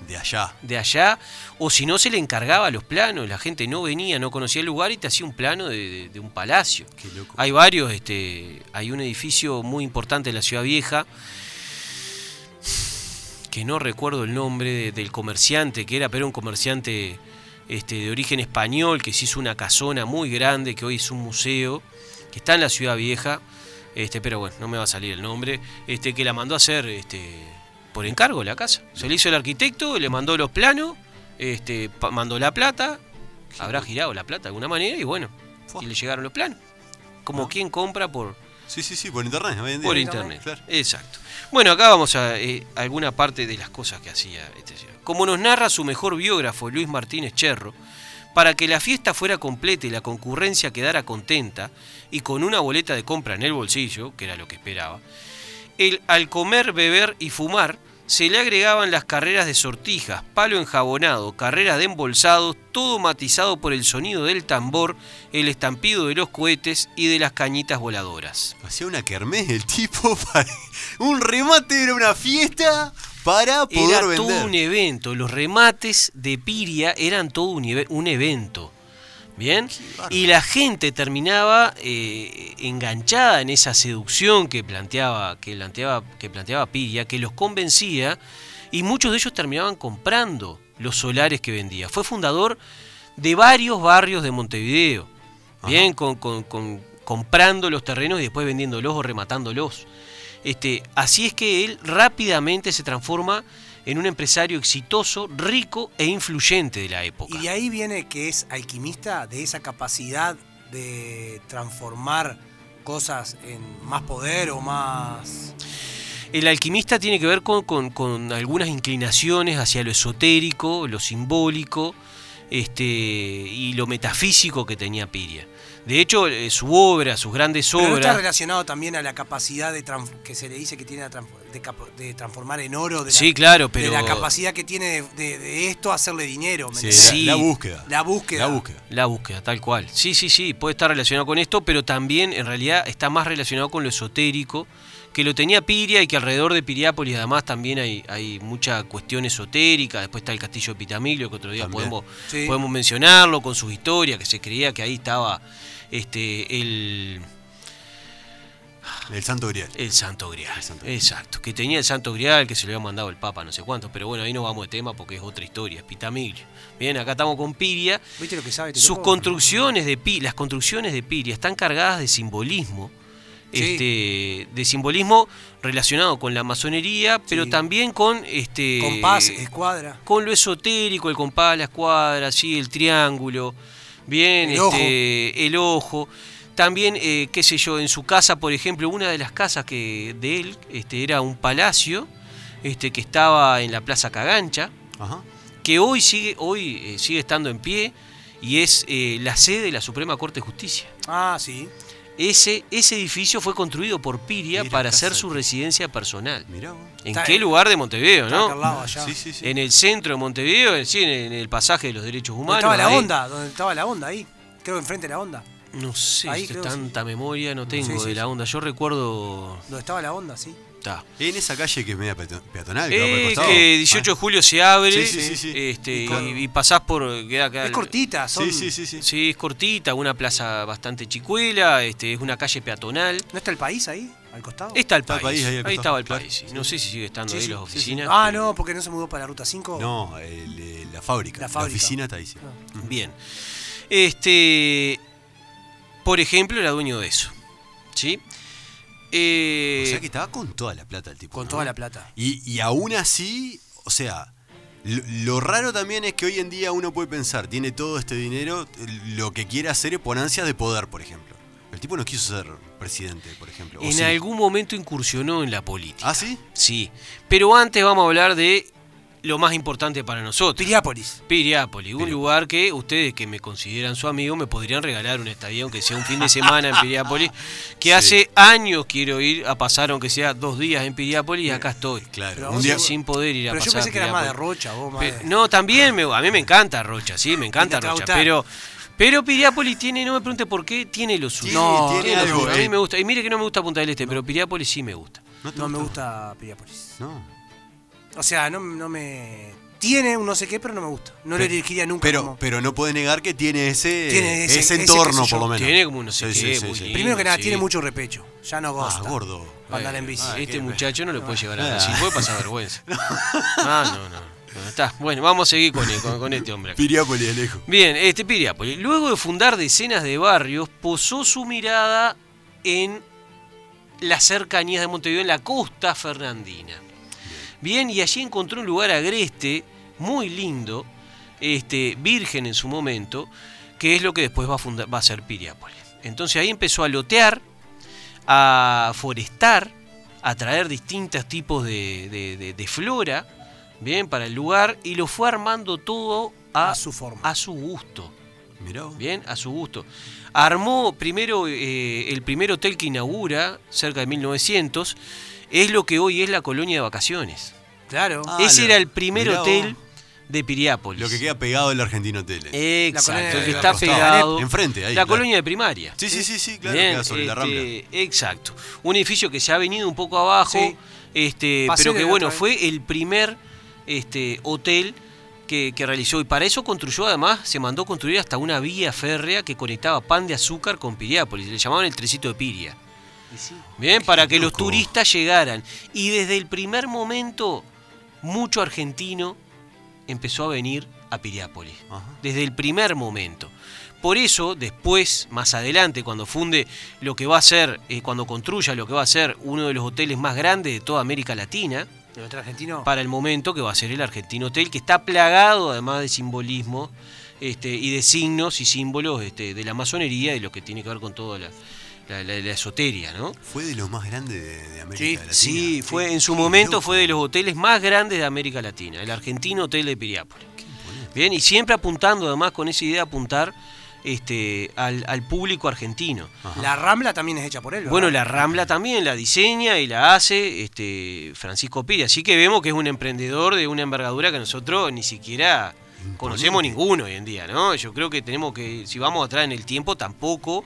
[SPEAKER 4] De allá.
[SPEAKER 6] de allá. O si no, se le encargaba los planos. La gente no venía, no conocía el lugar y te hacía un plano de, de- de un palacio.
[SPEAKER 4] Qué loco.
[SPEAKER 6] Hay varios, este, hay un edificio muy importante en la ciudad vieja que no recuerdo el nombre de- del comerciante que era, pero un comerciante este, de origen español que se hizo una casona muy grande que hoy es un museo que está en la ciudad vieja. Este, pero bueno, no me va a salir el nombre. Este, que la mandó a hacer este, por encargo la casa. Se le hizo el arquitecto, le mandó los planos, este, pa- mandó la plata. Habrá girado la plata de alguna manera y bueno,
[SPEAKER 4] pues. Fua.
[SPEAKER 6] y le llegaron los planos. Como quien compra por,
[SPEAKER 4] Sí, sí, sí, por internet. hoy en día.
[SPEAKER 6] por internet.
[SPEAKER 4] Claro.
[SPEAKER 6] Exacto. Bueno, acá vamos a eh, alguna parte de las cosas que hacía este señor. Como nos narra su mejor biógrafo, Luis Martínez Cherro, para que la fiesta fuera completa y la concurrencia quedara contenta, y con una boleta de compra en el bolsillo, que era lo que esperaba, el, al comer, beber y fumar, se le agregaban las carreras de sortijas, palo enjabonado, carreras de embolsados, todo matizado por el sonido del tambor, el estampido de los cohetes y de las cañitas voladoras.
[SPEAKER 4] Hacía una kermés el tipo. para- un remate era una fiesta para poder
[SPEAKER 6] era todo
[SPEAKER 4] vender.
[SPEAKER 6] un evento. Los remates de Piria eran todo un, eve- un evento. ¿Bien? Y la gente terminaba eh, enganchada en esa seducción que planteaba, que planteaba, que planteaba Piria, que los convencía, y muchos de ellos terminaban comprando los solares que vendía. Fue fundador de varios barrios de Montevideo. Bien, con, con- con- comprando los terrenos y después vendiéndolos o rematándolos. Este, así es que él rápidamente se transforma en un empresario exitoso, rico e influyente de la época.
[SPEAKER 5] Y de ahí viene que es alquimista, de esa capacidad de transformar cosas en más poder o más...
[SPEAKER 6] El alquimista tiene que ver con, con- con algunas inclinaciones hacia lo esotérico, lo simbólico, este, y lo metafísico que tenía Piria. De hecho, eh, su obra, sus grandes
[SPEAKER 5] Pero no está
[SPEAKER 6] obras.
[SPEAKER 5] relacionado también a la capacidad de trans- que se le dice que tiene a transf- de, capo- de transformar en oro. De la,
[SPEAKER 6] Sí, claro,
[SPEAKER 5] de
[SPEAKER 6] pero-
[SPEAKER 5] la capacidad que tiene de, de- de esto a hacerle dinero. ¿me
[SPEAKER 4] Sí,
[SPEAKER 5] entendés?
[SPEAKER 6] Sí.
[SPEAKER 4] La, la búsqueda.
[SPEAKER 5] La búsqueda.
[SPEAKER 4] La búsqueda.
[SPEAKER 6] La búsqueda, tal cual. Sí, sí, sí, puede estar relacionado con esto, pero también en realidad está más relacionado con lo esotérico, que lo tenía Piria y que alrededor de Piriápolis además también hay, hay mucha cuestión esotérica. Después está el castillo de Pitamilio, que otro día
[SPEAKER 4] También.
[SPEAKER 6] podemos,
[SPEAKER 5] Sí.
[SPEAKER 6] podemos mencionarlo, con sus historias, que se creía que ahí estaba este el,
[SPEAKER 4] El santo grial.
[SPEAKER 6] el Santo Grial.
[SPEAKER 4] Santo Grial.
[SPEAKER 6] Exacto, que tenía el Santo Grial, que se lo había mandado el Papa, no sé cuánto, pero bueno, ahí no vamos de tema porque es otra historia, es Pitamilio. Bien, acá estamos con Piria.
[SPEAKER 5] ¿Viste lo que sabe? este
[SPEAKER 6] Sus
[SPEAKER 5] loco?
[SPEAKER 6] construcciones de pi, las construcciones de Piria están cargadas de simbolismo. Este, de simbolismo relacionado con la masonería, pero
[SPEAKER 5] Sí.
[SPEAKER 6] también con este
[SPEAKER 5] Compás, eh. escuadra.
[SPEAKER 6] con lo esotérico, el compás, la escuadra, sí, el triángulo, bien,
[SPEAKER 5] El
[SPEAKER 6] este, el ojo. También, eh, qué sé yo, en su casa, por ejemplo, una de las casas que de él este, era un palacio este, que estaba en la Plaza Cagancha
[SPEAKER 4] Ajá.
[SPEAKER 6] que hoy sigue, hoy eh, sigue estando en pie y es eh, la sede de la Suprema Corte de Justicia.
[SPEAKER 5] Ah, sí.
[SPEAKER 6] Ese, ese edificio fue construido por Piria
[SPEAKER 4] Mira,
[SPEAKER 6] para
[SPEAKER 4] casa
[SPEAKER 6] hacer
[SPEAKER 4] de-
[SPEAKER 6] su residencia personal.
[SPEAKER 4] Mirá vos.
[SPEAKER 6] ¿En
[SPEAKER 5] Está
[SPEAKER 6] qué
[SPEAKER 5] en-
[SPEAKER 6] lugar de Montevideo,
[SPEAKER 5] Está acá
[SPEAKER 6] no?
[SPEAKER 5] al lado allá.
[SPEAKER 4] Sí, sí, sí.
[SPEAKER 6] En el centro de Montevideo, en, sí, en el- en el pasaje de los derechos
[SPEAKER 5] Donde
[SPEAKER 6] humanos.
[SPEAKER 5] estaba la
[SPEAKER 6] ahí.
[SPEAKER 5] onda, donde estaba la onda ahí. Creo que enfrente de la onda.
[SPEAKER 6] No sé,
[SPEAKER 5] Ahí
[SPEAKER 6] yo
[SPEAKER 5] creo,
[SPEAKER 6] tanta memoria no tengo
[SPEAKER 5] Sí, sí,
[SPEAKER 6] de la onda. Yo recuerdo.
[SPEAKER 5] Donde estaba la onda, sí.
[SPEAKER 6] ta.
[SPEAKER 4] En esa calle que es media peato- peatonal, que va por el
[SPEAKER 6] Eh,
[SPEAKER 4] costado.
[SPEAKER 6] que 18 de julio se abre
[SPEAKER 4] Ah. Sí, sí, sí, sí.
[SPEAKER 6] Este,
[SPEAKER 4] Y
[SPEAKER 6] y,
[SPEAKER 4] con-
[SPEAKER 6] y pasás por. queda acá
[SPEAKER 5] Es
[SPEAKER 6] el-
[SPEAKER 5] cortita, son.
[SPEAKER 4] Ah. Sí, sí, sí, sí.
[SPEAKER 6] Sí, es cortita, una plaza bastante chicuela, este, es una calle peatonal.
[SPEAKER 5] ¿No está el país ahí? ¿Al costado?
[SPEAKER 6] Está el
[SPEAKER 4] Está
[SPEAKER 6] país.
[SPEAKER 4] el país ahí al
[SPEAKER 6] ahí
[SPEAKER 4] costado,
[SPEAKER 6] estaba el
[SPEAKER 4] claro.
[SPEAKER 6] país. sí. No sé si sigue estando
[SPEAKER 5] Sí,
[SPEAKER 6] ahí
[SPEAKER 5] sí,
[SPEAKER 6] las
[SPEAKER 5] sí, sí.
[SPEAKER 6] oficinas.
[SPEAKER 5] Ah, no, porque no se mudó para la ruta 5.
[SPEAKER 4] No, el, eh, la fábrica.
[SPEAKER 5] La
[SPEAKER 4] La,
[SPEAKER 5] fábrica.
[SPEAKER 4] oficina está ahí. sí.
[SPEAKER 6] Bien. Este. Por ejemplo, era dueño de eso. ¿Sí? Eh,
[SPEAKER 4] O sea que estaba con toda la plata el tipo.
[SPEAKER 5] Con
[SPEAKER 4] ¿no?
[SPEAKER 5] toda la plata.
[SPEAKER 4] Y, y aún así, o sea, lo, lo raro también es que hoy en día uno puede pensar, tiene todo este dinero, lo que quiere hacer es ponencias de poder, por ejemplo. El tipo no quiso ser presidente, por ejemplo. ¿o
[SPEAKER 6] en
[SPEAKER 4] sí?
[SPEAKER 6] algún momento incursionó en la política.
[SPEAKER 4] ¿Ah, sí?
[SPEAKER 6] Sí. Pero antes vamos a hablar de lo más importante para nosotros.
[SPEAKER 5] Piriápolis.
[SPEAKER 6] Piriápolis, un lugar que ustedes que me consideran su amigo me podrían regalar una estadía, aunque sea un fin de semana en Piriápolis, que hace años quiero ir a pasar, aunque sea dos días en Piriápolis, y acá estoy.
[SPEAKER 5] Pero
[SPEAKER 4] Claro.
[SPEAKER 5] vos
[SPEAKER 4] Un día,
[SPEAKER 5] sos-
[SPEAKER 6] Sin poder ir a
[SPEAKER 5] Pero
[SPEAKER 6] pasar.
[SPEAKER 5] yo pensé
[SPEAKER 6] a
[SPEAKER 5] que era más de
[SPEAKER 6] Piriápolis.
[SPEAKER 5] Rocha, vos, más
[SPEAKER 6] Pe-
[SPEAKER 5] de-
[SPEAKER 6] No, también me- a mí me encanta Rocha, sí, me encanta
[SPEAKER 5] Te va a
[SPEAKER 6] Rocha,
[SPEAKER 5] gustar.
[SPEAKER 6] pero pero Piriápolis tiene, no me pregunte por qué, tiene lo suyo.
[SPEAKER 4] Tiene- tiene
[SPEAKER 6] lo
[SPEAKER 4] algo,
[SPEAKER 6] suyo. A
[SPEAKER 4] eh.
[SPEAKER 6] mí me gusta, y mire que no me gusta Punta del Este, pero Piriápolis sí me gusta.
[SPEAKER 4] ¿No te
[SPEAKER 5] No me
[SPEAKER 4] gusta?
[SPEAKER 5] gusta Piriápolis.
[SPEAKER 4] No.
[SPEAKER 5] O sea, no, no me. Tiene un no sé qué, pero no me gusta. No lo
[SPEAKER 4] Pero-
[SPEAKER 5] elegiría nunca.
[SPEAKER 4] Pero,
[SPEAKER 5] como-
[SPEAKER 4] pero no puede negar que tiene ese,
[SPEAKER 5] Tiene ese-
[SPEAKER 4] ese,
[SPEAKER 5] ese qué
[SPEAKER 4] entorno,
[SPEAKER 5] sé yo.
[SPEAKER 4] por lo menos.
[SPEAKER 6] Tiene como no sé
[SPEAKER 4] Sí,
[SPEAKER 6] qué,
[SPEAKER 4] sí, sí,
[SPEAKER 6] muy
[SPEAKER 4] sí.
[SPEAKER 6] lindo,
[SPEAKER 5] Primero que nada,
[SPEAKER 6] sí.
[SPEAKER 5] tiene mucho repecho. Ya no gosta.
[SPEAKER 4] Ah, gordo.
[SPEAKER 5] Para andar en bici.
[SPEAKER 4] Ah,
[SPEAKER 6] Este
[SPEAKER 4] qué-
[SPEAKER 6] muchacho no lo puede llevar a la
[SPEAKER 4] Ah.
[SPEAKER 6] cinco, puede pasar vergüenza. Ah, no, no. no, Está. Bueno, vamos a seguir con, con- con este hombre. acá.
[SPEAKER 4] Piriápolis de lejos.
[SPEAKER 6] Bien, este Piriápolis. Luego de fundar decenas de barrios, posó su mirada en las cercanías de Montevideo, en la costa fernandina. Bien, y allí encontró un lugar agreste, muy lindo, este, virgen en su momento, que es lo que después va a, fundar, va a ser Piriápolis. Entonces ahí empezó a lotear, a forestar, a traer distintos tipos de, de- de- de flora, bien, para el lugar, y lo fue armando todo a,
[SPEAKER 5] A su forma.
[SPEAKER 6] a su gusto.
[SPEAKER 4] Mirá vos.
[SPEAKER 6] Bien, a su gusto. Armó primero eh, el primer hotel que inaugura, cerca de 1900, es lo que hoy es la colonia de vacaciones.
[SPEAKER 5] Claro. Eh,
[SPEAKER 4] Ah,
[SPEAKER 6] Ese
[SPEAKER 4] lo-
[SPEAKER 6] era el primer
[SPEAKER 4] mirá
[SPEAKER 6] hotel
[SPEAKER 4] vos.
[SPEAKER 6] de Piriápolis.
[SPEAKER 4] Lo que queda pegado del Argentino Tele.
[SPEAKER 6] Eh.
[SPEAKER 5] La
[SPEAKER 6] Exacto,
[SPEAKER 5] colonia
[SPEAKER 6] el
[SPEAKER 5] de
[SPEAKER 6] que está
[SPEAKER 4] Costado.
[SPEAKER 6] pegado.
[SPEAKER 4] Enfrente, ahí,
[SPEAKER 6] La
[SPEAKER 4] claro.
[SPEAKER 6] colonia de primaria.
[SPEAKER 4] Sí, sí, sí, sí, claro,
[SPEAKER 6] Bien,
[SPEAKER 4] queda sobre la rambla.
[SPEAKER 6] este, Exacto. Un edificio que se ha venido un poco abajo,
[SPEAKER 5] Sí.
[SPEAKER 6] este,
[SPEAKER 5] Pasé
[SPEAKER 6] pero
[SPEAKER 5] la
[SPEAKER 6] que
[SPEAKER 5] otra
[SPEAKER 6] bueno,
[SPEAKER 5] vez.
[SPEAKER 6] fue el primer este, hotel que, que realizó. Y para eso construyó además, se mandó construir hasta una vía férrea que conectaba pan de azúcar con Piriápolis. Le llamaban el trecito de Piria. Bien, para que los
[SPEAKER 4] loco.
[SPEAKER 6] turistas llegaran. Y desde el primer momento, mucho argentino empezó a venir a Piriápolis.
[SPEAKER 4] Ajá.
[SPEAKER 6] Desde el primer momento. Por eso, después, más adelante, cuando funde lo que va a ser, eh, cuando construya lo que va a ser uno de los hoteles más grandes de toda América Latina,
[SPEAKER 5] ¿El otro argentino?
[SPEAKER 6] para el momento que va a ser el Argentino Hotel, que está plagado además de simbolismo este, y de signos y símbolos este, de la masonería y lo que tiene que ver con toda la, la, la- la esoteria, ¿no?
[SPEAKER 4] Fue de los más grandes de, de América
[SPEAKER 5] Sí,
[SPEAKER 4] Latina.
[SPEAKER 6] Sí, fue en su
[SPEAKER 4] Qué
[SPEAKER 6] momento
[SPEAKER 4] loco.
[SPEAKER 6] fue de los hoteles más grandes de América Latina, el Argentino Hotel de Piriápolis. Bien, y siempre apuntando además con esa idea de apuntar este, al, al público argentino.
[SPEAKER 4] Ah,
[SPEAKER 5] La Rambla también es hecha por él. ¿verdad?
[SPEAKER 6] Bueno, la Rambla también la diseña y la hace este, Francisco Piri. Así que vemos que es un emprendedor de una envergadura que nosotros ni siquiera conocemos ninguno hoy en día, ¿no? Yo creo que tenemos que, si vamos atrás en el tiempo, tampoco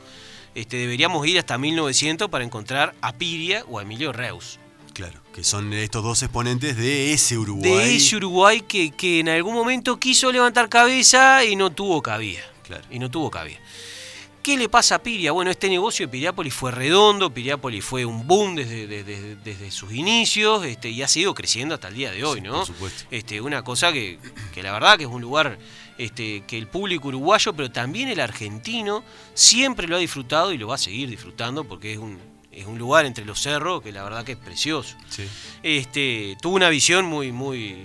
[SPEAKER 6] este, deberíamos ir hasta 1900 para encontrar a Piria o a Emilio Reus.
[SPEAKER 4] Claro, que son estos dos exponentes de ese Uruguay.
[SPEAKER 6] De ese Uruguay que, que en algún momento quiso levantar cabeza y no tuvo cabida.
[SPEAKER 4] Claro.
[SPEAKER 6] Y no tuvo cabida. ¿Qué le pasa a Piria? Bueno, este negocio de Piriápolis fue redondo, Piriápolis fue un boom desde, desde, desde sus inicios este, y ha seguido creciendo hasta el día de hoy, ¿no?
[SPEAKER 4] por supuesto.
[SPEAKER 6] Este, una cosa que, que la verdad que es un lugar este, que el público uruguayo, pero también el argentino, siempre lo ha disfrutado y lo va a seguir disfrutando porque es un, es un lugar entre los cerros que la verdad que es precioso
[SPEAKER 4] Sí.
[SPEAKER 6] este, tuvo una visión muy, muy,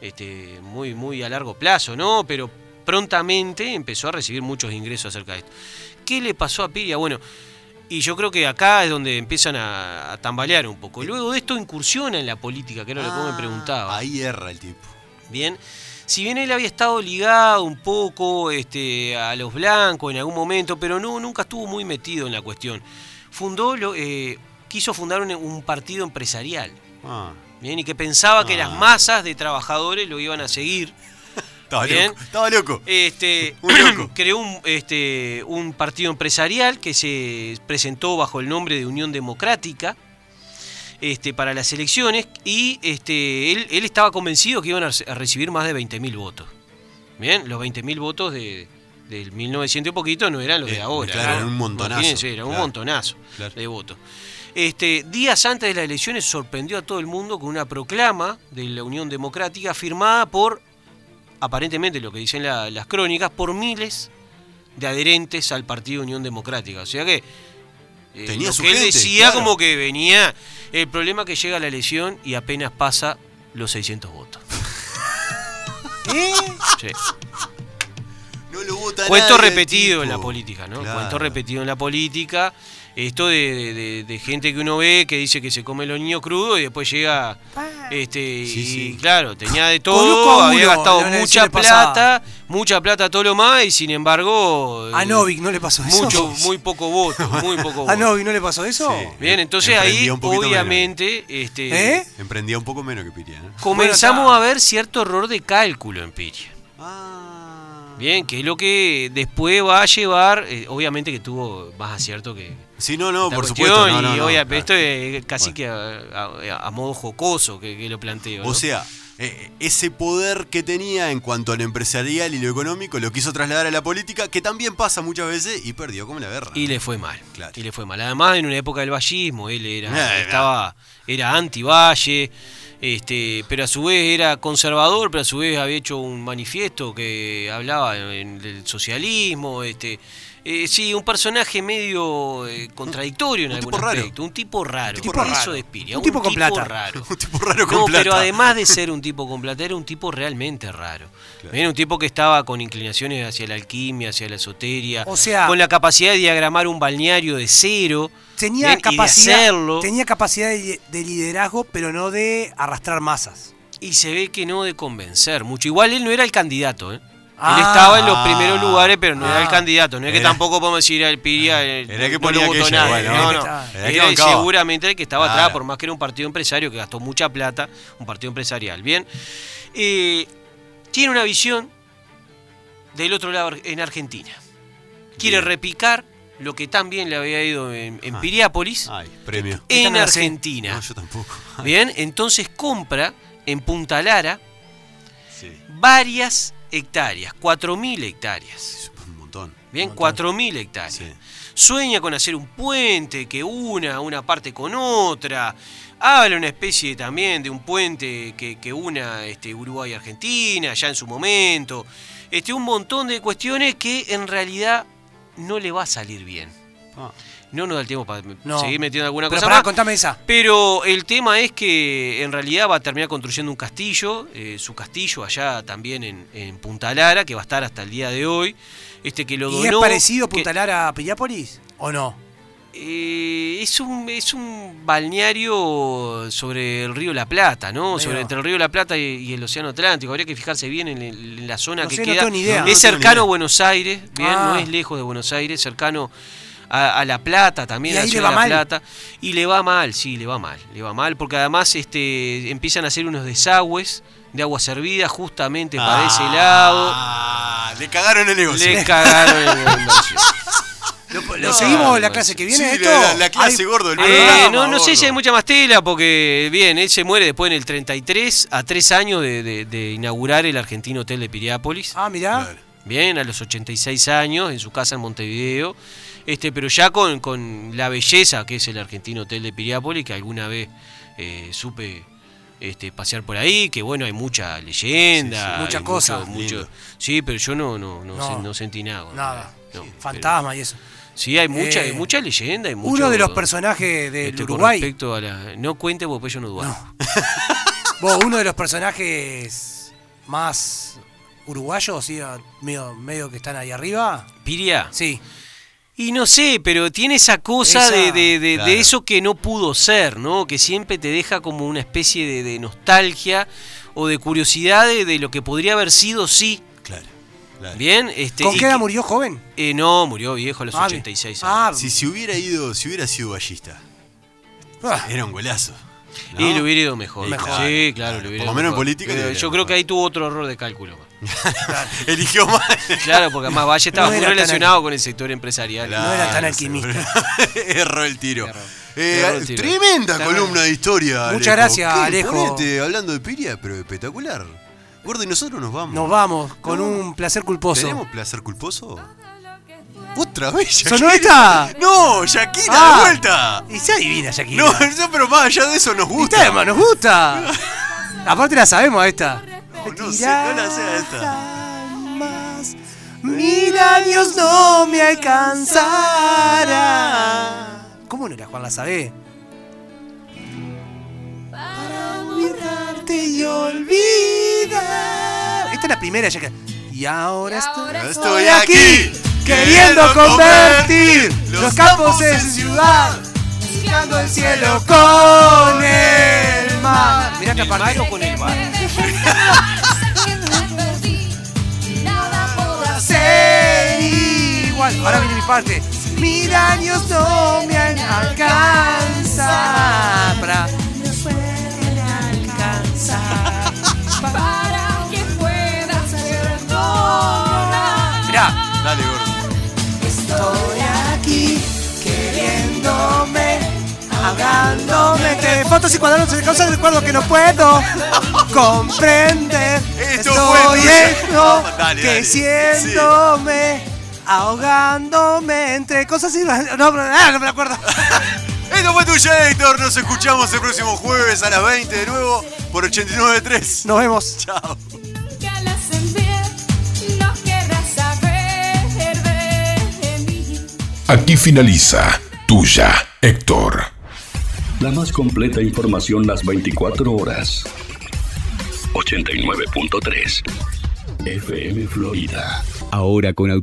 [SPEAKER 6] este, muy, muy a largo plazo, ¿no? Pero prontamente empezó a recibir muchos ingresos acerca de esto. ¿Qué le pasó a Piria? Bueno, y yo creo que acá es donde empiezan a, a tambalear un poco. Luego de esto incursiona en la política, que era lo que vos me preguntaba.
[SPEAKER 4] Ahí erra el tipo.
[SPEAKER 6] Bien. Si bien él había estado ligado un poco este, a los blancos en algún momento, pero no, nunca estuvo muy metido en la cuestión. Fundó, lo- eh, quiso fundar un- un partido empresarial.
[SPEAKER 4] Ah.
[SPEAKER 6] Bien, y que pensaba que
[SPEAKER 4] Ah.
[SPEAKER 6] las masas de trabajadores lo iban a seguir.
[SPEAKER 4] Estaba
[SPEAKER 6] Bien.
[SPEAKER 4] loco. Estaba loco.
[SPEAKER 6] Este,
[SPEAKER 4] Un loco.
[SPEAKER 6] creó un, este, un partido empresarial que se presentó bajo el nombre de Unión Democrática este, para las elecciones y este, él, él estaba convencido que iban a rece- a recibir más de 20.000 votos. Bien, los 20.000 votos de, del 1900 y poquito no eran los
[SPEAKER 4] Eh,
[SPEAKER 6] de ahora.
[SPEAKER 4] claro,
[SPEAKER 6] ¿no?
[SPEAKER 4] era un montonazo,
[SPEAKER 6] Imagínense, era un
[SPEAKER 4] claro.
[SPEAKER 6] montonazo
[SPEAKER 4] Claro.
[SPEAKER 6] de votos. Este, días antes de las elecciones sorprendió a todo el mundo con una proclama de la Unión Democrática firmada por, aparentemente lo que dicen la- las crónicas, por miles de adherentes al Partido Unión Democrática. O sea que eh,
[SPEAKER 4] Tenía
[SPEAKER 6] lo
[SPEAKER 4] su
[SPEAKER 6] que él
[SPEAKER 4] gente,
[SPEAKER 6] decía
[SPEAKER 4] claro.
[SPEAKER 6] como que venía. El problema es que llega la elección y apenas pasa los 600 votos.
[SPEAKER 5] ¿Eh?
[SPEAKER 6] Sí.
[SPEAKER 4] No lo vota
[SPEAKER 6] Cuento
[SPEAKER 4] nadie al
[SPEAKER 6] repetido
[SPEAKER 4] tipo.
[SPEAKER 6] en la política, ¿no?
[SPEAKER 4] Claro.
[SPEAKER 6] Cuento repetido en la política. Esto de, de- de- de gente que uno ve que dice que se come los niños crudos y después llega. Este,
[SPEAKER 4] Sí,
[SPEAKER 6] y
[SPEAKER 4] sí.
[SPEAKER 6] claro, tenía de
[SPEAKER 5] Con un
[SPEAKER 6] todo,
[SPEAKER 5] cúmulo
[SPEAKER 6] había gastado
[SPEAKER 5] en las
[SPEAKER 6] mucha
[SPEAKER 5] elecciones pasadas.
[SPEAKER 6] plata, mucha plata, todo lo más, y sin embargo. eh,
[SPEAKER 5] A Novik no le pasó eso.
[SPEAKER 6] Mucho, muy poco voto, muy poco
[SPEAKER 5] ¿A
[SPEAKER 6] voto.
[SPEAKER 5] Novik no le pasó eso?
[SPEAKER 4] Sí.
[SPEAKER 6] Bien, entonces ahí,
[SPEAKER 4] Emprendía un poquito menos.
[SPEAKER 6] obviamente, este,
[SPEAKER 5] ¿Eh?
[SPEAKER 4] Emprendía un poco menos que Piria, ¿no?
[SPEAKER 6] comenzamos
[SPEAKER 5] Bueno,
[SPEAKER 6] a ver cierto error de cálculo en Piria.
[SPEAKER 4] Ah.
[SPEAKER 6] Bien, que es lo que después va a llevar, eh, obviamente que tuvo más acierto que
[SPEAKER 4] Sí, no, no,
[SPEAKER 6] esta
[SPEAKER 4] por
[SPEAKER 6] cuestión,
[SPEAKER 4] supuesto. No, no,
[SPEAKER 6] y
[SPEAKER 4] no,
[SPEAKER 6] obvia-
[SPEAKER 4] claro.
[SPEAKER 6] esto es casi
[SPEAKER 4] Bueno.
[SPEAKER 6] que a, a- a modo jocoso que, que lo planteo.
[SPEAKER 4] O
[SPEAKER 6] ¿no?
[SPEAKER 4] sea, eh, ese poder que tenía en cuanto a lo empresarial y lo económico lo quiso trasladar a la política, que también pasa muchas veces y perdió como la guerra.
[SPEAKER 6] y le fue mal.
[SPEAKER 4] Claro.
[SPEAKER 6] Y le fue mal. Además, en una época del vallismo, él era,
[SPEAKER 4] Eh, no.
[SPEAKER 6] estaba, era anti-valle, este, pero a su vez era conservador, pero a su vez había hecho un manifiesto que hablaba en- del socialismo, este. eh, sí, un personaje medio eh, contradictorio en
[SPEAKER 4] un
[SPEAKER 6] algún
[SPEAKER 4] tipo raro.
[SPEAKER 6] aspecto, un tipo raro,
[SPEAKER 4] tipo
[SPEAKER 6] por
[SPEAKER 4] raro.
[SPEAKER 6] eso de Espiria,
[SPEAKER 5] Un tipo con plata.
[SPEAKER 6] raro.
[SPEAKER 4] Un tipo raro con
[SPEAKER 6] No,
[SPEAKER 4] plata.
[SPEAKER 6] pero además de ser un tipo con plata, era un tipo realmente raro. Era un tipo que estaba con inclinaciones hacia la alquimia, hacia la esoteria,
[SPEAKER 5] O sea-
[SPEAKER 6] con la capacidad de diagramar un balneario de cero.
[SPEAKER 5] Tenía
[SPEAKER 6] ¿bien?
[SPEAKER 5] capacidad,
[SPEAKER 6] Y de hacerlo.
[SPEAKER 5] tenía capacidad de, de liderazgo, pero no de arrastrar masas.
[SPEAKER 6] Y se ve que no de convencer mucho. Igual él no era el candidato, ¿eh?
[SPEAKER 5] Ah.
[SPEAKER 6] él estaba en los primeros lugares, pero no era el
[SPEAKER 5] Ah.
[SPEAKER 6] candidato. No es que
[SPEAKER 4] Era- Ah.
[SPEAKER 6] tampoco podemos decir al Piria. el-
[SPEAKER 4] Era que
[SPEAKER 6] no
[SPEAKER 4] ponía
[SPEAKER 6] lo votó
[SPEAKER 4] aquello,
[SPEAKER 6] nadie.
[SPEAKER 4] bueno.
[SPEAKER 6] No, no.
[SPEAKER 5] Era
[SPEAKER 4] que
[SPEAKER 6] Era el-
[SPEAKER 4] bancaba.
[SPEAKER 6] seguramente el que estaba atrás,
[SPEAKER 4] Claro.
[SPEAKER 6] por más que era un partido empresario que gastó mucha plata, un partido empresarial. Bien. Eh, tiene una visión del otro lado en Argentina. Quiere
[SPEAKER 4] Bien.
[SPEAKER 6] repicar lo que también le había ido en, en
[SPEAKER 4] Ah.
[SPEAKER 6] Piriápolis
[SPEAKER 4] Ay, premio.
[SPEAKER 5] Esta
[SPEAKER 6] en
[SPEAKER 5] no la sé.
[SPEAKER 6] Argentina.
[SPEAKER 4] No, yo tampoco. Ay,
[SPEAKER 6] Bien, entonces compra en Punta Lara
[SPEAKER 4] sí,
[SPEAKER 6] varias hectáreas, 4.000 hectáreas.
[SPEAKER 4] es un montón.
[SPEAKER 6] Bien, 4.000 hectáreas.
[SPEAKER 4] Sí.
[SPEAKER 6] Sueña con hacer un puente que una una parte con otra. Habla una especie también de un puente que, que una este, Uruguay y Argentina, ya en su momento. Este, un montón de cuestiones que en realidad no le va a salir bien.
[SPEAKER 4] Ah,
[SPEAKER 6] No nos da el tiempo para
[SPEAKER 5] No.
[SPEAKER 6] seguir metiendo alguna
[SPEAKER 5] Pero
[SPEAKER 6] cosa
[SPEAKER 5] pará,
[SPEAKER 6] más.
[SPEAKER 5] contame esa.
[SPEAKER 6] Pero el tema es que en realidad va a terminar construyendo un castillo, eh, su castillo allá también en, en Punta Lara, que va a estar hasta el día de hoy. Este que lo
[SPEAKER 5] ¿Y es
[SPEAKER 6] donó,
[SPEAKER 5] parecido
[SPEAKER 6] que-
[SPEAKER 5] Puntalar a Piriápolis? ¿O no?
[SPEAKER 6] Eh, es, un, es un balneario sobre el río La Plata, ¿no?
[SPEAKER 5] Ahí
[SPEAKER 6] Sobre,
[SPEAKER 5] va.
[SPEAKER 6] entre el río La Plata y, y el Océano Atlántico. Habría que fijarse bien en, el- en la zona
[SPEAKER 5] No
[SPEAKER 6] que
[SPEAKER 5] sé, no
[SPEAKER 6] queda.
[SPEAKER 5] tengo ni idea. No,
[SPEAKER 6] Es
[SPEAKER 4] no tengo ni
[SPEAKER 6] cercano
[SPEAKER 4] idea.
[SPEAKER 6] a Buenos Aires, bien, no
[SPEAKER 5] Ah.
[SPEAKER 6] es lejos de Buenos Aires, cercano a, a La Plata también,
[SPEAKER 5] Y
[SPEAKER 6] a la
[SPEAKER 5] ahí le
[SPEAKER 6] ciudad de
[SPEAKER 5] va
[SPEAKER 6] La
[SPEAKER 5] mal.
[SPEAKER 6] Plata. Y le va mal, sí, le va mal, le va mal, porque además este, empiezan a hacer unos desagües de agua servida justamente para ese lado.
[SPEAKER 4] Ah, le cagaron el negocio.
[SPEAKER 6] Le cagaron el negocio.
[SPEAKER 5] ¿Lo,
[SPEAKER 6] No,
[SPEAKER 5] seguimos la
[SPEAKER 6] no,
[SPEAKER 5] clase
[SPEAKER 6] sí.
[SPEAKER 5] que viene?
[SPEAKER 4] Sí,
[SPEAKER 5] esto?
[SPEAKER 4] la, la clase
[SPEAKER 5] Hay-
[SPEAKER 4] gordo del
[SPEAKER 6] Eh,
[SPEAKER 4] programa,
[SPEAKER 6] no, no sé
[SPEAKER 4] gordo.
[SPEAKER 6] si hay mucha más tela, porque bien, él se muere después en el 33, a tres años de, de- de inaugurar el Argentino Hotel de Piriápolis.
[SPEAKER 5] Ah, mirá.
[SPEAKER 4] Claro.
[SPEAKER 6] Bien, a los 86 años, en su casa en Montevideo. Este, pero ya con, con la belleza que es el Argentino Hotel de Piriápolis, que alguna vez eh, supe este, pasear por ahí, que bueno, hay mucha leyenda.
[SPEAKER 5] Sí, sí, mucha
[SPEAKER 6] hay
[SPEAKER 5] cosa.
[SPEAKER 6] mucho- mucho-
[SPEAKER 4] Lindo.
[SPEAKER 6] sí, pero yo no, no, no,
[SPEAKER 5] No.
[SPEAKER 6] sen- no sentí nada. con
[SPEAKER 5] Nada.
[SPEAKER 6] la- no,
[SPEAKER 5] Fantasma y eso.
[SPEAKER 6] pero- sí, hay mucha,
[SPEAKER 5] Eh,
[SPEAKER 6] hay mucha leyenda. hay mucho-
[SPEAKER 5] Uno de los personajes del
[SPEAKER 6] este, con
[SPEAKER 5] Uruguay.
[SPEAKER 6] respecto a la. No cuente porque después yo no dudo.
[SPEAKER 5] No. Vos, uno de los personajes más uruguayos, sí, a- medio, medio que están ahí arriba.
[SPEAKER 6] Piria.
[SPEAKER 5] Sí.
[SPEAKER 6] Y no sé, pero tiene esa cosa
[SPEAKER 5] Esa-
[SPEAKER 6] de, de- de- de
[SPEAKER 4] Claro.
[SPEAKER 6] eso que no pudo ser, ¿no? Que siempre te deja como una especie de, de nostalgia o de curiosidad de, de lo que podría haber sido sí.
[SPEAKER 4] Claro. claro.
[SPEAKER 6] Bien, este.
[SPEAKER 5] ¿Con
[SPEAKER 6] y
[SPEAKER 5] qué edad
[SPEAKER 6] que-
[SPEAKER 5] murió joven?
[SPEAKER 6] Eh, no, murió viejo a los
[SPEAKER 5] Ah,
[SPEAKER 6] 86 años.
[SPEAKER 5] Ah,
[SPEAKER 4] Si se hubiera ido, si hubiera sido ballista,
[SPEAKER 5] ah,
[SPEAKER 4] era un golazo. ¿no?
[SPEAKER 6] Y le hubiera ido mejor.
[SPEAKER 4] Y
[SPEAKER 6] Mejor.
[SPEAKER 4] claro,
[SPEAKER 6] sí,
[SPEAKER 4] claro.
[SPEAKER 6] claro, le
[SPEAKER 4] Por
[SPEAKER 6] hubiera
[SPEAKER 4] lo
[SPEAKER 6] ido
[SPEAKER 4] menos en
[SPEAKER 6] mejor.
[SPEAKER 4] política le
[SPEAKER 6] Pero
[SPEAKER 4] hubiera
[SPEAKER 6] Yo
[SPEAKER 4] ido
[SPEAKER 6] creo que
[SPEAKER 4] mejor.
[SPEAKER 6] ahí tuvo otro error de cálculo.
[SPEAKER 4] Eligió mal.
[SPEAKER 6] Claro, porque además Valle estaba
[SPEAKER 5] No
[SPEAKER 6] muy
[SPEAKER 5] era tan-
[SPEAKER 6] relacionado con el sector empresarial.
[SPEAKER 5] No era tan
[SPEAKER 4] Claro,
[SPEAKER 5] alquimista.
[SPEAKER 4] seguro. Erró el tiro.
[SPEAKER 6] Erró.
[SPEAKER 4] Eh,
[SPEAKER 6] Erró el tiro.
[SPEAKER 4] Tremenda
[SPEAKER 6] Está
[SPEAKER 4] columna de historia.
[SPEAKER 5] Muchas
[SPEAKER 4] Alejo.
[SPEAKER 5] gracias,
[SPEAKER 4] Qué
[SPEAKER 5] Alejo.
[SPEAKER 4] imponente, hablando de Piria, pero espectacular. Gordo, y nosotros nos vamos.
[SPEAKER 5] Nos vamos con
[SPEAKER 4] No.
[SPEAKER 5] un placer culposo.
[SPEAKER 4] ¿Tenemos placer culposo? ¿Otra vez? Shakira?
[SPEAKER 5] ¿Sonó esta?
[SPEAKER 4] ¡No! ¡Shakira,
[SPEAKER 5] Ah.
[SPEAKER 4] de vuelta!
[SPEAKER 5] Y se adivina, Shakira.
[SPEAKER 4] No, no, pero más allá de eso nos
[SPEAKER 5] gusta,
[SPEAKER 4] gusta.
[SPEAKER 5] hermano, nos gusta. Aparte la sabemos esta.
[SPEAKER 4] No, no sé, no la sé
[SPEAKER 5] Más, mil años no me alcanzará. ¿Cómo no era Juan la sabe? Para olvidarte y olvidar. Esta es la primera, ya que. Y ahora estoy,
[SPEAKER 4] estoy aquí,
[SPEAKER 5] queriendo convertir
[SPEAKER 4] los
[SPEAKER 5] los campos
[SPEAKER 4] campos
[SPEAKER 5] en
[SPEAKER 4] en
[SPEAKER 5] ciudad, buscando el cielo con el mar. Mirá que aparte-
[SPEAKER 6] con el
[SPEAKER 5] ser igual. Ahora viene mi parte. Mil años no me al- alcanzan para Mirá,
[SPEAKER 4] Dale, gordo.
[SPEAKER 5] estoy aquí queriéndome, ahogándome de Eh, fotos y cuadernos de causa de recuerdo que no puedo comprender.
[SPEAKER 4] Esto fue
[SPEAKER 5] estoy
[SPEAKER 4] tuyo.
[SPEAKER 5] esto
[SPEAKER 4] Dale, dale.
[SPEAKER 5] que siéndome, ahogándome entre cosas y no, no, no me acuerdo.
[SPEAKER 4] Esto fue tuyo, Héctor. Nos escuchamos el próximo jueves a las 20 de nuevo por 89.3.
[SPEAKER 5] Nos vemos.
[SPEAKER 4] Chao.
[SPEAKER 2] Aquí finaliza Tuya, Héctor.
[SPEAKER 1] La más completa información las 24 horas. 89.3 FM Florida.
[SPEAKER 8] Ahora con auto